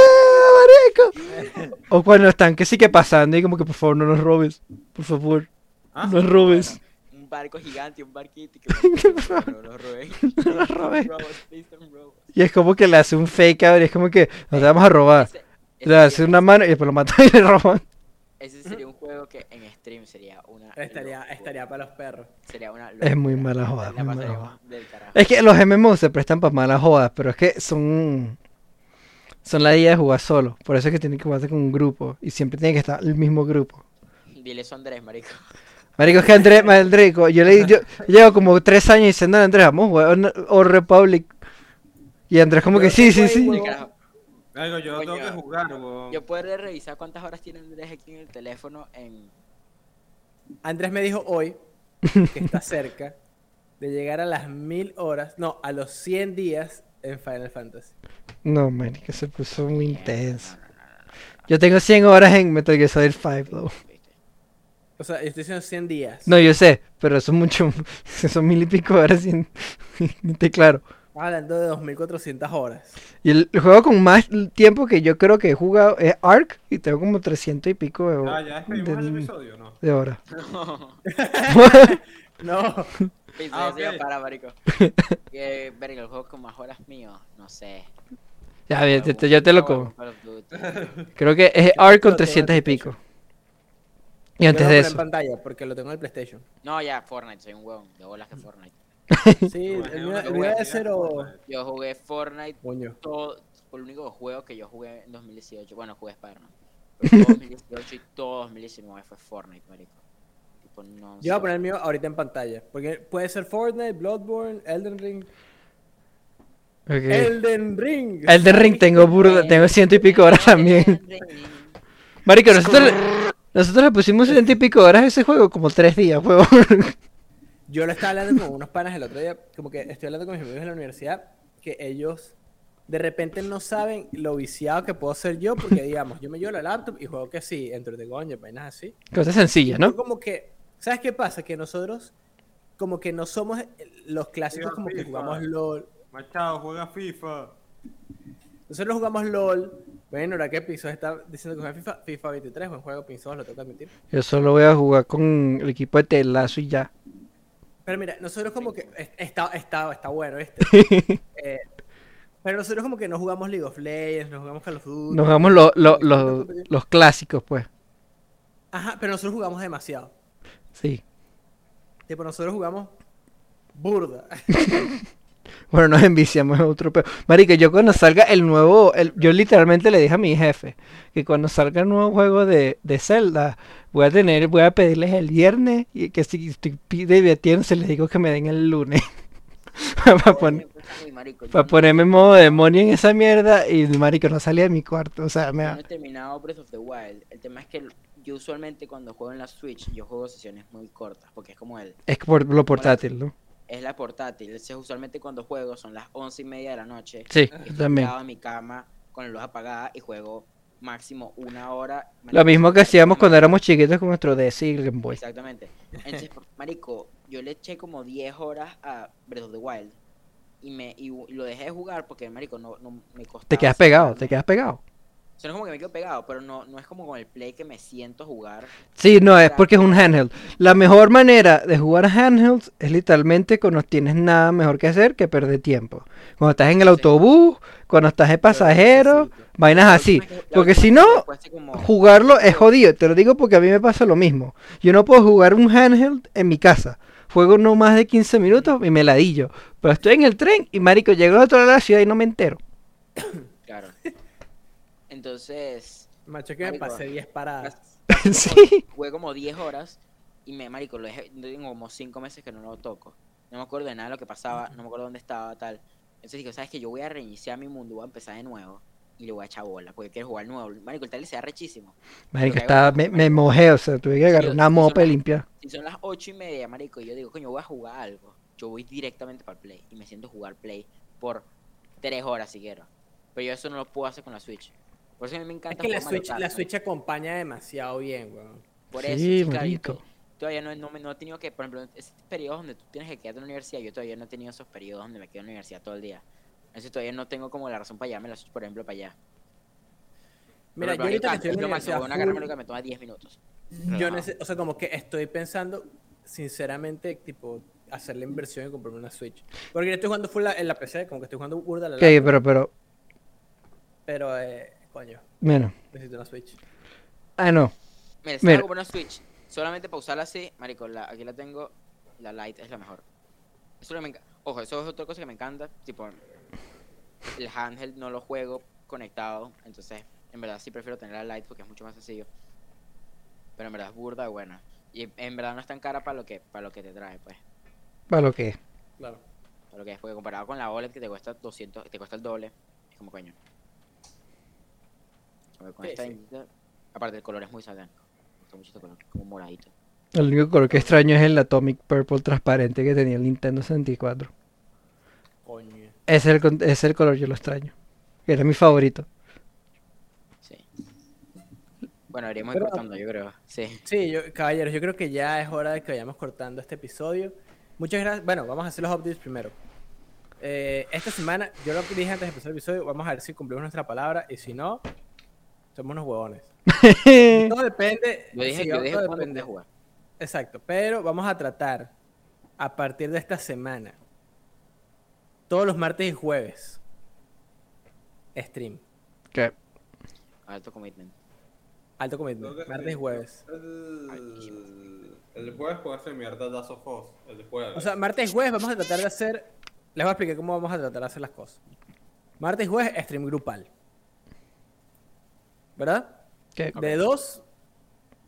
Speaker 2: ¡Ah, marico! O cuando están que sí que pasando y como que por favor no nos robes. Por favor,
Speaker 3: Ah,
Speaker 2: no nos robes.
Speaker 4: Un barco gigante, un barquito y que no lo robé. No
Speaker 2: lo robé.
Speaker 4: robé.
Speaker 2: Y es como que le hace un fake out y es como que nos vamos a robar. Le hace una mano y después lo matan y le roban.
Speaker 4: Ese sería un juego que en stream sería una.
Speaker 1: Estaría,
Speaker 4: locura.
Speaker 1: estaría para los perros.
Speaker 4: Sería una.
Speaker 2: Es muy
Speaker 4: locura.
Speaker 2: mala joda,
Speaker 4: La
Speaker 2: muy mala
Speaker 4: pasaría
Speaker 2: joda.
Speaker 4: del carajo.
Speaker 2: Es que los MMOs se prestan para malas jodas, pero es que son. Son la idea de jugar solo. Por eso es que tienen que jugarse con un grupo. Y siempre tiene que estar el mismo grupo.
Speaker 4: dile eso a Andrés, marico.
Speaker 2: Marico, es que Andrés, Andrico, yo le yo llevo como tres años diciendo a Andrés, vamos, weón, o Republic. Y Andrés como que sí, sí, sí.
Speaker 4: Y carajo,
Speaker 3: Marico, yo
Speaker 4: Coño.
Speaker 3: tengo que jugar, weón.
Speaker 4: Yo podré revisar cuántas horas tiene Andrés aquí en el teléfono en...
Speaker 1: Andrés me dijo hoy que está cerca de llegar a las mil horas, no, a los 100 días en Final Fantasy.
Speaker 2: No, marico, se puso muy intenso. Yo tengo 100 horas en Metal Gear Solid 5, though.
Speaker 1: O sea, yo estoy diciendo 100 días.
Speaker 2: No, yo sé, pero eso es mucho, son mil y pico horas sin, ni te claro.
Speaker 1: Estaba Hablando de 2400 horas.
Speaker 2: Y el el juego con más tiempo que yo creo que he jugado es Ark y tengo como 300 y pico de,
Speaker 3: Ah, ya despedimos el
Speaker 2: de-
Speaker 3: episodio, ¿no?
Speaker 2: de horas.
Speaker 1: No,
Speaker 4: Pensé
Speaker 3: Ah,
Speaker 4: que se iba
Speaker 3: ok.
Speaker 4: a parar, marico. Que, verga, el juego con más horas mío, no sé.
Speaker 2: ya, bien, te- te- yo te lo como.
Speaker 4: Call of Duty.
Speaker 2: Creo que es Ark con
Speaker 1: Lo tengo en
Speaker 2: 300 y
Speaker 1: PlayStation.
Speaker 2: pico. Y antes
Speaker 1: Yo lo voy a
Speaker 2: de
Speaker 1: poner en
Speaker 2: eso.
Speaker 1: pantalla porque lo tengo en el PlayStation.
Speaker 4: No, ya, Fortnite, soy un huevón. De bolas que Fortnite.
Speaker 1: Sí,
Speaker 3: Me
Speaker 1: el mío
Speaker 3: imagino una
Speaker 1: el mío debe
Speaker 3: jugabilidad
Speaker 1: ser o...
Speaker 3: formal.
Speaker 4: Yo jugué Fortnite
Speaker 1: Coño.
Speaker 4: todo. Fue el único juego que yo jugué en 2018. Bueno, jugué Spider-Man. Pero todo 2018 y todo 2019 fue Fortnite, marico. Tipo, no
Speaker 1: Yo voy a
Speaker 4: sé.
Speaker 1: poner el mío ahorita en pantalla. Porque puede ser Fortnite, Bloodborne, Elden Ring.
Speaker 2: El
Speaker 1: Elden Ring.
Speaker 2: Elden Ring tengo burda, tengo ciento y pico horas también. Marico, nosotros, nosotros le pusimos ciento y pico horas a ese juego como tres días, juego.
Speaker 1: Yo lo estaba hablando con unos panas el otro día, como que estoy hablando con mis amigos de la universidad, que ellos de repente no saben lo viciado que puedo ser yo, porque digamos, yo me llevo la laptop y juego que sí, entre the Gungeon, vainas así.
Speaker 2: Cosa sencilla,
Speaker 1: Yo
Speaker 2: ¿no?
Speaker 1: Como que, ¿sabes qué pasa? Que nosotros como que no somos los clásicos
Speaker 3: Diga
Speaker 1: como que
Speaker 3: FIFA.
Speaker 1: jugamos LOL.
Speaker 3: Machado, juega FIFA.
Speaker 1: Nosotros jugamos LOL. Bueno, ahora que Pinzón está diciendo que juega FIFA, FIFA 23, buen juego Pinzón, lo tengo que admitir.
Speaker 2: Yo solo voy a jugar con el equipo de Telazo y ya.
Speaker 1: Pero mira, nosotros como que es- está, está, está bueno este. Eh, pero nosotros como que no jugamos League of Legends, no jugamos Call of Duty.
Speaker 2: Nos jugamos lo- lo- lo- los clásicos, pues.
Speaker 1: Ajá, pero nosotros jugamos demasiado.
Speaker 2: Sí.
Speaker 1: Tipo, nosotros jugamos burda.
Speaker 2: Bueno, nos enviciamos a otro peo. Marico, yo cuando salga el nuevo, el- yo literalmente le dije a mi jefe que cuando salga el nuevo juego de, de Zelda, voy a tener, voy a pedirles el viernes y que si estoy pi- divirtiéndose les digo que me den el lunes. para, pon-
Speaker 4: Coño, puta, muy marico, yo
Speaker 2: para
Speaker 4: no-
Speaker 2: ponerme en modo demonio en esa mierda y marico no salía de mi cuarto, o sea, me
Speaker 4: yo
Speaker 2: da-
Speaker 4: no he terminado Breath of the Wild. El tema es que yo usualmente cuando juego en la Switch, yo juego sesiones muy cortas, porque es como el,
Speaker 2: es por lo portátil, ¿no?
Speaker 4: es la portátil. Entonces, usualmente cuando juego son las once y media de la noche.
Speaker 2: Sí,
Speaker 4: y
Speaker 2: yo
Speaker 4: Estoy
Speaker 2: también.
Speaker 4: tirado en mi cama con la luz apagada y juego máximo una hora.
Speaker 2: Lo mismo que hacíamos cuando
Speaker 4: éramos
Speaker 2: éramos chiquitos con nuestro DS y el Game Boy.
Speaker 4: Exactamente. Entonces, marico, yo le eché como 10 horas a Breath of the Wild y me y u- lo dejé de jugar porque, marico, no, no me costaba.
Speaker 2: Te quedas pegado, te quedas pegado.
Speaker 4: O sea, no es como que me quedo pegado, pero no, no es como con el play que me siento jugar.
Speaker 2: Sí, no, es porque es un handheld. La mejor manera de jugar a handhelds es literalmente cuando no tienes nada mejor que hacer que perder tiempo. Cuando estás en el
Speaker 4: Sí.
Speaker 2: autobús, cuando estás de pasajero,
Speaker 1: Necesito.
Speaker 2: vainas
Speaker 4: La
Speaker 2: así.
Speaker 4: última que- la
Speaker 2: Porque
Speaker 4: última
Speaker 2: si
Speaker 4: que
Speaker 2: no,
Speaker 4: jugué fue hace como-
Speaker 2: jugarlo es jodido. Te lo digo porque a mí me pasa lo mismo. Yo no puedo jugar un handheld en mi casa. Juego no más de 15 minutos y me ladillo. Pero estoy en el tren y marico, llego a otro lado de la ciudad y no me entero.
Speaker 4: Claro. Entonces,
Speaker 1: Macho, que me
Speaker 4: Marico.
Speaker 1: pasé 10 paradas.
Speaker 2: sí.
Speaker 4: jugué como 10 horas y me, marico, lo dejé, tengo como 5 meses que no lo toco. No me acuerdo de nada de lo que pasaba, no me acuerdo dónde estaba, tal. Entonces dije, ¿sabes que Yo voy a reiniciar mi mundo, voy a empezar de nuevo y le voy a echar bola, porque quiero jugar nuevo. Marico, el tal se da rechísimo.
Speaker 2: Marico,
Speaker 4: Pero
Speaker 2: estaba, me, me mojé, o sea, tuve que agarrar
Speaker 4: yo-
Speaker 2: una
Speaker 4: yo
Speaker 2: mopa y
Speaker 4: solo-
Speaker 2: limpiar.
Speaker 4: Si son las 8 y media, marico, y yo digo, coño, voy a jugar algo. Yo voy directamente para el Play y me siento a jugar Play por 3 horas si quiero. Pero yo eso no lo puedo hacer con la Switch. Por eso a mí me
Speaker 1: Es
Speaker 4: encanta
Speaker 1: que la
Speaker 4: jugar Mario
Speaker 1: Switch,
Speaker 4: Kart,
Speaker 1: la
Speaker 4: ¿no?
Speaker 1: Switch acompaña demasiado bien, weón.
Speaker 4: Por
Speaker 2: Sí,
Speaker 4: eso, sí, claro, yo
Speaker 2: marico.
Speaker 4: to- todavía no, no, me- no he tenido que, por ejemplo, esos periodos donde tú tienes que quedarte en la universidad, yo todavía no he tenido esos periodos donde me quedo en la universidad todo el día. Entonces todavía no tengo como la razón para llevarme la Switch, por ejemplo, para allá.
Speaker 1: Mira, yo ahorita
Speaker 4: Por ejemplo,
Speaker 1: que
Speaker 4: Mario Kart,
Speaker 1: estoy en
Speaker 4: es
Speaker 1: la
Speaker 4: lo
Speaker 1: universidad
Speaker 4: máximo, voy a agarrarme lo
Speaker 1: full,
Speaker 4: que me toma 10 minutos.
Speaker 1: Yo
Speaker 4: Relajado.
Speaker 1: nece- o sea, como que estoy pensando, sinceramente, tipo, hacer la inversión y comprarme una Switch. Porque yo estoy jugando full la- en la PC, como que estoy jugando burda la
Speaker 2: Ok,
Speaker 1: laptop,
Speaker 2: pero, pero,
Speaker 1: pero, eh, coño,
Speaker 2: bueno.
Speaker 1: necesito una Switch.
Speaker 2: Ah, no.
Speaker 4: Mira, si me
Speaker 2: Mira.
Speaker 4: comprar una Switch, solamente para usarla así, marico, la- aquí la tengo, la Lite es la mejor. Eso es lo que me enca- Ojo, eso es otra cosa que me encanta, tipo, el handheld no lo juego conectado, entonces, en verdad sí prefiero tener la Lite porque es mucho más sencillo. Pero en verdad es burda buena. Y en verdad no es tan cara para lo que, para lo que te trae, pues.
Speaker 2: Para lo que es.
Speaker 1: Claro.
Speaker 4: Para lo que es, porque comparado con la OLED que te cuesta 200, te cuesta el doble, es como coño. Porque con
Speaker 1: Sí,
Speaker 4: esta
Speaker 1: sí.
Speaker 4: vainita- aparte el color es muy satánico. Me gusta mucho este color, como moradito.
Speaker 2: El único color que extraño es el Atomic Purple transparente que tenía el Nintendo 64.
Speaker 1: Coño.
Speaker 2: Ese es el, con- ese es el color, yo lo extraño. Era mi favorito.
Speaker 4: Sí. Bueno, iremos
Speaker 1: Pero-
Speaker 4: cortando, yo creo. Sí.
Speaker 1: Sí, yo- caballeros, yo creo que ya es hora de que vayamos cortando este episodio. Muchas gracias. Bueno, vamos a hacer los updates primero. Eh, esta semana, yo lo que dije antes de empezar el episodio, vamos a ver si cumplimos nuestra palabra y si no, somos unos huevones. Todo depende.
Speaker 4: Yo dije,
Speaker 1: sí,
Speaker 4: yo
Speaker 1: todo
Speaker 4: dije cuándo
Speaker 1: depende.
Speaker 4: de jugar.
Speaker 1: Exacto, pero vamos a tratar a partir de esta semana, todos los martes y jueves, stream,
Speaker 2: Que-
Speaker 4: Alto commitment.
Speaker 1: alto
Speaker 3: Creo
Speaker 1: commitment,
Speaker 3: que
Speaker 1: martes
Speaker 3: sí.
Speaker 1: y jueves.
Speaker 3: El, el jueves puede hacer mierda Dazo of Us, El jueves.
Speaker 1: O sea, martes y jueves vamos a tratar de hacer. Les voy a explicar cómo vamos a tratar de hacer las cosas. Martes y jueves, stream grupal. ¿Verdad?
Speaker 2: que-
Speaker 1: De dos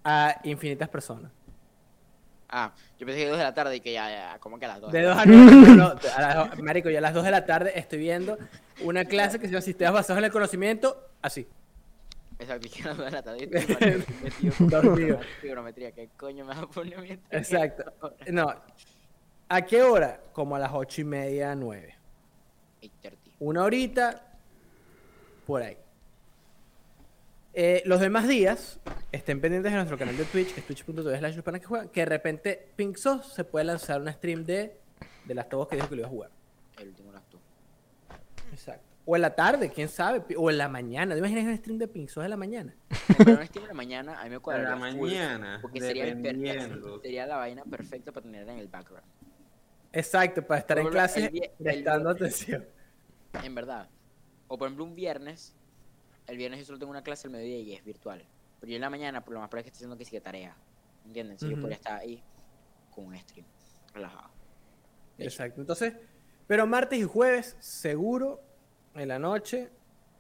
Speaker 1: a infinitas personas.
Speaker 4: Ah, yo pensé que 2 de la tarde y que ya, ya, como que a las 2.
Speaker 1: De dos a nueve. no, a las dos- Marico, yo a las dos de la tarde estoy viendo una clase que se llama Sistemas Basados en el Conocimiento, así.
Speaker 4: Exacto, y que a las 2 de la tarde y estoy marico, metido con
Speaker 1: Dormido.
Speaker 4: fibrometría. ¿Qué coño me va a poner mientras?
Speaker 1: Exacto. No. ¿A qué hora? Como a las ocho y media, nueve.
Speaker 4: 8:30.
Speaker 1: Una horita, por ahí. Eh, los demás días, estén pendientes de nuestro canal de Twitch, que es twitch.tv slash los panas que juegan, que de repente Pinksos se puede lanzar un stream de, de las tobos que dijo que lo iba a jugar.
Speaker 4: El último eras tú.
Speaker 1: Exacto. O en la tarde, quién sabe, pi- o en la mañana. ¿Te imaginas un stream de Pinksos de la mañana?
Speaker 4: Pero no estimo en la mañana, a mí me
Speaker 3: A
Speaker 4: cuadraría
Speaker 3: la
Speaker 4: full,
Speaker 3: mañana.
Speaker 4: Porque sería, el per-
Speaker 3: dependiendo.
Speaker 4: sería la vaina perfecta para tener en el background.
Speaker 1: Exacto, para estar en
Speaker 4: Solo
Speaker 1: clase
Speaker 4: el vie- el
Speaker 1: prestando
Speaker 4: viernes.
Speaker 1: atención.
Speaker 4: En verdad. O por ejemplo un viernes. El viernes yo solo tengo una clase al mediodía y es virtual. Pero yo en la mañana, por lo más probable es que esté haciendo que sí que tarea. ¿Entienden? Si yo
Speaker 1: Ujú.
Speaker 4: podría estar ahí con un stream. Relajado. De hecho.
Speaker 1: Exacto. Entonces, pero martes y jueves, seguro, en la noche,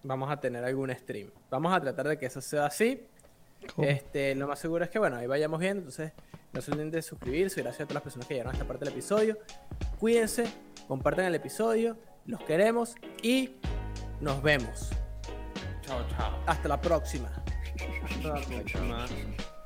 Speaker 1: vamos a tener algún stream. Vamos a tratar de que eso sea así.
Speaker 2: Cool.
Speaker 1: Este, lo más seguro es que, bueno, ahí vayamos viendo. Entonces, no se olviden de suscribirse. Gracias a todas las personas que llegaron a esta parte del episodio. Cuídense, compartan el episodio. Los queremos y nos vemos.
Speaker 3: Chao, chao.
Speaker 1: Hasta la próxima.
Speaker 3: Hasta la próxima.